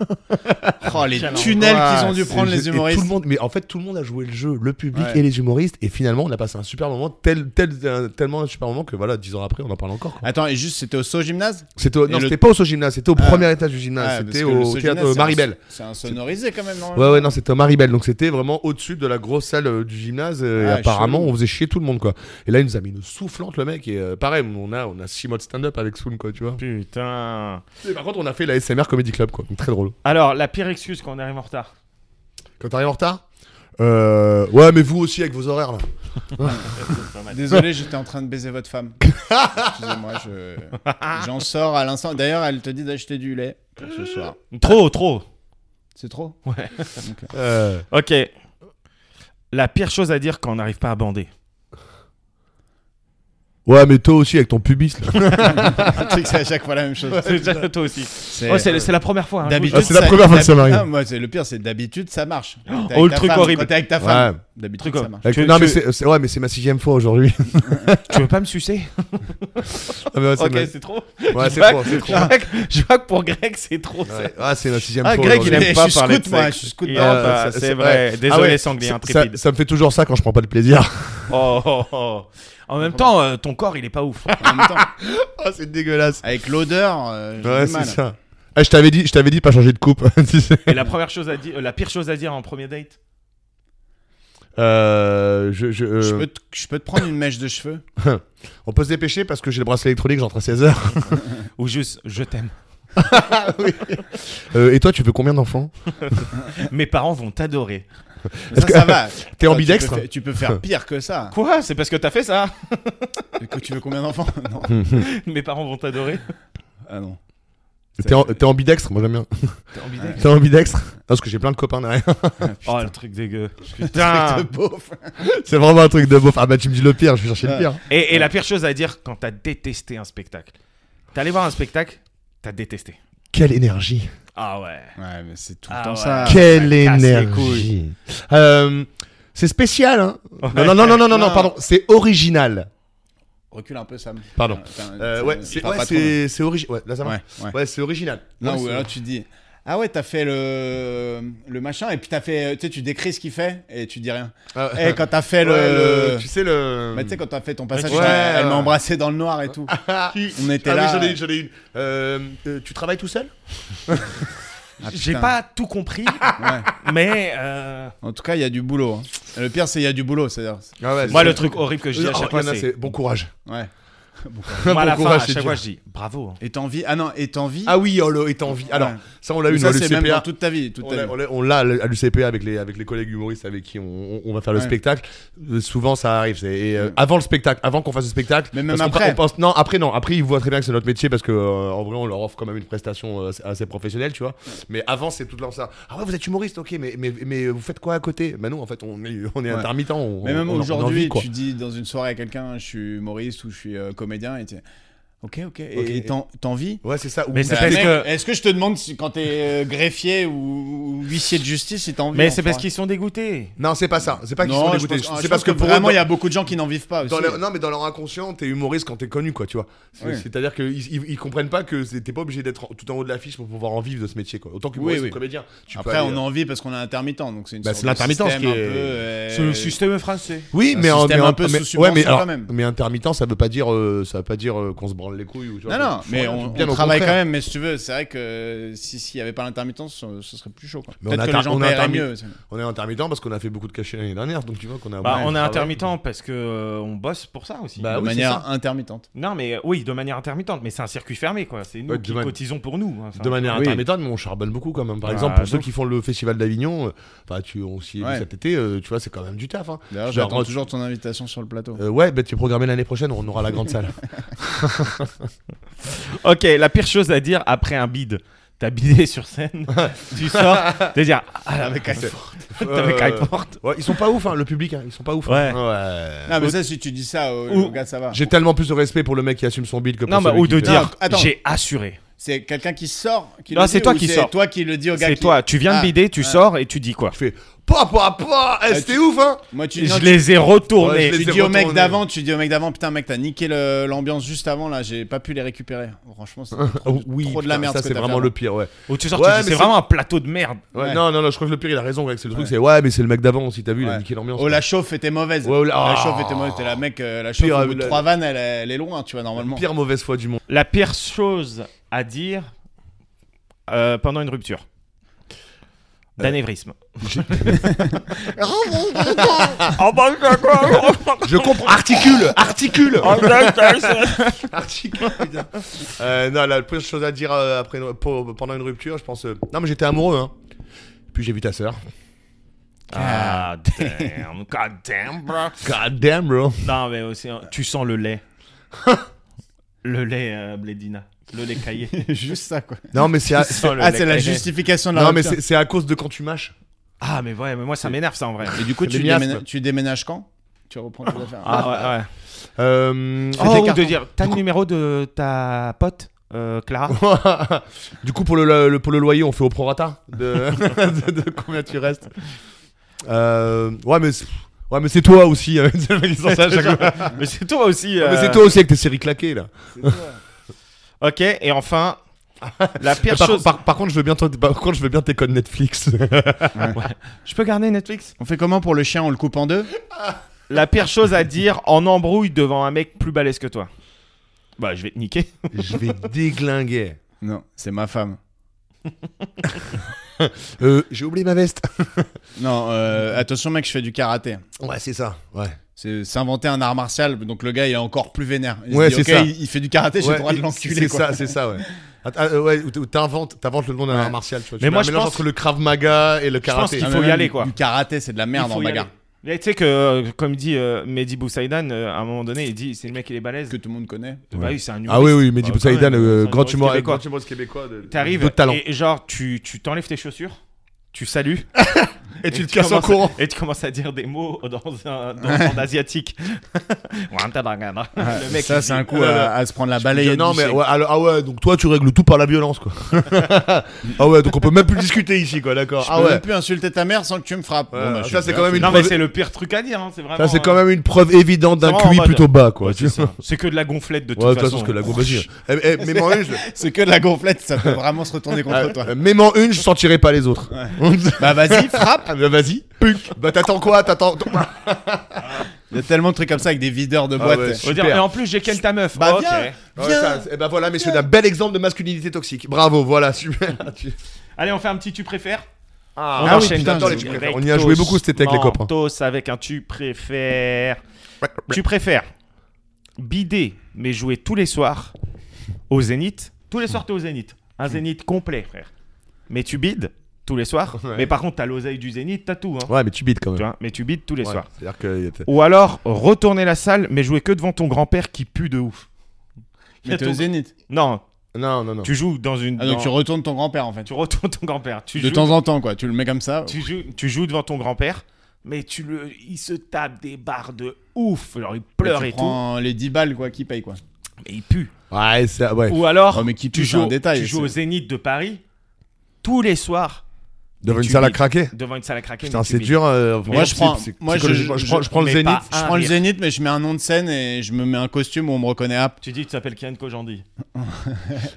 S4: oh les
S3: Quelle
S4: tunnels qu'ils ont dû
S5: C'est-
S4: prendre
S5: c'est-
S4: les
S5: et
S4: humoristes
S5: tout le monde, mais en fait, tout le monde a joué le jeu, le public
S4: Ouais.
S5: et les humoristes. Et finalement, on a passé un super moment, tel, tel, un- tellement un super moment que voilà, dix ans après, on en parle encore. quoi.
S4: attends et juste c'était au saut gymnase
S5: C'était au-
S4: Ah, et
S5: non,
S4: le-
S5: c'était pas au Soul gymnase, c'était au
S4: Ah.
S5: premier étage du gymnase, c'était au théâtre euh, Maribel.
S4: c'est insonorisé quand même normalement.
S5: Ouais, ouais, non, c'était au Maribel. Donc c'était vraiment au-dessus de la grosse salle euh, du gymnase. euh,
S4: Ah,
S5: et apparemment,
S4: chelou.
S5: on faisait chier tout le monde, quoi. Et là, il nous a mis une soufflante, le mec. Et euh, pareil, on a, on a six mois de stand-up avec Soon, quoi, tu vois.
S3: Putain.
S5: Et par contre, on a fait la SMR Comedy Club, quoi. Donc très drôle.
S3: Alors, la pire excuse quand on arrive en retard.
S5: Quand t'arrives en retard euh, Ouais, mais vous aussi avec vos horaires, là.
S4: Ah, Désolé, j'étais en train de baiser votre femme. Excusez-moi, je- j'en sors à l'instant. D'ailleurs, elle te dit d'acheter du lait pour ce soir.
S3: Trop, trop.
S4: C'est trop
S3: Ouais.
S5: Euh,
S3: Ok. La pire chose à dire quand on n'arrive pas à bander.
S5: Ouais, mais toi aussi avec ton pubis. là.
S4: Le truc, c'est à chaque fois la même chose.
S3: C'est- Toi aussi.
S4: C'est-
S3: Oh, c'est c'est la première fois. hein, je vous
S4: D'habitude,
S3: jure.
S5: Ah, c'est la
S4: ça-
S5: première fois que ça
S4: d'habi-
S5: m'arrive.
S4: Ah, moi, c'est le pire, c'est d'habitude ça marche. Quand t'es
S3: Oh,
S4: avec
S3: le
S4: ta
S3: truc
S4: femme,
S3: horrible.
S4: Quand t'es avec ta femme,
S5: Ouais.
S4: d'habitude
S3: Truc
S4: ça
S3: horrible.
S4: marche.
S5: Avec-
S3: Tu-
S5: non,
S3: tu-
S5: mais c'est c'est- ouais, mais c'est ma sixième fois aujourd'hui.
S3: Tu veux pas me sucer
S5: Ah, mais ouais, c'est
S3: Ok,
S5: ma-
S3: c'est trop.
S5: ouais,
S3: je,
S5: c'est
S3: vois
S5: trop,
S3: que-
S5: c'est
S3: je
S5: trop.
S3: vois que- je vois que pour Greg, c'est trop. ça.
S5: Ouais. Ah, c'est ma sixième
S4: Ah,
S5: fois.
S4: Greg, il
S5: aujourd'hui.
S4: aime pas parler de
S5: moi,
S4: sexe.
S5: je suis
S3: Il
S5: scout,
S3: aime
S5: euh,
S3: pas,
S5: ça-
S3: c'est
S5: ça-
S3: vrai. Ah
S5: ouais.
S3: Désolé,
S5: ouais,
S3: sanglier
S5: ça-
S3: intrépide.
S5: Ça, ça me fait toujours ça quand je prends pas de plaisir.
S3: Oh, oh, oh. En même temps, euh, ton corps, il est pas ouf.
S4: En même temps,
S5: Ah, c'est dégueulasse.
S4: avec l'odeur, euh, Oh, j'ai
S5: Ouais,
S4: du mal.
S5: c'est ça. Ah, je t'avais dit, je t'avais dit pas changer de coupe. Tu sais.
S3: Et la première chose à dire, euh, la pire chose à dire en premier date.
S5: Euh, je, je, euh,
S4: Je peux, te, je peux te prendre une mèche de cheveux.
S5: On peut se dépêcher parce que j'ai le bracelet électronique, j'entre à 16h.
S3: Ou juste, je t'aime.
S5: Euh, et toi, tu veux combien d'enfants
S3: Mes parents vont t'adorer.
S4: Ça,
S5: que-
S4: ça va.
S5: T'es
S4: Enfin,
S5: ambidextre
S4: tu peux, fa- tu peux faire pire que ça.
S3: Quoi C'est parce que t'as fait ça
S4: Écoute, tu veux combien d'enfants Non.
S3: Mes parents vont t'adorer.
S4: Ah non.
S5: T'es en- t'es ambidextre Moi j'aime bien.
S3: T'es ambidextre.
S5: T'es ambidextre Ah, Parce que j'ai plein de copains derrière.
S3: Oh, le truc dégueu. Putain.
S4: Beauf.
S5: C'est vraiment un truc de beauf. Ah bah tu me dis le pire, je vais chercher le
S4: Ouais.
S5: pire.
S3: Et, et la pire chose à dire quand t'as détesté un spectacle. T'es allé voir un spectacle, t'as détesté.
S5: Quelle énergie
S3: Ah ouais.
S4: Ouais, mais c'est tout le
S3: Ah
S4: temps
S3: ouais.
S4: ça.
S5: Quelle
S3: ça casse les
S5: énergie Euh, C'est spécial, hein
S3: Ouais.
S5: Non, non, non, non, non, non,
S4: Non.
S5: pardon, c'est original.
S4: Recule un peu, Sam.
S5: Pardon.
S4: Enfin,
S5: Euh,
S4: ça-
S5: ouais,
S4: tu
S5: c'est
S4: parles
S5: ouais,
S4: pas trop,
S3: hein.
S5: c'est- c'est origi- ouais, là, ça
S4: là.
S5: va.
S4: Ouais, ouais.
S5: Ouais, c'est original.
S4: Non,
S5: Ouais,
S4: ou
S5: c'est-
S4: alors tu dis Ah ouais, t'as fait le, le machin, et puis t'as fait. Tu sais, tu décris ce qu'il fait, et tu dis rien.
S5: Ah,
S3: Eh,
S4: Et quand t'as fait
S5: ouais,
S3: euh,
S4: le.
S5: Tu sais, le.
S4: Bah, tu sais, quand t'as fait ton passage,
S5: Ouais,
S4: tu dis, elle
S5: ouais.
S4: m'a embrassé dans le noir et tout.
S5: Ah,
S4: On était
S5: ah, mais
S4: là.
S5: J'en ai une, j'en ai une. Euh, euh, tu travailles tout seul
S4: Ah,
S3: J'ai
S4: putain.
S3: pas tout compris,
S4: Ouais.
S3: mais euh,
S4: En tout cas, il y a du boulot. hein. Et Le pire, c'est il y a du boulot, c'est-à-dire. c'est-
S5: Ah ouais,
S3: moi
S5: c'est-
S3: le truc horrible que je dis à
S5: Oh,
S3: chaque
S5: il y en
S3: fois
S5: a,
S3: c'est
S5: c'est bon courage.
S4: Ouais.
S3: moi à la
S5: Bon
S3: fin à
S5: courage, c'est
S3: chaque fois
S5: dur.
S3: je dis bravo. hein.
S4: Et t'envie. Ah non, et t'envie.
S5: Ah oui, oh, le, et t'as envie. Alors,
S4: Ouais.
S5: ça, on l'a
S4: Mais
S5: eu
S4: ça,
S5: dans le
S4: c'est même
S5: CPA.
S4: dans toute ta vie. Toute
S5: On
S4: ta
S5: l'a-
S4: vie.
S5: on l'a- on l'a à le- à l'UCPA avec les, avec les collègues humoristes avec qui on, on- on va faire le
S4: Ouais.
S5: spectacle. Euh, Souvent, ça arrive. c'est- et, euh,
S4: Ouais.
S5: Avant le spectacle, avant qu'on fasse le spectacle.
S4: Mais même
S5: parce qu'on
S4: après.
S5: pa- on pense- non, après, non. Après, ils voient très bien que c'est notre métier parce que euh, en vrai, on leur offre quand même une prestation euh, assez- assez professionnelle, tu vois. Mais avant, c'est tout le temps ça. Ah ouais, vous êtes humoriste, ok, mais, mais, mais vous faites quoi à côté Bah non, en fait, on est, on est
S4: Ouais.
S5: intermittent. on-
S4: Mais même
S5: on- on en- on en vit,
S4: aujourd'hui,
S5: quoi.
S4: tu dis dans une soirée à quelqu'un, je suis humoriste ou je suis euh, comédien, et tu Ok, ok. Et
S5: Ok.
S4: et t'en- t'envies
S5: Ouais, c'est ça. Ou-
S3: Mais c'est
S4: Bah,
S3: parce
S4: mec,
S3: que-
S4: Est-ce que je te demande si, quand t'es euh, greffier ou, ou huissier de justice si t'envies
S3: Mais c'est parce
S4: enfin.
S3: qu'ils sont dégoûtés.
S5: Non, c'est pas ça. C'est pas qu'ils
S4: Non,
S5: sont
S4: je
S5: dégoûtés.
S4: pense- je
S5: C'est
S4: pense
S5: parce que,
S4: que,
S5: pour eux,
S4: vraiment,
S5: dans-
S4: il y a beaucoup de gens qui n'en vivent pas aussi.
S5: Dans leur- non, mais dans leur inconscient, t'es humoriste quand t'es connu, quoi, tu vois. C'est-
S4: Oui.
S5: C'est-à-dire qu'ils ils, ils comprennent pas que c'est- t'es pas obligé d'être en- tout en haut de l'affiche pour pouvoir en vivre de ce métier, quoi. Autant qu'humoriste
S4: Oui, oui.
S5: ou comédien. Tu peux
S4: Après,
S5: aller,
S4: on
S5: euh,
S4: en vit parce qu'on est intermittent, donc c'est une
S5: Bah,
S4: sorte
S5: c'est
S4: de
S5: l'intermittence
S4: système
S5: qui
S4: un
S5: est-
S4: peu, euh,
S3: C'est le système français.
S5: euh, Oui,
S4: un
S5: mais en,
S4: système
S5: mais en-
S4: un peu
S5: mais,
S4: sous
S5: ouais, mais,
S4: subvention, quand même.
S5: mais intermittent, ça veut pas dire, euh, ça veut pas dire euh, qu'on se branle les couilles. Ou, tu vois,
S4: Non, non,
S5: c'est-
S4: mais
S5: bien
S4: on,
S5: au
S4: on
S5: contraire.
S4: travaille quand même. Mais si tu veux, c'est vrai que si- s'il n'y avait pas l'intermittence, ce, ce serait plus chaud. quoi.
S5: Mais on
S4: Peut-être que
S5: inter-
S4: les gens
S5: on
S4: paieraient
S5: intermi-
S4: mieux. c'est-
S5: On est intermittent parce qu'on a fait beaucoup de cachets l'année dernière, donc tu vois qu'on a.
S3: Bah,
S5: Ah Ouais,
S3: on est
S5: travaille.
S3: intermittent parce que euh, on bosse pour ça aussi.
S5: Bah
S4: de
S5: oui, c'est
S4: manière
S5: ça.
S4: intermittente.
S3: Non mais euh, oui de manière intermittente, mais c'est un circuit fermé quoi. C'est nous
S5: Ouais, de
S3: qui
S5: man-
S3: cotisons pour nous. hein, ça.
S5: De manière
S4: Oui. Bah,
S5: intermittente, mais on charbonne beaucoup quand même. Par
S3: Ah,
S5: exemple, pour
S3: donc.
S5: ceux qui font le festival d'Avignon, euh, bah, tu, on s'y est vu
S4: Ouais.
S5: cet été, euh, tu vois, c'est quand même du taf. hein.
S4: D'ailleurs,
S5: Je leur
S4: j'attends
S5: rends-
S4: toujours ton invitation sur le plateau.
S5: Euh, ouais, bah, tu es programmé l'année prochaine, on aura la grande salle.
S3: Ok la pire chose à dire après un bide. T'as bidé sur scène, tu sors, t'es dire ah la mec,
S5: C'est-
S3: t'avais
S5: Euh,
S3: craqué porte.
S5: Ouais, ils sont pas ouf, hein, le public, hein, ils sont pas ouf. hein. Ouais.
S4: Non, mais ça, si tu dis ça au,
S3: Ou-
S4: au gars, ça va.
S5: J'ai tellement plus de respect pour le mec qui assume son bide que pour
S3: Non, mais
S5: celui
S3: ou
S5: qui
S3: de
S5: fait- Ah,
S3: dire,
S4: Non, attends.
S3: j'ai assuré.
S4: C'est quelqu'un qui sort. Qui
S3: Non,
S4: le
S3: c'est
S4: dit,
S3: toi
S4: ou
S3: qui sors.
S4: C'est toi qui le dis au gars.
S3: C'est
S4: qui-
S3: toi, tu viens
S4: Ah,
S3: de bider, tu
S4: ouais.
S3: sors et tu dis quoi
S5: Je fais pa pa pa, eh,
S4: Ah,
S5: c'était ouf, hein.
S4: Moi, tu, non,
S3: Je
S4: tu-
S3: les ai retournés.
S5: Ouais, je les
S4: tu
S5: ai
S4: dis au mec
S5: retournés.
S4: d'avant, tu dis au mec d'avant, putain, mec, t'as niqué le- l'ambiance juste avant là. J'ai pas pu les récupérer. Franchement, c'est trop,
S5: Oh,
S4: du-
S5: oui,
S4: trop de
S5: putain,
S4: la merde.
S5: Ça
S4: ce que
S5: c'est
S4: t'as
S5: vraiment
S4: fait
S5: le
S4: avant.
S5: pire, ouais.
S3: Ou tu sors,
S5: Ouais,
S3: tu dis,
S5: mais
S3: c'est
S5: c'est-
S3: vraiment un plateau de merde.
S5: Ouais,
S4: Ouais.
S5: Non, non, non, je crois que le pire, il a raison, Greg. C'est le truc,
S4: Ouais.
S5: c'est ouais, mais c'est le mec d'avant aussi, t'as vu, il
S4: Ouais.
S5: a niqué l'ambiance.
S4: Oh,
S5: quoi.
S4: la chauffe était mauvaise.
S5: Ouais, oh là-
S4: La
S5: ah.
S4: chauffe était mauvaise. T'es la mec, euh, la chauffe,
S5: Pire,
S4: au bout de
S5: la-
S4: trois vannes, elle, elle est loin, tu vois, normalement.
S5: pire mauvaise foi du monde.
S3: La pire chose à dire euh, pendant une rupture. D'anévrisme. Ah bah,
S5: Je comprends. Articule, articule, articule. putain. Euh, non, la première chose à dire euh, après pour- pendant une rupture, je pense. euh, Non, mais j'étais amoureux, hein. Puis j'ai vu ta sœur.
S3: Ah, damn, god damn, bro.
S5: God damn, bro.
S3: Non, mais aussi, hein, tu sens le lait. le lait, euh, Blédina. Le lait caillé.
S4: Juste ça, quoi.
S5: Non, mais c'est. à-
S3: Tu sens le
S4: Ah,
S3: lait
S4: c'est la
S3: caillé.
S4: justification de la
S5: Non, mais
S4: rupture.
S5: c'est c'est à cause de quand tu mâches.
S3: Ah, mais ouais, mais moi ça m'énerve ça en vrai.
S4: Et du coup,
S5: C'est
S4: tu
S5: des miasmes.
S4: déménages, tu déménages quand tu reprends tes affaires.
S3: Ah, ouais, ouais.
S5: Euh,
S3: Oh,
S4: des
S3: ou de
S4: cartons.
S3: dire, t'as le numéro de ta pote, euh, Clara
S5: Oh. du coup, pour le, le- pour le loyer, on fait au prorata de, de- de combien tu restes. Euh, ouais, mais c'est- ouais, mais c'est toi aussi. euh, c'est le mec qui sort ça à chaque fois.
S3: Mais c'est toi aussi.
S5: Ouais, mais
S3: euh.
S5: c'est toi aussi avec tes séries claquées là.
S3: Ok, et enfin, la
S5: Mais
S3: pire
S5: Par,
S3: chose.
S5: par- par contre, je veux bien, ton- par contre, je veux bien tes codes Netflix.
S3: Je peux garder Netflix
S4: On fait comment pour le chien On le coupe en deux
S3: La pire chose à dire en embrouille devant un mec plus balèze que toi. Bah, je vais te niquer.
S5: je vais déglinguer.
S4: Non, c'est ma femme.
S5: Euh, J'ai oublié ma veste.
S4: Non, euh, attention mec, je fais du karaté.
S5: Ouais, c'est ça. Ouais.
S4: C'est s'inventer un art martial, donc le gars il est encore plus vénère. Il se
S5: Ouais,
S4: dit,
S5: c'est
S4: Ok,
S5: ça.
S4: Il, il fait du karaté, j'ai
S5: Ouais,
S4: le droit de
S5: c'est-
S4: l'enculer.
S5: C'est
S4: quoi.
S5: ça, c'est ça, ouais. Attends, euh, ouais, ou t- ou t'inventes, t'inventes le nom d'un
S4: Ouais.
S5: art martial, tu vois. Tu
S3: Mais
S5: fais
S3: moi,
S5: un
S3: je
S5: mélange
S3: pense-
S5: entre le Krav Maga et le
S3: pense
S5: karaté.
S3: qu'il
S4: Ah,
S3: faut
S4: mais
S3: y
S4: même
S3: aller,
S4: du-
S3: quoi.
S4: Du karaté, c'est de la merde
S3: Il faut
S4: en
S3: y
S4: bagarre.
S3: aller. Mais tu sais que, euh, comme dit euh, Mehdi Boussaïdan, euh, à un moment donné, il dit c'est le mec, il est balèze.
S4: Que tout le monde connaît.
S3: Bah oui, c'est un humoriste.
S5: Ah oui, oui, Mehdi
S3: Bah, quand
S5: Boussaïdan,
S3: même,
S5: euh,
S3: c'est un
S5: grand
S3: humoriste
S5: humoriste
S3: québécois.
S5: grand humoriste québécois. de-
S3: T'arrives
S5: de talent.
S3: et, et genre, tu tu t'enlèves tes chaussures, tu salues
S5: Et tu le
S3: tu
S5: casses en
S3: commences-
S5: courant.
S3: et tu commences à dire des mots dans un dans un monde asiatique. le mec,
S4: ça,
S3: il
S4: c'est
S3: dit-
S4: un coup à, à se prendre la
S5: Je dis,
S4: balayette.
S5: non,
S4: du
S5: mais
S4: siècle.
S5: ouais, alors- ah ouais, donc toi tu règles tout par la violence quoi. ah ouais, donc on peut même plus discuter ici quoi, d'accord.
S4: Je
S5: Ah
S4: peux
S5: ouais.
S4: même plus insulter ta mère sans que tu me frappes.
S5: Ouais,
S4: Bon, bah, je
S5: ça,
S4: suis
S5: c'est
S4: bien
S5: quand même
S4: fait.
S5: une
S3: Non, mais
S5: preuve-
S3: c'est le pire truc à dire, hein, c'est vraiment.
S5: Ça c'est
S3: euh,
S5: quand même une preuve évidente d'un
S3: c'est vraiment en
S5: QI
S3: mode-
S5: plutôt bas quoi.
S3: Ouais,
S5: tu
S3: c'est
S5: vois.
S3: ça. C'est que de la gonflette de toute
S5: Ouais, de toute
S3: façon.
S5: façon, ce que la gomme vas-y. Eh, eh, même en une, je-
S4: C'est que de la gonflette, ça peut vraiment se retourner contre toi.
S5: euh, même en une, je sortirai pas les autres.
S4: Bah vas-y, frappe.
S5: Ah, bah, vas-y, punk. Bah t'attends quoi T'attends.
S4: Il y a tellement de trucs comme ça avec des videurs de
S5: Ah
S4: boîtes.
S5: ouais.
S3: Je veux dire,
S5: Super.
S3: et en plus, j'ai ken ta meuf.
S5: Ah,
S4: Bah,
S3: Ok.
S4: viens.
S5: Ouais, ça, c'est- eh ben voilà, messieurs, d'un bel exemple de masculinité toxique. Bravo, voilà, super. Tu-
S3: Allez, on fait un petit tu préfères.
S5: Ah,
S3: on
S5: ah oui,
S3: enchaîne.
S5: putain,
S4: putain,
S5: attends, les
S4: je-
S5: tu préfères. On y a joué beaucoup cet été avec les copains.
S3: Mentos avec un tu préfères. Tu préfères bider, mais jouer tous les soirs au Zénith. Tous les soirs, t'es au Zénith. Un
S4: Hmm.
S3: Zénith complet, frère. Mais tu bides tous les soirs.
S5: Ouais.
S3: Mais par contre, t'as l'oseille du Zénith, t'as tout. hein.
S5: Ouais, mais tu bides quand
S3: Tu
S5: même.
S3: vois, mais tu bides tous les
S5: Ouais,
S3: soirs.
S5: C'est-à-dire que.
S3: Ou alors, retourner la salle, mais jouer que devant ton grand-père qui pue de ouf.
S4: Mais t'es au zénith.
S3: Non,
S5: Non, non, non.
S3: tu joues dans une.
S4: Ah, donc
S3: dans-
S4: tu retournes ton grand-père en fait.
S3: tu retournes ton grand-père. Tu
S4: de
S3: joues
S4: temps en temps, quoi. Tu le mets comme ça.
S3: tu joues, tu joues devant ton grand-père, mais tu le, il se tape des barres de ouf. Alors il pleure
S4: tu
S3: et
S4: prends les 10 balles, quoi, qui paye, quoi.
S3: tout, mais il pue.
S5: Ouais, c'est. Ouais.
S3: Ou alors,
S4: Oh, mais qui
S3: tu
S4: pue, c'est
S3: joues,
S4: un détail.
S3: tu joues
S4: c'est-
S3: au Zénith de Paris tous les soirs
S5: Devant
S3: Mais
S5: une
S3: tu
S5: salle à
S3: bides.
S5: craquer.
S3: devant une salle à craquer.
S5: Putain,
S3: mais tu
S5: c'est
S3: bides.
S5: dur. euh,
S4: Moi, je prends-
S5: psy-
S4: moi, je-
S5: psychologiquement,
S4: je-
S5: prends, je prends le
S3: mais
S5: Zénith.
S3: pas
S4: Je
S3: un
S4: prends le
S3: rire.
S4: zénith, mais je mets un nom de scène et je me mets un costume où on me reconnaît. Hop.
S3: Tu dis, tu t'appelles Kian Kojandi.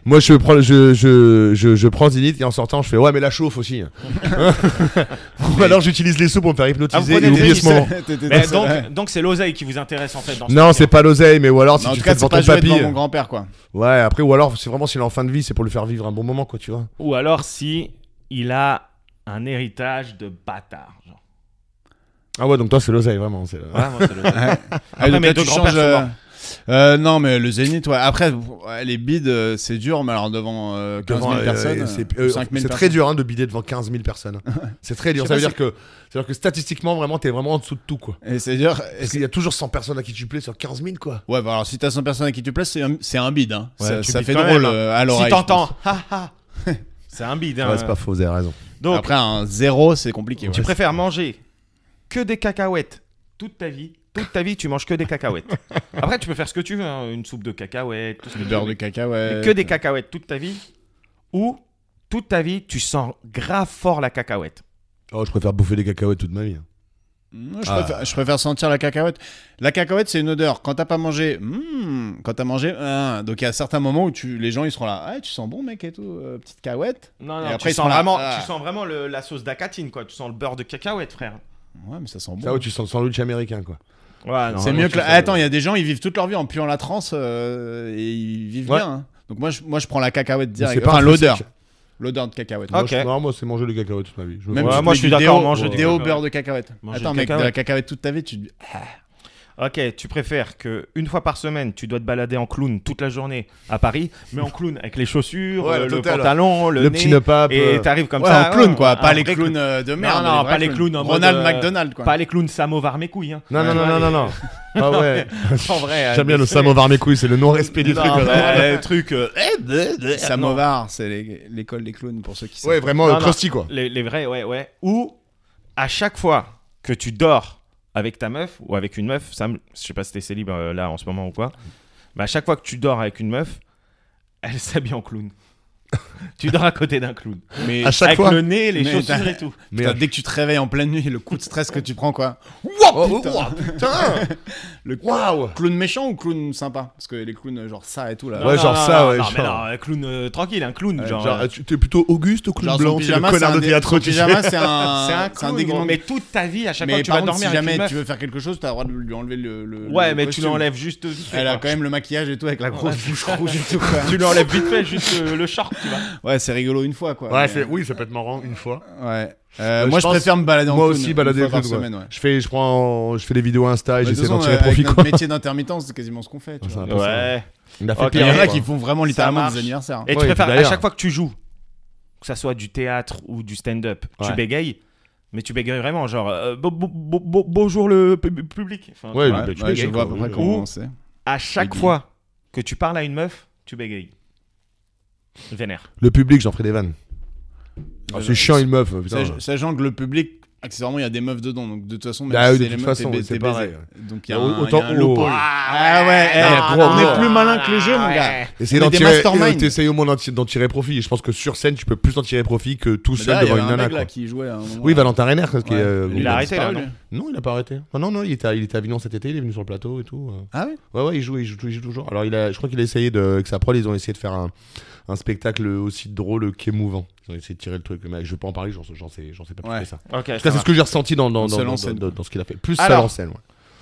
S5: Moi, je prends, le- je, je, je, je prends Zénith et en sortant, je fais ouais, mais la chauffe aussi. Ou alors, j'utilise les sous pour me faire
S3: Ah, vous
S5: hypnotiser
S3: prenez
S5: et
S3: des
S5: oublier ce moment.
S4: T'étais dans
S3: Mais
S4: ce- ouais.
S3: donc, donc c'est l'oseille qui vous intéresse en fait. Dans ce
S5: Non,
S3: délire.
S5: c'est pas l'oseille, mais ou alors
S4: Mais
S5: si
S4: en
S5: tu
S4: tout cas,
S5: fais
S4: c'est
S5: devant
S4: pas
S5: ton
S4: jouer
S5: papy.
S4: devant mon grand-père, quoi.
S5: Ouais, après, ou alors, c'est vraiment s'il est en fin de vie, c'est pour lui faire vivre un bon moment, quoi, tu vois.
S3: Ou alors si il a un héritage de bâtard. genre.
S5: Ah ouais, donc toi, c'est l'oseille, vraiment. c'est- euh,
S3: Voilà, moi, c'est le-
S4: Ah, donc
S3: mes
S4: là,
S3: deux
S4: tu
S3: grands-pères
S4: changes,
S3: sont
S4: euh,
S3: morts.
S4: euh, non, mais le zénith, ouais. Après, ouais, les bides, euh, c'est dur, mais alors devant euh, 15 000
S5: Devant, euh,
S4: personnes,
S5: euh,
S4: euh,
S5: c'est euh,
S4: 5 000
S5: c'est
S4: personnes.
S5: très dur hein, de bider devant 15 000 personnes. c'est très dur.
S4: Je
S5: Ça
S4: sais
S5: veut
S4: pas
S5: dire que, ça veut dire que statistiquement, vraiment, t'es vraiment en dessous de tout, quoi.
S4: Et c'est dur. et
S5: Parce
S4: c'est-
S5: qu'il y a toujours 100 personnes à qui tu plais sur 15 000, quoi.
S4: Ouais, bah alors si t'as 100 personnes à qui tu places, c'est un, c'est un bide. Hein.
S3: Ouais,
S4: ça
S3: tu
S4: ça
S3: bides
S4: fait
S3: quand
S4: drôle
S3: même, hein.
S4: euh, à l'oreille. je
S3: Si t'entends,
S4: pense.
S3: ha, ha. c'est un bide. hein.
S5: Ouais, c'est pas faux, vous avez raison.
S3: Donc
S4: Après, un zéro, c'est compliqué.
S3: Tu
S4: ouais.
S3: préfères manger que des cacahuètes toute ta vie. Toute ta vie, tu manges que des cacahuètes. Après, tu peux faire ce que tu veux, hein, une soupe de cacahuètes, tout ce que
S4: Le
S3: tu
S4: beurre
S3: veux,
S4: de
S3: mais
S4: cacahuète.
S3: que des cacahuètes toute ta vie. Ou toute ta vie, tu sens grave fort la cacahuète.
S5: Oh, je préfère bouffer des cacahuètes toute ma vie.
S4: Moi, Je,
S5: Ah.
S4: préfère, je préfère sentir la cacahuète. La cacahuète, c'est une odeur. Quand t'as pas mangé, hmm, quand t'as mangé, hein. donc il y a certains moments où tu, les gens ils seront là, ah, tu sens bon mec et tout, euh, petite cacahuète.
S3: Non,
S4: Et
S3: non,
S4: après,
S3: tu,
S4: ils
S3: sens
S4: sont là,
S3: vraiment,
S4: ah.
S3: tu sens vraiment le- la sauce d'acatine, quoi. Tu sens le beurre de cacahuète, frère.
S4: Ouais, mais ça sent
S5: Ça,
S4: bon.
S5: ouais, tu sens le sandwich américain, quoi.
S3: Ouais, non,
S4: c'est
S3: vraiment,
S4: mieux
S3: tu
S4: que. la-
S3: sens-
S4: Ah, attends, il y a des gens ils vivent toute leur vie en puant la transe euh, et ils vivent
S5: Ouais.
S4: bien. hein. Donc moi je, moi je prends la cacahuète
S5: c'est
S4: direct.
S5: pas
S4: Enfin
S5: un
S4: l'odeur,
S5: truc.
S4: l'odeur de cacahuète.
S3: Ah,
S5: Moi,
S3: Ok.
S5: je- non, moi, c'est manger des cacahuètes toute ma vie. Je veux
S4: Même
S3: Ouais,
S4: si
S5: pas-
S4: tu
S3: moi,
S4: mets
S3: je suis
S4: du
S3: d'accord,
S4: déo-
S3: manger
S4: déo
S3: des cacahuètes.
S4: beurre de cacahuète.
S3: Manger
S4: Attends
S3: des
S4: mec, de la
S3: cacahuètes.
S4: cacahuète toute ta vie, tu te dis,
S3: Ok, tu préfères que une fois par semaine, tu dois te balader en clown toute la journée à Paris, mais en clown avec les chaussures,
S5: Ouais,
S3: euh,
S5: le
S3: le,
S5: total.
S3: pantalon, le,
S5: le
S3: nez,
S5: petit nopap.
S3: Et
S5: euh,
S3: t'arrives comme
S4: ouais,
S3: ça.
S4: en clown
S3: ouais,
S4: quoi,
S3: un-
S4: pas
S3: un
S4: les
S3: vrai
S4: clowns euh, de merde.
S3: non,
S4: les
S3: pas
S4: vrais
S3: les clowns en mode,
S4: Ronald
S3: euh,
S4: McDonald quoi.
S3: Pas les clowns samovar mes couilles. Hein.
S5: Non, non, non, non, non, non. Ah ouais.
S3: En vrai. euh,
S5: J'aime bien le samovar mes couilles, c'est le non-respect du truc.
S3: Non,
S5: quoi.
S3: mais, euh, truc. euh,
S4: eh, Samovar, c'est les- l'école des clowns pour ceux qui savent.
S5: Ouais, vraiment,
S3: Non,
S5: euh,
S3: non.
S5: crusty, quoi.
S3: les, les vrais, ouais, ouais. Ou à chaque fois que tu dors avec ta meuf ou avec une meuf, Sam, je sais pas si t'es célib euh, là en ce moment ou quoi, mais à chaque fois que tu dors avec une meuf, elle s'habille en clown. tu dors à côté d'un clown.
S4: Mais,
S5: À chaque
S3: avec
S5: fois.
S3: le nez, les
S4: Mais
S3: chaussures
S4: t'as-
S3: et tout.
S5: Mais,
S4: putain, dès que tu te réveilles en pleine nuit, le coup de stress que tu prends, quoi.
S5: Wow, putain.
S4: Le
S5: Waouh
S4: clown méchant ou clown sympa Parce que les clowns, euh, genre ça et tout, là.
S5: Ouais, genre ça, ouais,
S3: Non,
S5: genre.
S3: mais non, un clown euh, tranquille, un clown. genre,
S5: Genre,
S3: euh,
S5: ah, tu- t'es plutôt Auguste ou Claude
S4: Genre,
S5: Blanc,
S4: son
S5: c'est le
S4: pyjama, c'est
S5: connard
S4: un
S5: de
S4: dé-
S5: théâtre
S4: son
S5: tu sais.
S4: pyjama, c'est un,
S3: c'est un
S4: c'est
S3: clown,
S4: déguisement.
S3: gros, mais toute ta vie, à chaque
S4: Mais
S3: fois que tu
S4: par
S3: vas
S4: contre,
S3: dormir
S4: si
S3: avec
S4: jamais
S3: une meuf.
S4: tu veux faire quelque chose, t'as le droit de lui enlever le. le-
S3: Ouais,
S4: le
S3: mais
S4: costume.
S3: tu l'enlèves juste vite fait,
S4: Elle a
S3: quoi.
S4: quand même le maquillage et tout, avec la grosse bouche rouge et tout, quoi.
S3: Tu l'enlèves vite fait, juste euh, le short, tu vois.
S4: Ouais, c'est rigolo une fois, quoi.
S5: Ouais,
S4: mais-
S5: c'est- oui, ça peut être marrant une fois.
S4: Ouais. Euh,
S5: Ouais,
S4: moi,
S5: je
S4: je
S5: pense-
S4: préfère me balader en
S5: Moi
S4: clown
S5: aussi,
S4: une
S5: balader
S4: fois
S5: le
S4: par
S5: clown, ouais.
S4: semaine, ouais.
S5: Je fais, je prends, je fais des vidéos Insta et
S4: Bah, de
S5: j'essaie
S4: toute
S5: d'en
S4: façon,
S5: tirer
S4: avec
S5: profit,
S4: notre
S5: quoi.
S4: métier d'intermittent, c'est quasiment ce qu'on fait. tu
S5: Ouais, c'est
S4: vois.
S5: un peu ça.
S3: Ouais.
S5: Il a fait
S3: Ok,
S4: Il y en
S5: pire,
S4: a
S5: quoi.
S4: qui font vraiment littéralement
S3: marche.
S4: des anniversaires.
S3: Et
S5: Ouais,
S3: tu
S5: et
S3: préfères,
S5: puis
S3: à
S5: d'ailleurs-
S3: chaque fois que tu joues, que ça soit du théâtre ou du stand-up, tu
S5: Ouais.
S3: bégayes, mais tu bégayes vraiment, genre euh, bo- bo- bo- bo- bonjour le pub- public. Enfin,
S5: Ouais,
S3: tu
S5: bah,
S3: vois,
S5: tu
S4: Ouais,
S5: fais
S4: je
S5: gay,
S4: vois à
S5: quoi,
S4: peu
S5: oui,
S4: près
S5: oui.
S4: comment c'est.
S3: à chaque
S4: Bégayes.
S3: fois que tu parles à une meuf, tu bégayes. Vénère.
S5: Le public, j'en ferai des vannes. Ah, c'est chiant une meuf, putain.
S4: Sach- Sachant que le public, accessoirement, il y a des meufs dedans, donc de toute façon, même
S5: Ah
S4: si
S5: oui, de
S4: c'est les
S5: toute
S4: meufs, t'es
S5: façon,
S4: ba-
S5: c'est
S4: t'es
S5: pareil.
S4: baisé. Donc il y a
S5: Au-
S4: un,
S5: autant-
S4: il y a un
S5: oh.
S4: loophole. Ah ouais, eh,
S5: gros,
S4: on
S5: gros.
S4: est plus malin que le jeu,
S3: Ah
S4: mon gars.
S5: Essayer
S4: On
S5: d'en
S4: est des
S5: tirer,
S4: masterminds.
S5: euh, t'essayes au moins d'en ti- d'en tirer profit. Et je pense que sur scène, tu peux plus en tirer profit que tout
S4: Mais
S5: seul
S4: d'ailleurs, Il y
S5: devant
S4: avait
S5: une
S4: un
S5: nana.
S4: mec
S5: quoi.
S4: là qui jouait à un moment.
S5: Oui, Valentin Renner, parce qu'il
S4: Ouais.
S5: est, euh,
S3: Il a
S5: bon,
S3: arrêté
S4: Ah,
S3: là,
S4: lui.
S3: non
S5: Non, il a pas arrêté. Non, non, non, il était, à, il était à Avignon cet été, il est venu sur le plateau et tout. euh.
S4: Ah ouais
S5: Ouais, ouais, il joue, il joue, il joue toujours. Alors, il a, je crois qu'il a essayé de. Que sa prod, ils ont essayé de faire un, un spectacle aussi drôle qu'émouvant. Ils ont essayé de tirer le truc. Mais je veux pas en parler, j'en j'en sais, j'en sais pas plus
S4: Ouais.
S5: que ça.
S3: Ok,
S5: En tout cas, c'est ce que j'ai ressenti dans, dans,
S4: Une
S5: dans,
S4: seule
S5: dans-
S4: en scène.
S5: dans- dans ce qu'il a fait. Plus
S3: Alors.
S5: seul en scène, ouais.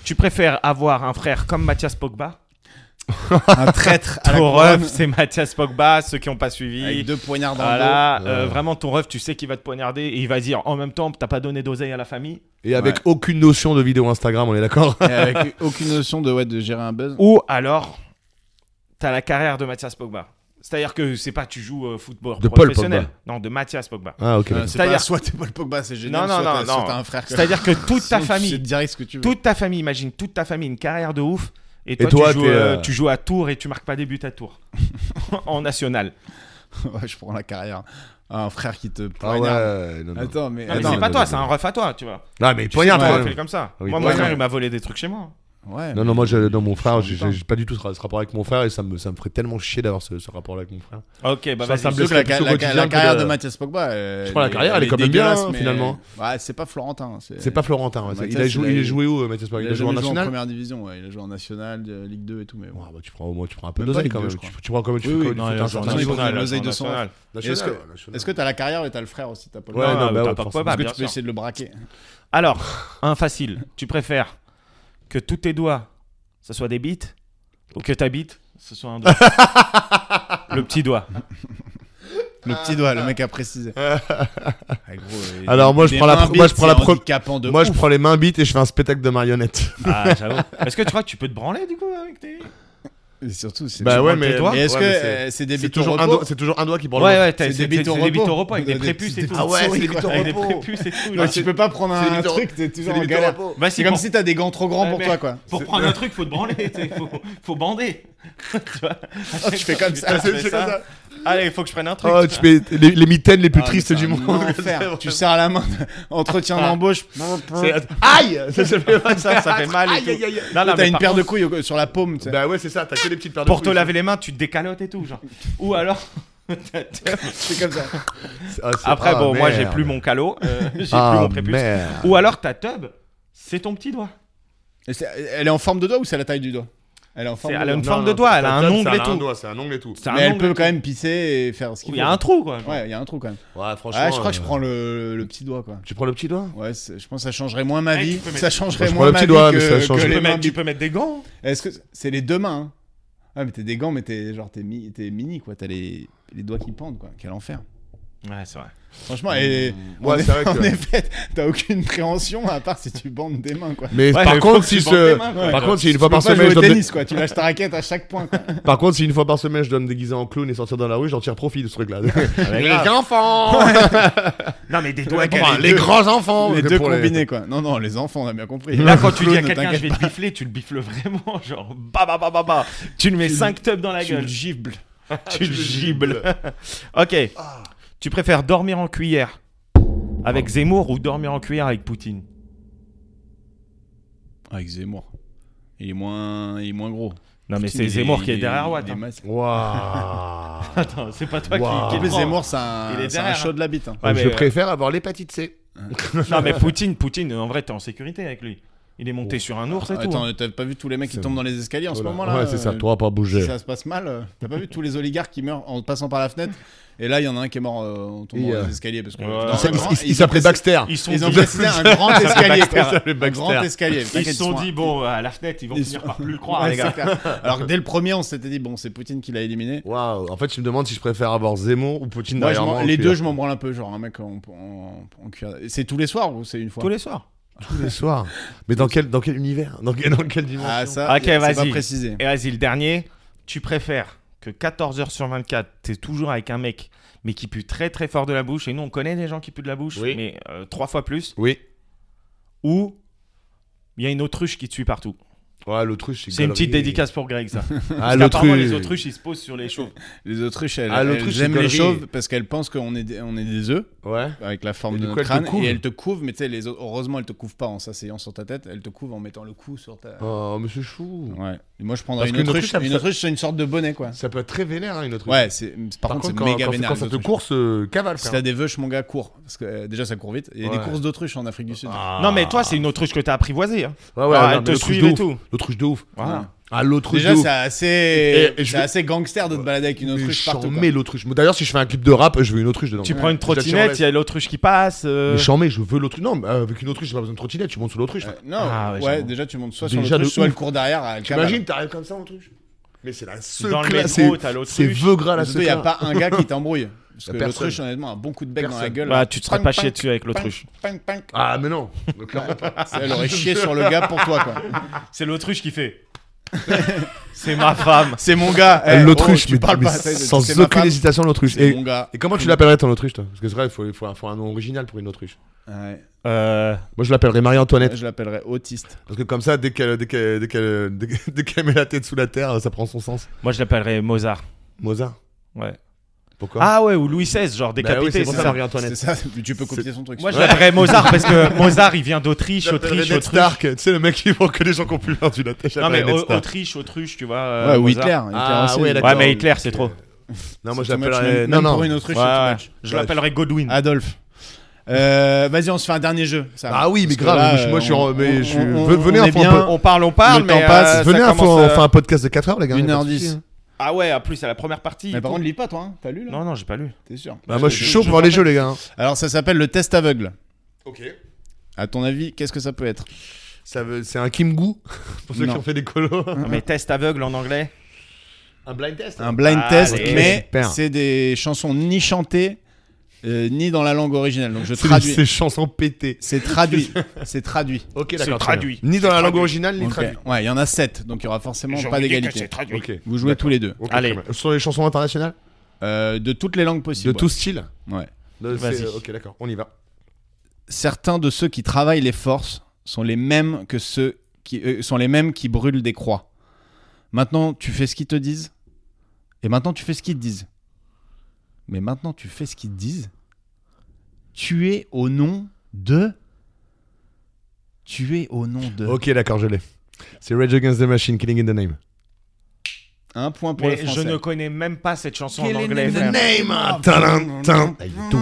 S3: Tu préfères avoir un frère comme Mathias Pogba
S4: Un traître à la
S3: Ton
S4: couronne,
S3: ref, c'est Mathias Pogba, ceux qui n'ont pas suivi.
S4: avec deux poignards dans le
S3: Voilà, euh,
S5: Ouais.
S3: vraiment ton ref, tu sais qu'il va te poignarder et il va dire en même temps, t'as pas donné d'oseille à la famille.
S5: Et avec aucune notion de vidéo Instagram, on est d'accord
S4: dos, et avec aucune notion de, ouais, de gérer un buzz.
S3: Ou alors, t'as la carrière de Mathias Pogba. C'est-à-dire que c'est pas tu joues euh, football
S5: De Paul
S3: professionnel. Non, de Mathias Pogba.
S5: Ah, ok.
S4: Euh,
S5: d'accord.
S4: c'est
S3: C'est-à-dire-
S4: pas soit t'es Paul Pogba, c'est génial,
S3: Non, non,
S4: soit
S3: non,
S4: t'as- soit
S3: non.
S4: t'as un frère. quoi.
S3: C'est-à-dire que toute
S4: Sinon, Tu sais
S3: ta famille,
S4: direct ce que tu veux.
S3: toute ta famille, imagine, toute ta famille, une carrière de ouf. Et toi,
S5: toi,
S3: tu, joues,
S5: t'es,
S3: euh,
S5: euh,
S3: tu joues à Tours et tu marques pas des buts à Tours. en national.
S4: Ouais, je prends la carrière. Ah, Un frère qui te
S5: Ah ouais,
S4: poignarde.
S5: euh, non, non.
S4: Attends, mais.
S3: Non, mais
S4: attends.
S3: c'est pas
S5: non,
S3: toi,
S5: non,
S3: c'est
S5: non.
S3: un ref à toi, tu vois.
S5: Non,
S3: Tu
S5: mais
S3: sais,
S5: poignarde
S3: on
S5: quand
S3: fait
S5: même.
S3: comme ça.
S5: Oui,
S3: moi, mon
S4: ouais,
S3: frère,
S4: non.
S3: il m'a volé des trucs chez moi.
S4: Ouais.
S5: Non, non, moi, je, non, mon frère,
S4: Je
S5: j'ai-
S4: comprends
S5: j'ai j'ai pas du tout ce, ce rapport avec mon frère et ça me, ça me ferait tellement chier d'avoir ce, ce rapport-là avec mon frère.
S3: Ok, bah
S5: Ça, ça
S3: vas-y.
S5: me
S4: Surtout que la,
S5: plus au
S4: la- la-
S5: quotidien
S4: la
S5: que
S4: carrière
S5: de-
S4: de Mathias Pogba. euh,
S5: Je crois la
S4: elle est-
S5: carrière, elle est quand même
S4: dégueulasse,
S5: bien,
S4: mais-
S5: finalement.
S4: Ouais, c'est pas Florentin.
S5: C'est pas Florentin, ouais, ça.
S4: Mathias,
S5: il, a joué,
S4: il a-
S5: il est joué où, euh, Mathias Pogba
S4: Il
S5: Il a joué en national
S4: première division, ouais. Il a joué en national, euh, Ligue 2 et tout, mais bon.
S5: Ouais, bah, tu prends au moins tu prends un peu
S4: Même pas
S5: d'oseille
S4: Ligue
S5: quand
S4: deux,
S5: même.
S4: je
S5: Tu,
S4: crois.
S5: tu prends quand même tu
S4: Oui,
S5: fais
S4: oui,
S5: quand même
S3: Non,
S5: du
S3: il a
S5: foot
S3: joué en
S5: international.
S4: ils ont
S3: national,
S4: l'oseille
S3: en
S4: de son
S3: national.
S5: National,
S4: Est-ce que-
S5: ouais, national.
S4: Est-ce que t'as la carrière et t'as le frère aussi T'as pas le
S5: Ouais,
S4: frère
S5: non,
S3: Ah, t'as
S5: bah ouais,
S3: pas de
S5: forcément.
S3: quoi, bah,
S4: Parce que
S3: bien
S4: tu peux
S3: sûr.
S4: essayer de le braquer.
S3: Alors, un facile. Tu préfères que tous tes doigts, ça soit des bites, ou que ta bite, ce soit un doigt. le petit doigt.
S4: Le petit doigt, le mec a précisé. Ah, gros, il-
S5: Alors, moi, je
S4: des
S5: prends la
S4: mains
S5: pre- moi, je
S4: bites,
S5: prends la
S4: c'est
S5: pre-
S4: handicapant de
S5: Moi,
S4: ouf.
S5: je prends les mains bites et je fais un spectacle de marionnettes.
S3: Ah, j'avoue. Est-ce que tu vois, que tu peux te branler du coup avec tes.
S4: Et surtout, c'est.
S5: Bah ouais,
S3: prends tes
S5: mais.
S3: doigts.
S4: Et est-ce
S5: ouais,
S4: que
S5: mais
S4: euh, c'est des
S5: C'est
S4: bites au
S5: toujours, un
S4: repos
S5: doigt, c'est toujours un doigt qui prend
S3: Ouais,
S5: le bras.
S3: ouais, t'as-
S4: C'est
S3: c'est
S4: des bites au
S3: des bites
S4: repos.
S3: au repos avec des
S4: Des-
S3: prépuces
S4: des-
S3: et tout.
S5: Ah ouais, c'est des bites au
S3: Avec des
S5: repos.
S3: prépuces et tout.
S4: Ouais,
S3: là.
S4: Tu peux pas prendre
S5: C'est des
S4: un
S5: bites au-
S4: truc, t'es toujours
S5: C'est
S4: en
S5: des bites au
S4: galère.
S5: repos.
S3: Bah,
S4: C'est
S3: si,
S4: comme
S3: pour-
S4: si t'as des gants trop grands
S3: Ouais,
S4: pour
S3: mais-
S4: toi, quoi.
S3: Pour prendre un truc, faut te branler, tu sais, faut, faut bander. tu vois
S5: Ah,
S4: Oh, tu fais comme ça.
S3: Putain, je fais ça. Allez, faut que je prenne un truc.
S5: Oh,
S3: tu
S5: tu fais les, les mitaines les plus
S4: Ah,
S5: tristes
S4: mais c'est
S5: du
S4: un
S5: monde.
S4: enfer. tu serres la main, entretien d'embauche.
S5: C'est-
S4: T'as
S5: Aïe Ça se fait pas
S3: vois.
S5: ça.
S3: ça fait mal et tout. Non, non, mais
S4: une
S3: par
S4: paire de
S3: contre,
S4: couilles au- sur la paume, tu sais.
S5: Bah ouais, c'est ça, t'as que des petites paires de
S3: Pour te
S5: couilles.
S3: laver les mains, tu te décalotes et tout, genre. Ou alors. t'as- t'as-
S4: C'est comme ça.
S5: Ah, c'est-
S3: Après,
S5: ah,
S3: bon, moi, j'ai
S5: merde.
S3: plus mon calot, euh, j'ai
S5: Ah,
S3: plus mon prépuce.
S5: merde.
S3: Ou alors ta tub, c'est ton petit doigt.
S4: Et c'est- Elle est en forme de doigt ou c'est à la taille du doigt Elle est en forme
S3: C'est-
S4: de
S3: elle a
S4: doigt.
S3: une forme de doigt, elle a un
S5: Top,
S3: ongle
S5: ça
S3: et tout.
S5: doigt, C'est un ongle et tout.
S3: C'est un
S4: Mais elle
S3: ongle et
S4: peut
S3: tout.
S4: quand même pisser et faire ce qu'il
S3: Il
S4: faut.
S3: y a un trou, quoi.
S4: Ouais, il y a un trou quand même.
S5: Ouais, franchement.
S4: Ah, je crois que je
S5: euh,
S4: prends le, le petit doigt quoi.
S5: Tu prends le petit doigt
S4: Ouais, c'est- je pense que ça changerait moins ma
S3: Eh,
S4: vie.
S3: tu peux mettre-
S4: ça changerait
S5: Moi, je prends
S4: moins
S5: le
S4: ma
S5: petit
S4: vie
S5: doigt,
S4: que,
S5: mais ça
S4: que
S5: change-
S3: Tu
S4: les
S3: peux,
S4: mains.
S3: mettre, tu peux mettre des gants.
S4: Est-ce que c'est les deux mains hein Ah mais t'es des gants mais t'es genre t'es mi- t'es mini quoi. T'as les les doigts qui pendent quoi. Quel enfer.
S3: Ouais, c'est vrai.
S4: Franchement, et
S5: Mmh. Ouais,
S4: en,
S5: c'est
S4: effet-
S5: vrai que-
S4: en effet, t'as aucune préhension à part si tu bandes des mains quoi.
S5: Mais
S3: Ouais,
S5: par
S3: mais faut
S5: contre,
S3: que tu
S5: si
S3: bandes
S5: ce-
S3: tes mains, quoi.
S5: par
S3: Tu
S5: contre, si une
S4: Tu
S5: fois par
S4: peux pas jouer
S5: semaine, je
S4: au
S5: dois me-
S4: tennis quoi. Tu lâches ta raquette à chaque point quoi.
S5: Par contre, si une fois par semaine je dois me déguiser en clown et sortir dans la rue, j'en tire profit de ce truc-là.
S3: grave.
S5: les enfants
S3: Non, mais des doigts
S4: qu'elle
S5: Enfin,
S3: gants.
S4: est-
S5: Les
S4: deux-
S5: grands enfants
S4: Les
S5: que
S4: deux
S5: pour
S4: combinés quoi. Non non les enfants on a bien compris.
S3: Là, quand tu dis à
S4: Claude,
S3: quelqu'un, je
S4: t'inquiète
S3: vais te bifler, tu le bifles vraiment. Genre, bah, bah, bah, bah, bah. Tu lui mets 5 tubs dans la
S4: tu le
S3: gueule.
S4: gifles.
S3: Tu le gibes. Ok.
S4: Ah.
S3: Tu préfères dormir en cuillère avec Zemmour ou dormir en cuillère avec Poutine
S4: Ah, Avec Zemmour. Il est moins, il est moins gros.
S3: Non, mais
S4: Poutine,
S3: c'est
S4: il
S3: Zemmour qui est
S4: il
S3: derrière Watt.
S4: il est
S3: hein.
S4: masque.
S5: Waouh
S3: Attends, c'est pas toi qui-
S5: Waouh.
S3: qui.
S4: En plus,
S3: prends.
S4: Zemmour, c'est un,
S3: Il est
S4: c'est un
S3: derrière,
S4: chaud de la bite. hein.
S3: Ouais, mais,
S5: Je
S3: euh,
S5: préfère avoir l'hépatite C.
S3: Non, mais Poutine, Poutine, en vrai, t'es en sécurité avec lui. Il est monté sur un ours et tout.
S4: Oh. Attends,
S3: hein.
S4: t'as pas vu tous les mecs qui
S5: C'est
S4: tombent
S5: bon.
S4: dans les escaliers en ce
S5: Voilà.
S4: moment-là
S5: Ouais, c'est ça,
S4: euh,
S5: toi, pas
S4: Si
S5: bouger.
S4: ça se passe mal, euh, t'as pas vu tous les oligarques qui meurent en passant par la fenêtre Et là, il y en a un qui est mort euh, en tombant
S5: Et,
S4: dans
S5: euh,
S4: les escaliers parce que
S3: Ouais.
S4: dans
S5: Il
S4: un
S5: s'a-
S4: grand-
S5: il- Il
S4: ils ont
S5: s'appelait
S4: placé-
S5: Baxter.
S3: Ils sont
S4: Ils ont
S3: dit-
S4: placé un grand escalier,
S3: Baxter.
S4: un grand
S5: Baxter.
S4: escalier.
S3: Ils
S4: T'inquiète,
S3: se sont
S4: un-
S3: dit, bon, à la fenêtre, ils vont
S4: Ils
S3: finir
S4: sont-
S3: par plus le croire,
S4: Ouais,
S3: les gars.
S4: c'est clair. Alors que dès le premier, on s'était dit bon, c'est Poutine qui l'a éliminé.
S5: Waouh, en fait, tu me demandes si je préfère avoir Zemmour ou Poutine
S4: Moi, je
S5: derrière
S4: m'en-
S5: moi.
S4: les
S5: puis,
S4: deux,
S5: euh,
S4: je m'en branle un peu, genre un mec en, en- en cuir. C'est tous les soirs ou c'est une fois
S3: Tous les soirs.
S5: tous les soirs. Mais dans quel, dans quel univers dans quel, dans quelle dimension
S4: Ah ça,
S3: Ok,
S4: c'est pas
S3: vas-y.
S4: précisé.
S3: Et vas-y, le dernier, tu préfères que 14h sur 24, t'es toujours avec un mec, mais qui pue très très fort de la bouche, et nous on connaît des gens qui puent de la bouche,
S5: Oui.
S3: mais euh, trois fois plus,
S5: Oui.
S3: ou il y a une autruche qui te suit partout.
S5: Ouais, l'autruche,
S3: C'est une petite
S5: galerie.
S3: dédicace pour Greg, ça.
S5: Ah,
S3: Parce qu'apparemment,
S5: l'autruche.
S3: les autruches, ils se posent sur les
S4: Ah.
S3: chauves.
S4: Les autruches, elles,
S5: Ah,
S4: elles
S5: l'autruche, c'est
S4: aiment les
S5: galerie.
S4: chauves parce qu'elles pensent qu'on est, des- on est des œufs
S5: Ouais.
S4: avec la forme
S5: Et
S4: de
S5: du
S4: notre
S5: coup, elles te
S4: crâne
S5: couvent.
S4: et elles te couvent, mais tu sais, les autres- heureusement, elles te couvent pas en s'asseyant sur ta tête, elles te couvent en mettant le cou sur ta.
S5: Oh, mais c'est chou.
S4: Ouais. Et moi, je prendrais
S5: Parce
S4: une
S5: qu'une
S4: autruche.
S5: autruche, ça-
S4: une autruche, c'est une sorte de bonnet, quoi.
S5: Ça peut être très vénère, hein, une autruche.
S4: Ouais, c'est par, contre, c'est
S5: quand,
S4: méga
S5: quand-
S4: vénère.
S5: quand ça
S4: les
S5: te
S4: autruches.
S5: course, euh, cavale,
S4: Si
S5: frère.
S4: t'as des vœux, mongars cours. Parce que euh, déjà, ça court vite. Il y a
S5: Ouais.
S4: des courses d'autruche en Afrique du Sud.
S3: Non, mais toi, c'est une autruche que t'as apprivoisée. hein.
S5: Ah. Ouais, ouais,
S3: Ah,
S5: non,
S3: elle
S5: mais
S3: te
S5: l'autruche
S3: suit
S5: de
S3: et
S5: ouf.
S3: tout.
S5: L'autruche de ouf.
S3: Voilà.
S5: Ah, l'autruche de
S4: Déjà,
S5: ouf.
S4: c'est assez,
S5: Et- et je
S4: c'est
S5: vais-
S4: assez gangster de te balader avec une autruche
S5: Mais
S4: partout.
S5: j'en
S4: quoi.
S5: mets l'autruche. Moi, D'ailleurs, si je fais un clip de rap, je veux une autruche dedans.
S3: Tu prends une trottinette, il y a l'autruche qui passe. euh,
S5: Mais j'en mets, je veux l'autruche. Non, mais euh, avec une autruche, j'ai pas besoin de trottinette, tu montes sur l'autruche.
S4: Euh,
S5: frère.
S4: non,
S3: Ah, ouais,
S4: ouais,
S3: j'avoue.
S4: déjà, tu montes soit
S5: Déjà,
S4: sur
S5: de
S4: l'autruche, soit
S5: ouf.
S4: elle court derrière. à la cabane.
S5: T'imagines, t'arrives comme ça, l'autruche Mais c'est la seule
S3: Dans le
S5: classe,
S3: métro,
S5: c'est-
S3: t'as l'autruche.
S5: C'est veugras la
S4: Surtout, il
S5: seule.
S4: n'y a
S5: classe.
S4: pas un gars qui t'embrouille. Parce
S5: Y a
S4: que
S5: personne.
S4: l'autruche, honnêtement, a un bon coup de bec dans la
S5: Personne.
S4: gueule.
S3: Bah, tu te serais
S4: Pang,
S3: pas
S4: pang,
S3: chié dessus avec
S4: pang,
S3: l'autruche.
S4: pang, pang.
S5: Ah, mais non. Clairement pas.
S4: Elle aurait chié sur le gars pour toi, quoi.
S3: C'est l'autruche qui fait. c'est ma femme.
S4: C'est mon gars. eh,
S5: l'autruche,
S4: oh, tu
S5: mais,
S4: parles
S5: mais
S4: pas. c'est-
S5: sans
S4: c'est ma
S5: aucune
S4: femme,
S5: hésitation, l'autruche.
S4: c'est
S5: Et,
S4: mon gars.
S5: et comment tu l'appellerais ton autruche, toi Parce que c'est vrai, il faut, il faut un- faut un nom original pour une autruche.
S4: Ouais,
S3: Euh,
S5: Moi, je l'appellerais Marie-Antoinette.
S4: Je l'appellerais autiste.
S5: Parce que comme ça, dès qu'elle dès qu'elle- dès qu'elle- dès qu'elle- dès qu'elle met la tête sous la terre, ça prend son sens.
S3: moi, je l'appellerais Mozart.
S5: Mozart.
S3: Ouais.
S5: Pourquoi
S3: Ah ouais, ou Louis XVI, genre
S5: Bah oui,
S3: décapité.
S5: c'est
S3: c'est
S5: pour ça,
S3: ça.
S4: C'est
S5: Marie-Antoinette.
S4: ça. Tu peux copier son truc.
S3: Moi, je l'appellerais Mozart parce que Mozart, il vient d'Autriche,
S5: J'appellerais
S3: Autriche,
S5: Ned
S3: Autriche.
S5: Stark, tu sais, le mec qui vend que des gens qui ont plus perdu la tête.
S3: Non, mais
S5: j'appellerais Ned
S3: au-
S5: Stark.
S3: Autriche, Autruche, tu vois. euh,
S4: Ouais, ou
S3: Mozart.
S4: Hitler. Hitler
S5: Ah,
S4: aussi.
S5: ouais, d'accord.
S3: Ouais, mais Hitler, c'est trop.
S5: Non, moi, je
S4: C'est too much,
S5: l'appellerais.
S4: même-
S5: Non,
S4: même
S5: non.
S4: pour une autruche,
S3: Ouais,
S4: c'est too
S3: ouais.
S4: much.
S3: Je l'appellerais Godwin.
S4: Adolphe. Euh, Vas-y, on se fait un dernier jeu. ça.
S5: Ah oui, mais
S4: Parce que
S5: grave,
S4: là,
S5: mais je- moi, je suis en-
S4: on-
S5: mais je suis-
S4: on- on-
S5: Ve- venez,
S4: on
S5: on
S4: est
S5: fait un
S4: bien.
S3: On parle, on parle,
S4: Le
S3: mais
S4: temps passe.
S3: euh, ça
S5: Venez, on fait-
S3: commence,
S5: on
S3: euh,
S5: fait un podcast de 4 heures, les gars. y a pas de
S4: 1h10.
S5: souci, hein.
S3: Ah ouais, en plus, à la première partie.
S4: Mais
S3: et
S4: par
S3: tout.
S4: contre, lis pas, toi. hein. T'as lu là
S3: Non, non, j'ai pas lu.
S4: T'es sûr
S5: Bah, moi, je suis chaud pour voir les jeux, les gars. hein.
S4: Alors, ça s'appelle le test aveugle.
S5: Ok.
S4: À ton avis, qu'est-ce que ça peut être
S5: Ça veut... C'est un Kim Goo pour ceux qui
S4: Non.
S5: ont fait des colos.
S3: Non, Mais test aveugle en anglais.
S5: un blind test.
S4: Un blind
S3: Ah,
S4: test,
S3: ok.
S4: mais
S5: Super.
S4: c'est des chansons ni chantées euh, ni dans la langue originale. Donc je
S5: C'est
S4: traduis.
S5: ces chansons pétées.
S4: C'est traduit. C'est traduit.
S5: Ok,
S3: d'accord,
S5: d'accord.
S3: très traduit. bien.
S5: Ni dans la langue
S3: traduit.
S5: originale, ni
S4: Ok.
S5: traduit.
S4: Ouais, il y en a 7, donc il y aura forcément
S3: J'aurais
S4: pas
S3: dit que
S4: d'égalité.
S3: c'est traduit.
S5: Ok.
S4: Vous jouez tous les deux.
S5: Ok,
S3: Allez.
S5: très bien. Sur les chansons internationales
S4: Euh, de toutes les langues possibles.
S5: De tout style
S4: Ouais.
S5: De-
S3: Vas-y.
S5: c'est- Ok, d'accord, on y va.
S4: Certains de ceux qui travaillent les forces sont les mêmes que ceux qui euh, sont les mêmes qui brûlent des croix. Maintenant, tu fais ce qu'ils te disent. Et maintenant, tu fais ce qu'ils te disent. Mais maintenant, tu fais ce qu'ils te disent. Tuer au nom de. Tuer au nom de.
S5: Ok, d'accord, je l'ai. C'est Rage Against the Machine, Killing in the Name.
S4: Un point pour
S3: Mais
S4: le
S3: je
S4: français.
S3: ne connais même pas cette chanson en
S4: Killing
S3: anglais.
S4: in the
S3: frère.
S5: Name tadam, tadam.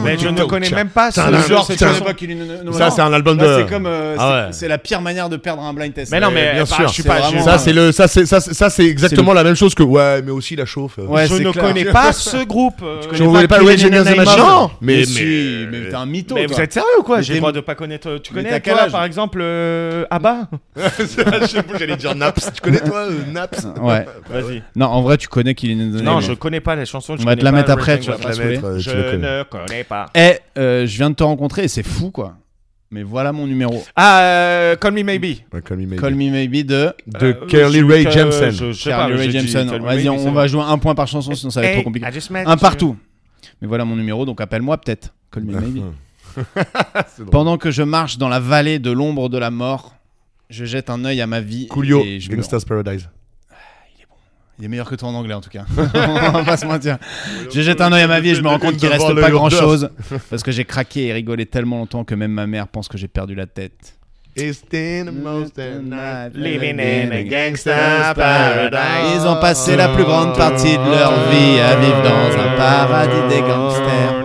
S3: Mais je ne connais même pas ce
S5: Tadam,
S3: genre
S5: tadam.
S3: cette chanson.
S4: pas qu'il est- non, non,
S5: Ça,
S4: non.
S5: c'est un album de.
S4: Là, c'est comme. euh,
S5: Ah
S4: c'est-
S5: ouais.
S4: c'est la pire manière de perdre un blind test.
S3: Mais non, mais
S5: bien
S3: bah,
S5: sûr,
S3: je suis
S4: c'est
S3: pas. je-
S4: vraiment-
S5: Ça, c'est le, ça, c'est, ça, c'est- ça, c'est exactement la même chose que. Ouais, mais aussi la chauffe.
S4: Ouais,
S3: je
S4: c'est
S3: ne
S4: clair.
S3: connais pas ce groupe. euh,
S5: Je ne connais pas
S3: Killing
S5: Rage
S3: in the
S5: Against the
S3: Name.
S5: Machine.
S3: Non.
S4: Mais, si, mais t'es un mytho.
S3: euh, Mais
S4: toi.
S3: vous êtes sérieux ou quoi
S4: Mais
S3: J'ai
S4: t'es-
S3: le droit de pas connaître. euh, Tu
S4: Mais
S3: connais
S4: t'as quel
S3: toi,
S4: âge
S3: par exemple, euh, Abba
S5: Je sais pas, j'allais dire Naps. Tu connais, toi, euh, Naps
S4: Ouais.
S3: Vas-y.
S4: Non, en vrai, tu connais qu'il est.
S3: Non, je connais pas les chansons. je
S4: On va te
S3: connais
S4: la
S3: pas
S4: mettre après,
S3: Rage
S4: tu vas
S3: Against
S4: pas
S5: Je
S4: saoulé.
S5: mettre, euh,
S3: Je
S5: tu le connais.
S3: ne connais pas.
S4: Eh, euh, je viens de te rencontrer et c'est fou, quoi. Mais voilà mon numéro.
S3: Ah, euh, Call Me Maybe.
S5: Ouais, Call Me Maybe.
S4: Call me maybe de
S5: De
S3: Euh,
S5: Curly
S3: je-
S5: Ray
S3: euh,
S5: Jemsen.
S3: je- je sais pas,
S4: Charlie
S3: j'ai
S4: Ray
S3: dit
S4: Jemson.
S3: Call Me
S4: Vas-y,
S3: Maybe, Eh,
S4: on
S3: c'est
S4: va jouer un point par chanson, sinon ça va être
S3: Hey,
S4: trop compliqué.
S3: I just met
S4: Un
S3: you.
S4: partout. Mais voilà mon numéro, donc appelle-moi peut-être. Call me maybe.
S5: C'est drôle.
S4: Pendant que je marche dans la vallée de l'ombre de la mort, je jette un œil à ma vie.
S5: Coolio,
S4: et je me
S5: Gangsta's Paradise.
S4: Il est meilleur que toi en anglais en tout cas. On va pas se mentir. Je jette
S5: euh,
S4: un oeil à ma vie et je me rends compte qu'il
S5: Devant
S4: reste
S5: le
S4: pas
S5: lourdeur.
S4: grand chose. Parce que j'ai craqué et rigolé tellement longtemps que même ma mère pense que j'ai perdu la tête.
S5: It's been the most night.
S3: Living in a
S5: gangster's paradise.
S4: Ils ont passé la plus grande partie de leur vie à vivre dans un paradis des gangsters.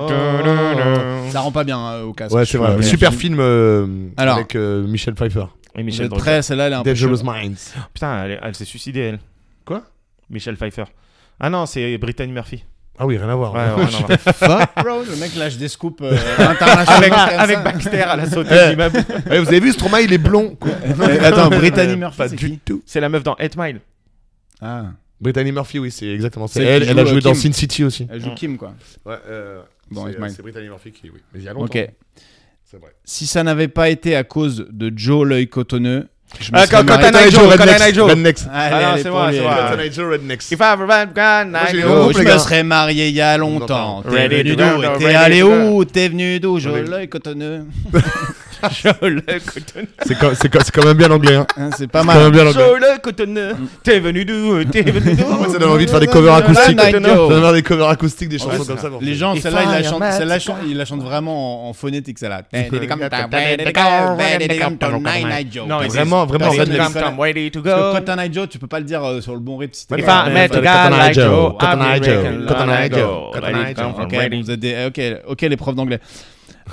S4: Ça rend pas bien hein, au casque.
S5: Ouais, c'est vrai.
S4: Mais
S5: Super film euh,
S4: Alors.
S5: avec euh, Michel Pfeiffer.
S3: Et
S4: Vous
S3: Michel
S4: êtes
S3: Drucker.
S4: prêts Celle-là, elle est un peu
S5: Dangerous
S4: chaude.
S5: Minds.
S3: Putain, elle, elle s'est suicidée, elle.
S5: Quoi
S3: Michel Pfeiffer. Ah non, c'est Brittany Murphy.
S5: Ah oui, rien à
S4: Oh.
S5: voir.
S3: Ouais, ouais, non, non.
S4: Bro, le mec lâche des scoops euh, internationaux.
S3: avec,
S4: comme ça.
S3: avec Baxter à la sautée d'immeuble.
S5: Ouais, vous avez vu, Stromae, il est blond. quoi.
S4: Eh, Attends, Brittany Murphy,
S5: Pas
S4: c'est
S5: du
S4: qui
S5: tout.
S3: C'est la meuf dans 8 Mile.
S4: Ah,
S5: Brittany Murphy, oui, c'est exactement ça.
S4: Celle
S5: Elle,
S4: qui
S5: elle a
S4: joue,
S5: joué
S4: euh,
S5: dans
S4: Kim.
S5: Sin City aussi.
S4: elle
S3: Mm.
S4: joue Kim, quoi.
S5: Ouais, euh,
S4: Bon,
S5: c'est-
S4: Hitman.
S5: c'est Brittany Murphy qui, oui. Mais il y a longtemps.
S4: Ok.
S5: C'est vrai.
S4: Si ça n'avait pas été à cause de Joe l'œil cotonneux, je me
S3: Ah,
S4: serais
S3: quand- quand
S4: marié-
S3: t'as Night Joe, quand t'as Night Joe.
S5: Rednext.
S4: Allez,
S3: Ah non,
S4: allez,
S3: c'est
S4: pour
S3: moi,
S4: lui,
S3: c'est
S4: allez.
S3: moi.
S5: Quand t'as Night Joe, Rednext.
S3: If I ever ran, gone,
S5: Moi,
S3: I
S5: j'ai eu
S3: know.
S5: un
S4: Oh,
S5: groupe,
S4: je
S5: les
S4: me
S5: gars.
S4: serais marié il y a longtemps. T'es
S3: Ready
S4: venu d'où
S3: to round,
S4: T'es
S3: ready
S4: allé
S3: to
S4: où T'es venu d'où
S5: On
S4: Joe
S5: est-
S4: l'œil cotonneux
S3: Joe le cotonneux.
S5: C'est quand, c'est quand- c'est quand même bien anglais. Hein.
S4: Hein, C'est pas
S5: C'est quand
S4: mal.
S5: même bien anglais.
S3: Joe le cotonneux.
S4: Mm.
S3: T'es venu d'où T'es venu d'où
S5: En fait, ça donne envie de faire des covers acoustiques. Ça
S4: Night
S5: donne
S4: Joe.
S5: envie de faire des covers acoustiques, des chansons
S3: c'est
S5: comme
S3: ça.
S5: ça. pour
S4: Les
S5: faire-
S4: gens,
S3: If
S4: celle-là, ils
S3: I
S4: la
S3: am
S4: chantent,
S3: mad
S4: celle-là,
S3: to
S4: chan- ils la chantent vraiment en, en phonétique, celle-là.
S3: Non, mais
S4: Parce
S5: Vraiment, vraiment,
S3: Ready to
S5: Redneck.
S3: come, come, ready to
S4: que
S3: go.
S4: Cotton Eye Joe, tu peux pas le dire euh, sur le bon rythme si t'es
S3: If
S4: pas-
S3: I met a guy
S5: Cotton Eye
S3: like
S5: Joe,
S3: Joe,
S5: Cotton Eye
S3: I'd be
S5: Joe,
S3: raking
S5: Cotton Eye
S3: like
S5: Joe,
S3: a
S5: Cotton
S3: Joe.
S5: Eye Joe.
S3: Come
S4: Ok,
S3: from ready.
S4: vous êtes des- ok, ok, les profs d'anglais.
S5: Les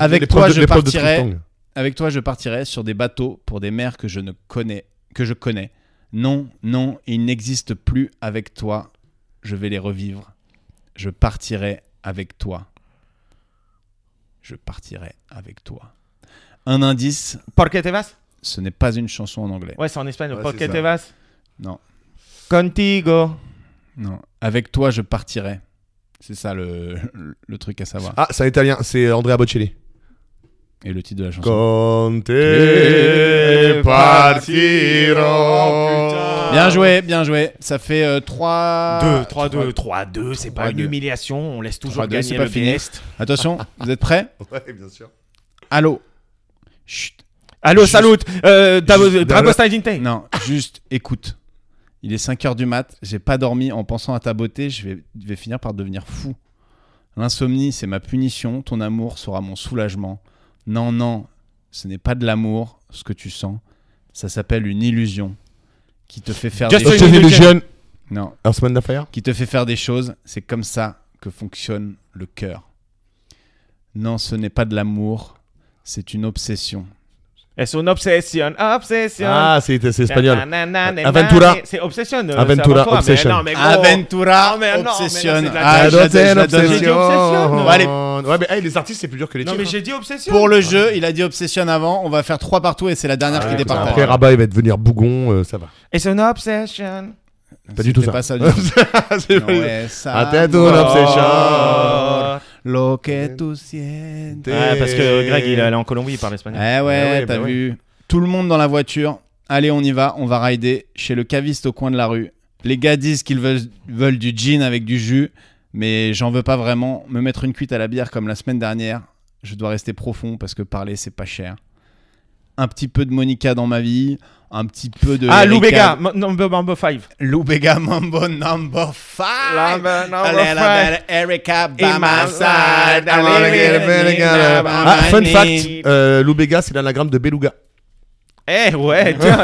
S4: Avec
S5: profs
S4: toi,
S5: de-
S4: je
S5: les profs de
S4: partirais.
S5: Triton.
S4: Avec toi, je partirais sur des bateaux pour des mers que je ne connais, que je connais. Non, non, ils n'existent plus avec toi. Je vais les revivre. Je partirai avec toi. Je partirai avec toi. Un indice,
S3: Porque te vas
S4: ce n'est pas une chanson en anglais.
S3: Ouais, c'est en Espagne.
S5: Ouais,
S3: Porque
S5: c'est ça.
S3: te vas
S4: Non,
S3: Contigo.
S4: non. Avec toi, je partirai. C'est ça le, le- le truc à savoir.
S5: Ah, c'est un italien, c'est Andrea Bocelli.
S4: Et le titre de la chanson.
S5: Quand te partiro.
S4: Bien joué, bien joué. Ça fait euh, 3...
S5: Ah,
S3: 2, 3, 2, 3, 2. C'est pas une
S4: 3-2.
S3: humiliation. On laisse toujours
S4: 3-2, c'est
S3: gagner
S4: pas
S3: le
S4: fini.
S3: best.
S4: Attention, vous êtes prêts
S5: Ouais, bien sûr.
S4: Allô Chut.
S3: Allô,
S4: Juste-
S3: salut. euh, Davo-
S5: Juste-
S3: Dragostea Ginte.
S4: Non, juste écoute. Il est 5 heures du mat, j'ai pas dormi en pensant à ta beauté, je vais, je vais finir par devenir fou. L'insomnie, c'est ma punition, ton amour sera mon soulagement. Non, non, ce n'est pas de l'amour, ce que tu sens. Ça s'appelle une illusion qui te fait faire
S3: Just
S4: des
S3: a-
S4: choses.
S5: Justin Illusion.
S4: Non,
S5: Earthman Affair.
S4: qui te fait faire des choses, c'est comme ça que fonctionne le cœur. Non, ce n'est pas de l'amour, c'est une obsession.
S3: Es une obsession. Obsession.
S5: Ah, c'est c'est espagnol.
S3: Na, na, na, na,
S5: Aventura.
S3: na. C'est obsession. euh, c'est avant
S5: Aventura,
S3: toi, mais
S5: obsession.
S3: non, mais gros.
S4: Aventura,
S3: Ah, mais non, mais là,
S4: obsession.
S3: c'est de la
S4: Ah, je la donne, je la donne.
S3: obsession. J'ai dit obsession, non
S5: Ouais, les- Oh. Ouais, mais hey, les artistes, c'est plus dur que les
S3: Non,
S5: titres.
S3: mais j'ai dit obsession.
S4: Pour le jeu, il a dit obsession avant. On va faire trois partout et c'est la dernière qui
S5: Ouais,
S4: départ.
S5: Ah, Après, Rabat, il va devenir bougon, euh, ça va.
S3: It's an obsession.
S5: Pas du tout ça.
S4: Ah, Pas ça du tout.
S5: C'est
S4: Non,
S5: pas-
S4: ouais, ça.
S5: Attendu,
S3: Oh.
S5: obsession.
S4: Lo que tu sientes.
S3: Ah, Ouais, parce que Greg, il est allé en Colombie, il
S4: Eh
S3: parle espagnol.
S4: ouais,
S5: ouais,
S4: t'as
S5: bah ouais.
S4: vu. Tout le monde dans la voiture. Allez, on y va. On va rider chez le caviste au coin de la rue. Les gars disent qu'ils veulent, veulent du gin avec du jus, mais j'en veux pas vraiment. Me mettre une cuite à la bière comme la semaine dernière, je dois rester profond parce que parler, c'est pas cher. Un petit peu de Monica dans ma vie, un petit peu de.
S3: Ah,
S4: Erika
S3: Lou Bega, m- number number 5.
S4: Lou Bega Mambo number 5 A little bit Erica by
S3: In my
S4: my side
S3: side, I wanna get a bit of-
S5: Ah, fun
S3: Manif.
S5: fact, euh, Loubega, c'est l'anagramme de Beluga.
S3: Eh ouais, tiens,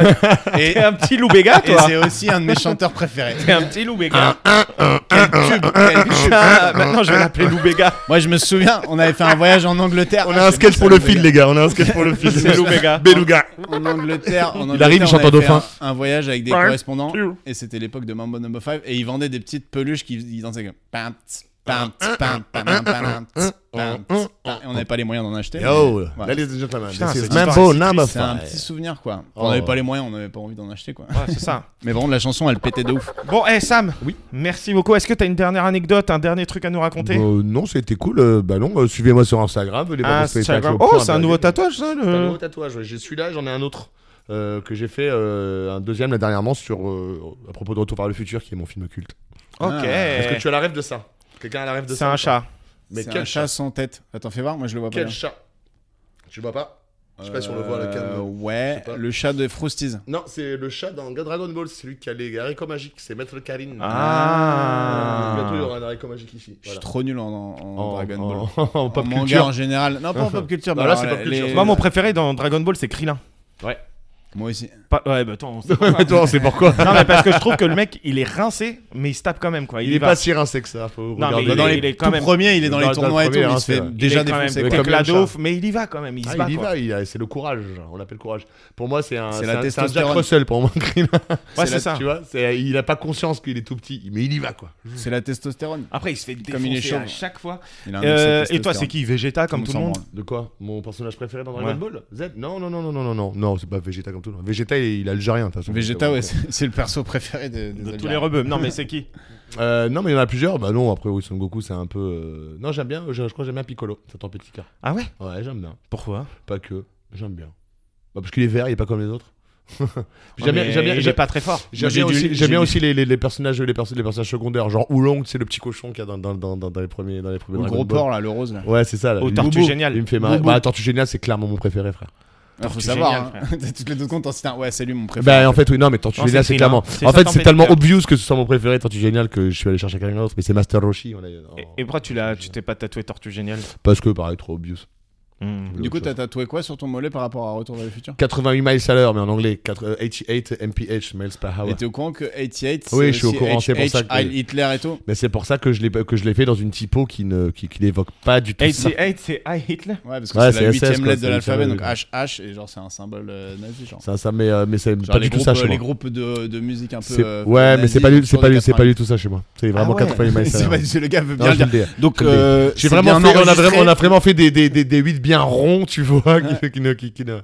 S3: t'es un petit Lou Bega,
S4: Et
S3: toi.
S4: c'est aussi un de mes chanteurs préférés
S3: T'es un petit Lou Bega.
S4: Quel tube, quel tube.
S3: Ah, Maintenant, je vais l'appeler Lou Bega.
S4: Moi je me souviens, on avait fait un voyage en Angleterre Ah,
S5: On a un sketch pour le fil, les gars. On a un sketch pour le fil.
S3: C'est Lou Bega.
S5: Beluga.
S4: En Angleterre, en
S5: Il arrive, il
S4: Angleterre, on
S5: chante en
S4: avait fait
S5: dauphin.
S4: Un, un voyage avec des correspondants et c'était l'époque de Mambo Number 5 et ils vendaient des petites peluches qui ils dansaient comme pam, tss, pam, tss, pam, pam, pam, pam, tss, pam, tss, pam. Et on n'avait pas les moyens d'en acheter.
S5: Yo,
S4: Ouais.
S5: la liste des gentlemen.
S3: Putain,
S5: This is
S3: cette
S5: Mambo
S3: histoire, c'est
S5: number
S4: C'est un petit
S5: five.
S4: souvenir quoi.
S5: Oh.
S4: On n'avait pas les moyens, on n'avait pas envie d'en acheter quoi.
S3: Ouais, c'est ça.
S4: Mais vraiment la chanson elle pétait de ouf.
S3: Bon, eh Sam, oui. merci beaucoup. Est-ce que t'as une dernière anecdote, un dernier truc à nous raconter
S5: Euh, non, c'était cool. euh, bah non, euh, suivez-moi sur Instagram. venez voir
S3: Ah,
S5: des spectacles
S3: Instagram.
S5: au
S3: Oh,
S5: point,
S3: c'est un
S5: bah,
S3: nouveau
S5: allez.
S3: tatouage, ça
S5: C'est un nouveau
S3: le...
S5: tatouage. ouais. J'ai celui-là, j'en ai un autre euh, que j'ai fait, euh, un deuxième là, dernièrement sur euh, à propos de Retour vers le futur, qui est mon film culte.
S3: Ok.
S5: Est-ce que tu as la rêve de ça Quelqu'un a la rêve
S3: Eh.
S5: de
S3: C'est
S5: ça
S3: un chat.
S5: Mais
S4: C'est
S5: quel
S4: un
S5: chat,
S4: chat sans tête. Attends, fais voir, moi je le vois pas.
S5: Quel
S4: bien.
S5: chat Tu vois pas Je sais pas si on le voit à la
S4: Euh,
S5: cam. Je sais
S4: Ouais,
S5: pas.
S4: le chat de Frosties.
S5: Non, c'est le chat dans Dragon Ball, c'est lui qui a les haricots magiques, c'est Maître Karin.
S3: Ah.
S5: Bientôt il y aura un haricot magique ici.
S4: Je suis
S5: Voilà.
S4: trop nul en, en- en
S5: En-
S4: Dragon
S5: en-
S4: Ball.
S5: En pop
S4: en manga
S5: culture.
S4: en général. Non, pas en pop culture.
S5: Bah
S4: mais
S5: là,
S4: alors,
S5: c'est pop culture,
S4: les-
S5: c'est
S3: Moi, mon préféré dans Dragon Ball, c'est Krillin. Ouais.
S4: Moi aussi.
S3: Pas- Ouais, bah attends, on sait pourquoi.
S5: Mais toi, on sait pourquoi.
S3: Non, mais parce que je trouve que le mec, il est rincé, mais il se tape quand même, quoi.
S5: Il,
S3: Il, y
S5: est
S3: va.
S5: pas si rincé que ça.
S3: Non,
S5: Faut
S3: mais
S5: regarder.
S3: il est-
S4: dans les
S3: il est quand
S4: tout
S3: même-
S4: premiers, il est dans,
S5: Dans-
S4: les
S5: dans le
S4: tournois et tout,
S5: premier, hein,
S4: il se
S5: c'est
S4: fait
S5: vrai.
S3: Il est
S4: déjà
S3: quand même
S4: défoncer. quoi.
S5: quoi.
S3: bec
S5: Comme le
S3: la
S5: chat.
S3: dauf, mais il y va quand même, il se
S5: Ah,
S3: bat,
S5: il y
S3: quoi.
S5: va, il a- c'est le courage. On l'appelle courage. Pour moi, c'est un,
S4: C'est
S5: c'est
S4: la
S5: un, c'est un Jack
S4: testostérone.
S5: Russell pour moi, Green.
S3: Ouais,
S4: c'est
S3: c'est
S4: la-
S3: ça.
S5: tu vois, c'est- il a pas conscience qu'il est tout petit, mais il y va quoi.
S4: C'est la testostérone.
S3: Après, il se fait défoncer
S4: Comme il est chaud.
S3: à chaque fois.
S4: Il
S5: Ah,
S4: a un
S3: Euh,
S4: excès de
S3: et toi, c'est
S4: testostérone.
S3: qui Vegeta, comme
S4: On
S3: tout le
S4: s'en
S3: monde
S4: branle.
S5: De quoi Mon personnage préféré dans Dragon
S3: Ouais.
S5: Ball Z Non, non, non, non, non, non, non, non, c'est pas Vegeta comme tout le monde. Vegeta, il est, il est algérien de toute façon.
S4: Vegeta, ouais, c'est c'est le perso préféré de,
S3: De tous les rebeux. Non, mais c'est qui
S5: Euh, non, mais il y en a plusieurs. Bah non, après, oui, Son Goku, c'est un peu. euh, Non, j'aime bien. Je, je crois que j'aime bien Piccolo. C'est ton petit cœur.
S3: Ah ouais
S5: Ouais, j'aime bien.
S3: Pourquoi
S5: Pas que. J'aime bien. Bah, parce qu'il est vert, il est pas comme les autres.
S3: Ouais,
S5: j'aime bien.
S3: mais
S5: J'aime bien.
S3: Il est
S5: j'aime-
S3: pas très fort.
S5: J'aime
S4: Moi,
S5: bien
S4: j'ai du-
S5: aussi,
S4: j'ai
S5: j'aime bien
S4: du-
S5: aussi les, les- les personnages, les, perso- les personnages secondaires, genre Oolong, c'est le petit cochon qu'il y a dans, dans, dans, dans- dans les premiers, dans les premiers.
S4: Le
S5: Dragon
S4: gros
S5: Ball.
S4: porc, là, le rose, là.
S5: Ouais, c'est ça. là.
S3: Au
S5: Il-
S3: Tortue
S5: Boubou.
S3: Géniale.
S5: Il me fait marrer.
S4: Boubou.
S5: Bah, Tortue Géniale, c'est clairement mon préféré, frère.
S4: Ah, faut
S3: Tortue
S4: savoir.
S3: Géniale,
S4: hein. Toutes les autres comptes en site, ouais, c'est lui mon préféré.
S5: Bah, en fait, oui, non, mais Tortue
S3: Non, c'est
S5: Géniale, c'est
S3: Krillin.
S5: clairement.
S3: C'est
S5: En
S3: ça,
S5: fait,
S3: t'en
S5: c'est
S3: fais
S5: tellement
S3: des cœurs.
S5: obvious que ce soit mon préféré, Tortue Géniale, que je suis allé chercher quelqu'un d'autre, mais c'est Master Roshi. on est-
S3: Et,
S5: en-
S3: et pourquoi tu l'as, tu t'es pas tatoué Tortue Géniale
S5: Parce que, pareil, trop obvious.
S3: Hmm.
S5: Je voulais
S4: Du coup,
S5: autre chose.
S4: t'as tatoué quoi sur ton mollet par rapport à Retour vers le futur
S5: 88 miles à l'heure, mais en anglais, 4- 88 mph, miles per hour.
S4: Et t'es au courant que 88, c'est
S5: Oui, je suis au
S4: aussi
S5: courant, c'est pour
S4: H-
S5: ça que-
S4: Heil Hitler et tout.
S5: Mais c'est pour ça que je l'ai que je l'ai fait dans une typo qui ne qui, qui n'évoque pas du tout
S3: Hey,
S5: ça.
S3: c'est hey, c'est Heil Hitler
S4: Ouais, parce que
S5: Ouais,
S4: c'est
S5: c'est
S4: la
S5: SS,
S4: huitième
S5: quoi,
S4: lettre
S5: c'est
S4: de l'alphabet, donc
S5: l'alphabet,
S4: HH, et genre c'est un symbole euh, nazi, genre.
S5: Ça, ça, mais, euh, mais c'est
S4: Genre
S5: pas
S4: les
S5: du tout
S4: groupes,
S5: ça chez
S4: les
S5: moi.
S4: groupes de, de musique un peu.
S5: C'est-
S4: euh,
S5: ouais, mais
S4: nazis
S5: c'est pas, du,
S4: autour
S5: c'est, pas
S4: des
S5: du, c'est pas
S4: 90.
S5: du tout ça chez moi. C'est vraiment
S3: Ah ouais.
S5: 80 miles à
S4: C'est
S5: l'heure.
S4: pas du tout, le gars veut
S5: Non,
S4: bien
S5: je
S4: le
S5: le
S4: dire.
S5: dis.
S4: Donc,
S5: Je le dis.
S4: euh, c'est
S5: J'ai
S4: bien
S5: vraiment fait, on, a
S4: enregistré.
S5: vraiment, on a vraiment fait des, des, des, des 8 bien ronds, tu vois, qui, qui, ne- qui, qui, ne-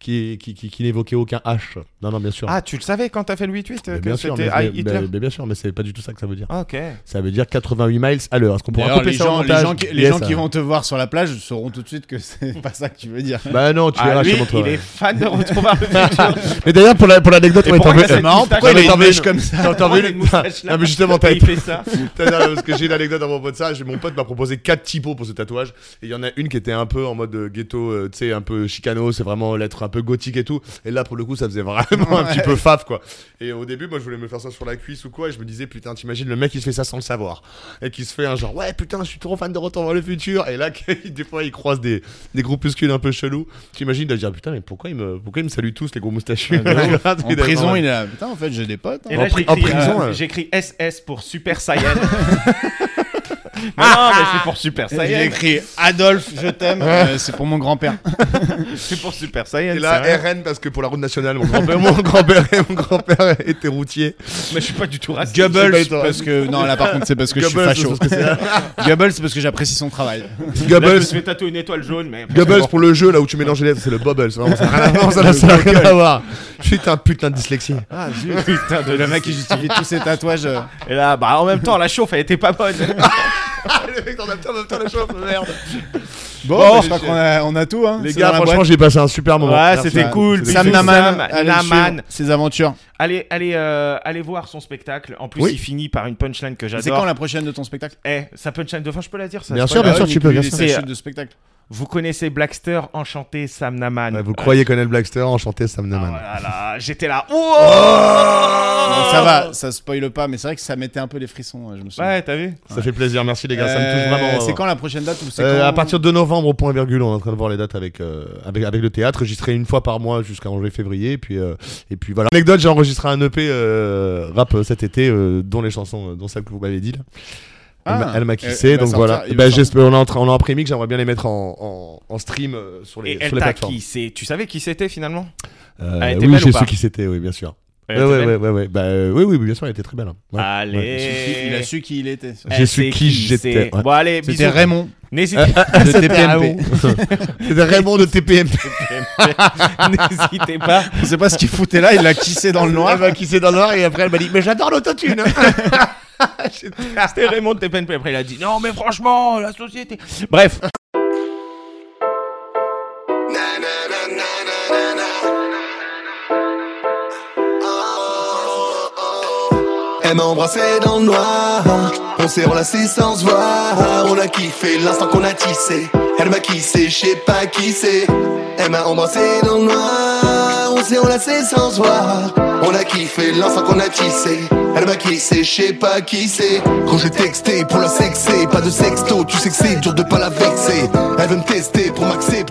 S5: qui, qui, qui, qui n'évoquaient aucun H. Non, non, bien sûr.
S3: Ah, tu le savais quand t'as fait le 8-8 euh,
S5: mais
S3: que
S5: bien, sûr mais,
S3: c'était Heil
S5: mais-
S3: Hitler
S5: mais- mais bien sûr, mais c'est pas du tout ça que ça veut dire.
S3: Ah, Ok.
S5: Ça veut dire 88 miles à l'heure. Est-ce qu'on pourra
S4: D'ailleurs,
S5: couper
S4: les
S5: ça au
S4: gens, les
S5: montage
S4: gens qui, les
S5: Yes,
S4: gens qui
S5: hein.
S4: vont te voir sur la plage sauront tout de suite que c'est pas ça que tu veux dire.
S5: Bah non, tu
S3: Ah,
S5: verras, je
S3: lui,
S5: te montre.
S3: il est fan de Retour vers le futur.
S5: Mais d'ailleurs, pour la- pour l'anecdote,
S3: Et
S5: on est
S3: pourquoi
S5: en- euh,
S3: il a cette
S5: marrant,
S3: moustache
S5: pourquoi il
S3: avec
S5: est en
S3: une mèche
S5: Belgique
S4: comme ça
S5: T'as
S3: Pourquoi
S5: entendu
S3: il a une moustache là
S5: Non, mais justement,
S3: Pourquoi
S5: t'as
S3: il fait ça
S5: Putain, non, parce que j'ai une anecdote à propos de ça. J'ai mon pote m'a proposé quatre typos pour ce tatouage. Et il y en a une qui était un peu en mode euh, ghetto, euh, tu sais, un peu chicano, c'est vraiment l'être un peu gothique et tout. Et là, pour le coup, ça faisait vraiment un petit peu faf, quoi. Et au début, moi, je voulais me faire ça sur la cuisse ou quoi. Et je me disais, putain, t'imagines le mec qui se fait ça sans le savoir. Et qui se fait un genre, ouais, putain, je suis trop fan de Retour vers le futur. Et là, des fois, il croise des, des groupuscules un peu chelous. T'imagines de dire, putain, mais pourquoi ils me, pourquoi ils me saluent tous, les gros moustachus
S4: Ah, En prison, il a. Putain, en fait, j'ai des potes. hein.
S3: Et là,
S5: En pri-
S3: j'écris,
S5: en prison,
S3: euh,
S5: euh.
S3: j'écris SS pour Super Saiyan. Mais non, mais c'est pour Super
S4: Ah, J'ai
S3: Saiyan.
S4: écrit Adolphe, je t'aime, euh, c'est pour mon grand-père.
S3: C'est pour Super Saiyan.
S5: Et là,
S3: c'est vrai.
S5: RN, parce que pour la route nationale, mon grand-père mon grand-père mon grand-père était routier.
S3: Mais je suis pas du tout raciste.
S4: Goebbels, parce que. Non, là par contre, c'est parce que je suis
S5: Goebbels,
S4: facho.
S5: c'est parce
S4: Goebbels, c'est parce que j'apprécie son travail.
S3: Là, je me
S5: Goebbels,
S3: suis fait tatouer une étoile jaune, mais.
S5: Goebbels pour le jeu, là où tu mélanges les lettres, c'est le Bubbles. Vraiment, ça n'a rien à voir, ça n'a- ça n'a rien à voir. Je suis un putain de dyslexie.
S3: Ah, putain de
S4: Le mec qui justifie tous ses tatouages. euh,
S3: Et là, bah, en même temps, la chauffe, elle était pas bonne.
S5: le mec dans en même temps, la chauffe, merde.
S4: Bon,
S5: Bon,
S4: bah, je crois qu'on a, on a tout. Hein,
S5: Les
S4: C'est
S5: gars,
S4: dans la boîte.
S5: franchement, j'ai passé un super moment.
S3: Ouais,
S5: Merci.
S3: c'était cool.
S5: Sam
S4: Sam
S3: Bisous,
S4: Naman,
S3: Sam
S4: allez
S3: Naman.
S4: suivre ses aventures.
S3: Allez, allez, euh, allez voir son spectacle. En plus,
S5: Oui.
S3: il finit par une punchline que
S4: C'est quand
S3: j'adore.
S4: la prochaine de ton spectacle
S3: Eh, sa punchline de fin, je peux la dire ça
S5: Bien
S3: spoil,
S4: Bah
S5: sûr, bien
S3: hein.
S5: sûr, tu peux, bien
S4: C'est euh,
S5: sûr.
S4: sa chute de spectacle.
S3: Vous connaissez Blackster, enchanté, Sam Naman.
S5: Ouais, Vous croyez connaître Blackster, enchanté Sam
S3: Ah,
S5: Naman.
S3: voilà, là, j'étais là. Wow
S5: Oh
S3: Oh.
S4: Bon, ça va, ça spoile pas, mais c'est vrai que ça mettait un peu les frissons, euh, je me souviens.
S3: Ouais, t'as vu
S5: Ça fait plaisir, merci les gars, ça me
S4: Euh,
S5: touche vraiment.
S4: C'est quand la prochaine date ou c'est
S5: Euh,
S4: quand
S5: à partir de novembre au point virgule, on est en train de voir les dates avec euh, avec, avec le théâtre. J'y serai une fois par mois jusqu'à janvier février et puis euh, et puis voilà. Anecdote, j'ai enregistré un EP euh, rap euh, cet été euh, dont les chansons euh, dont celle que vous m'avez dit là. Elle
S4: Ah.
S5: m'a- elle m'a
S4: Euh,
S5: kissé,
S4: il va
S5: donc
S4: sortir,
S5: voilà.
S4: il va
S5: Bah,
S4: sortir.
S5: j'espère- on est en train- on est en pré-mix, j'aimerais bien les mettre en, en, en stream euh, sur les,
S3: Et
S5: sur les
S3: Elta,
S5: plateformes.
S3: qui c'est Tu savais qui c'était finalement
S5: Euh,
S3: Elle était
S5: oui,
S3: belle ou
S5: j'ai
S3: pas
S5: su qui c'était, oui, bien sûr.
S3: Elle
S5: Ouais,
S3: était
S5: ouais,
S3: belle Ah.
S5: ouais, ouais, ouais. Bah, euh, oui, oui, bien sûr, elle était très belle. hein. Ouais.
S3: Allez.
S4: Il
S5: Ouais.
S4: a su- Il a su qui il était.
S3: Eh,
S5: J'ai su
S3: c'est
S5: qui j'étais,
S3: c'est-
S5: ouais.
S3: Bon, allez,
S4: C'était
S3: bisous.
S4: Raymond
S3: N'hésitez
S5: Ah,
S4: de
S5: Raymond.
S4: TPMP.
S5: C'était Raymond de TPMP.
S3: n'hésitez pas.
S4: On sait pas ce qu'il foutait là, il l'a kissé dans le noir.
S5: Elle m'a kissé dans le noir et après elle m'a dit Mais j'adore l'autotune hein.
S3: C'était Raymond de TPNP. Après, il a dit Non, mais franchement, la société. Bref.
S6: Elle m'a embrassé dans le noir. On s'est relâché sans se voir. On a kiffé l'instant qu'on a tissé. Elle m'a kissé, je sais pas qui c'est. Elle m'a embrassé dans le noir. On s'est relâché sans se voir. On a kiffé l'instant qu'on a tissé. Elle m'a kissé, je sais pas qui c'est. Quand j'ai texté pour la sexer, pas de sexto, tu sais que c'est dur de pas la vexer. Elle veut me tester pour m'axer,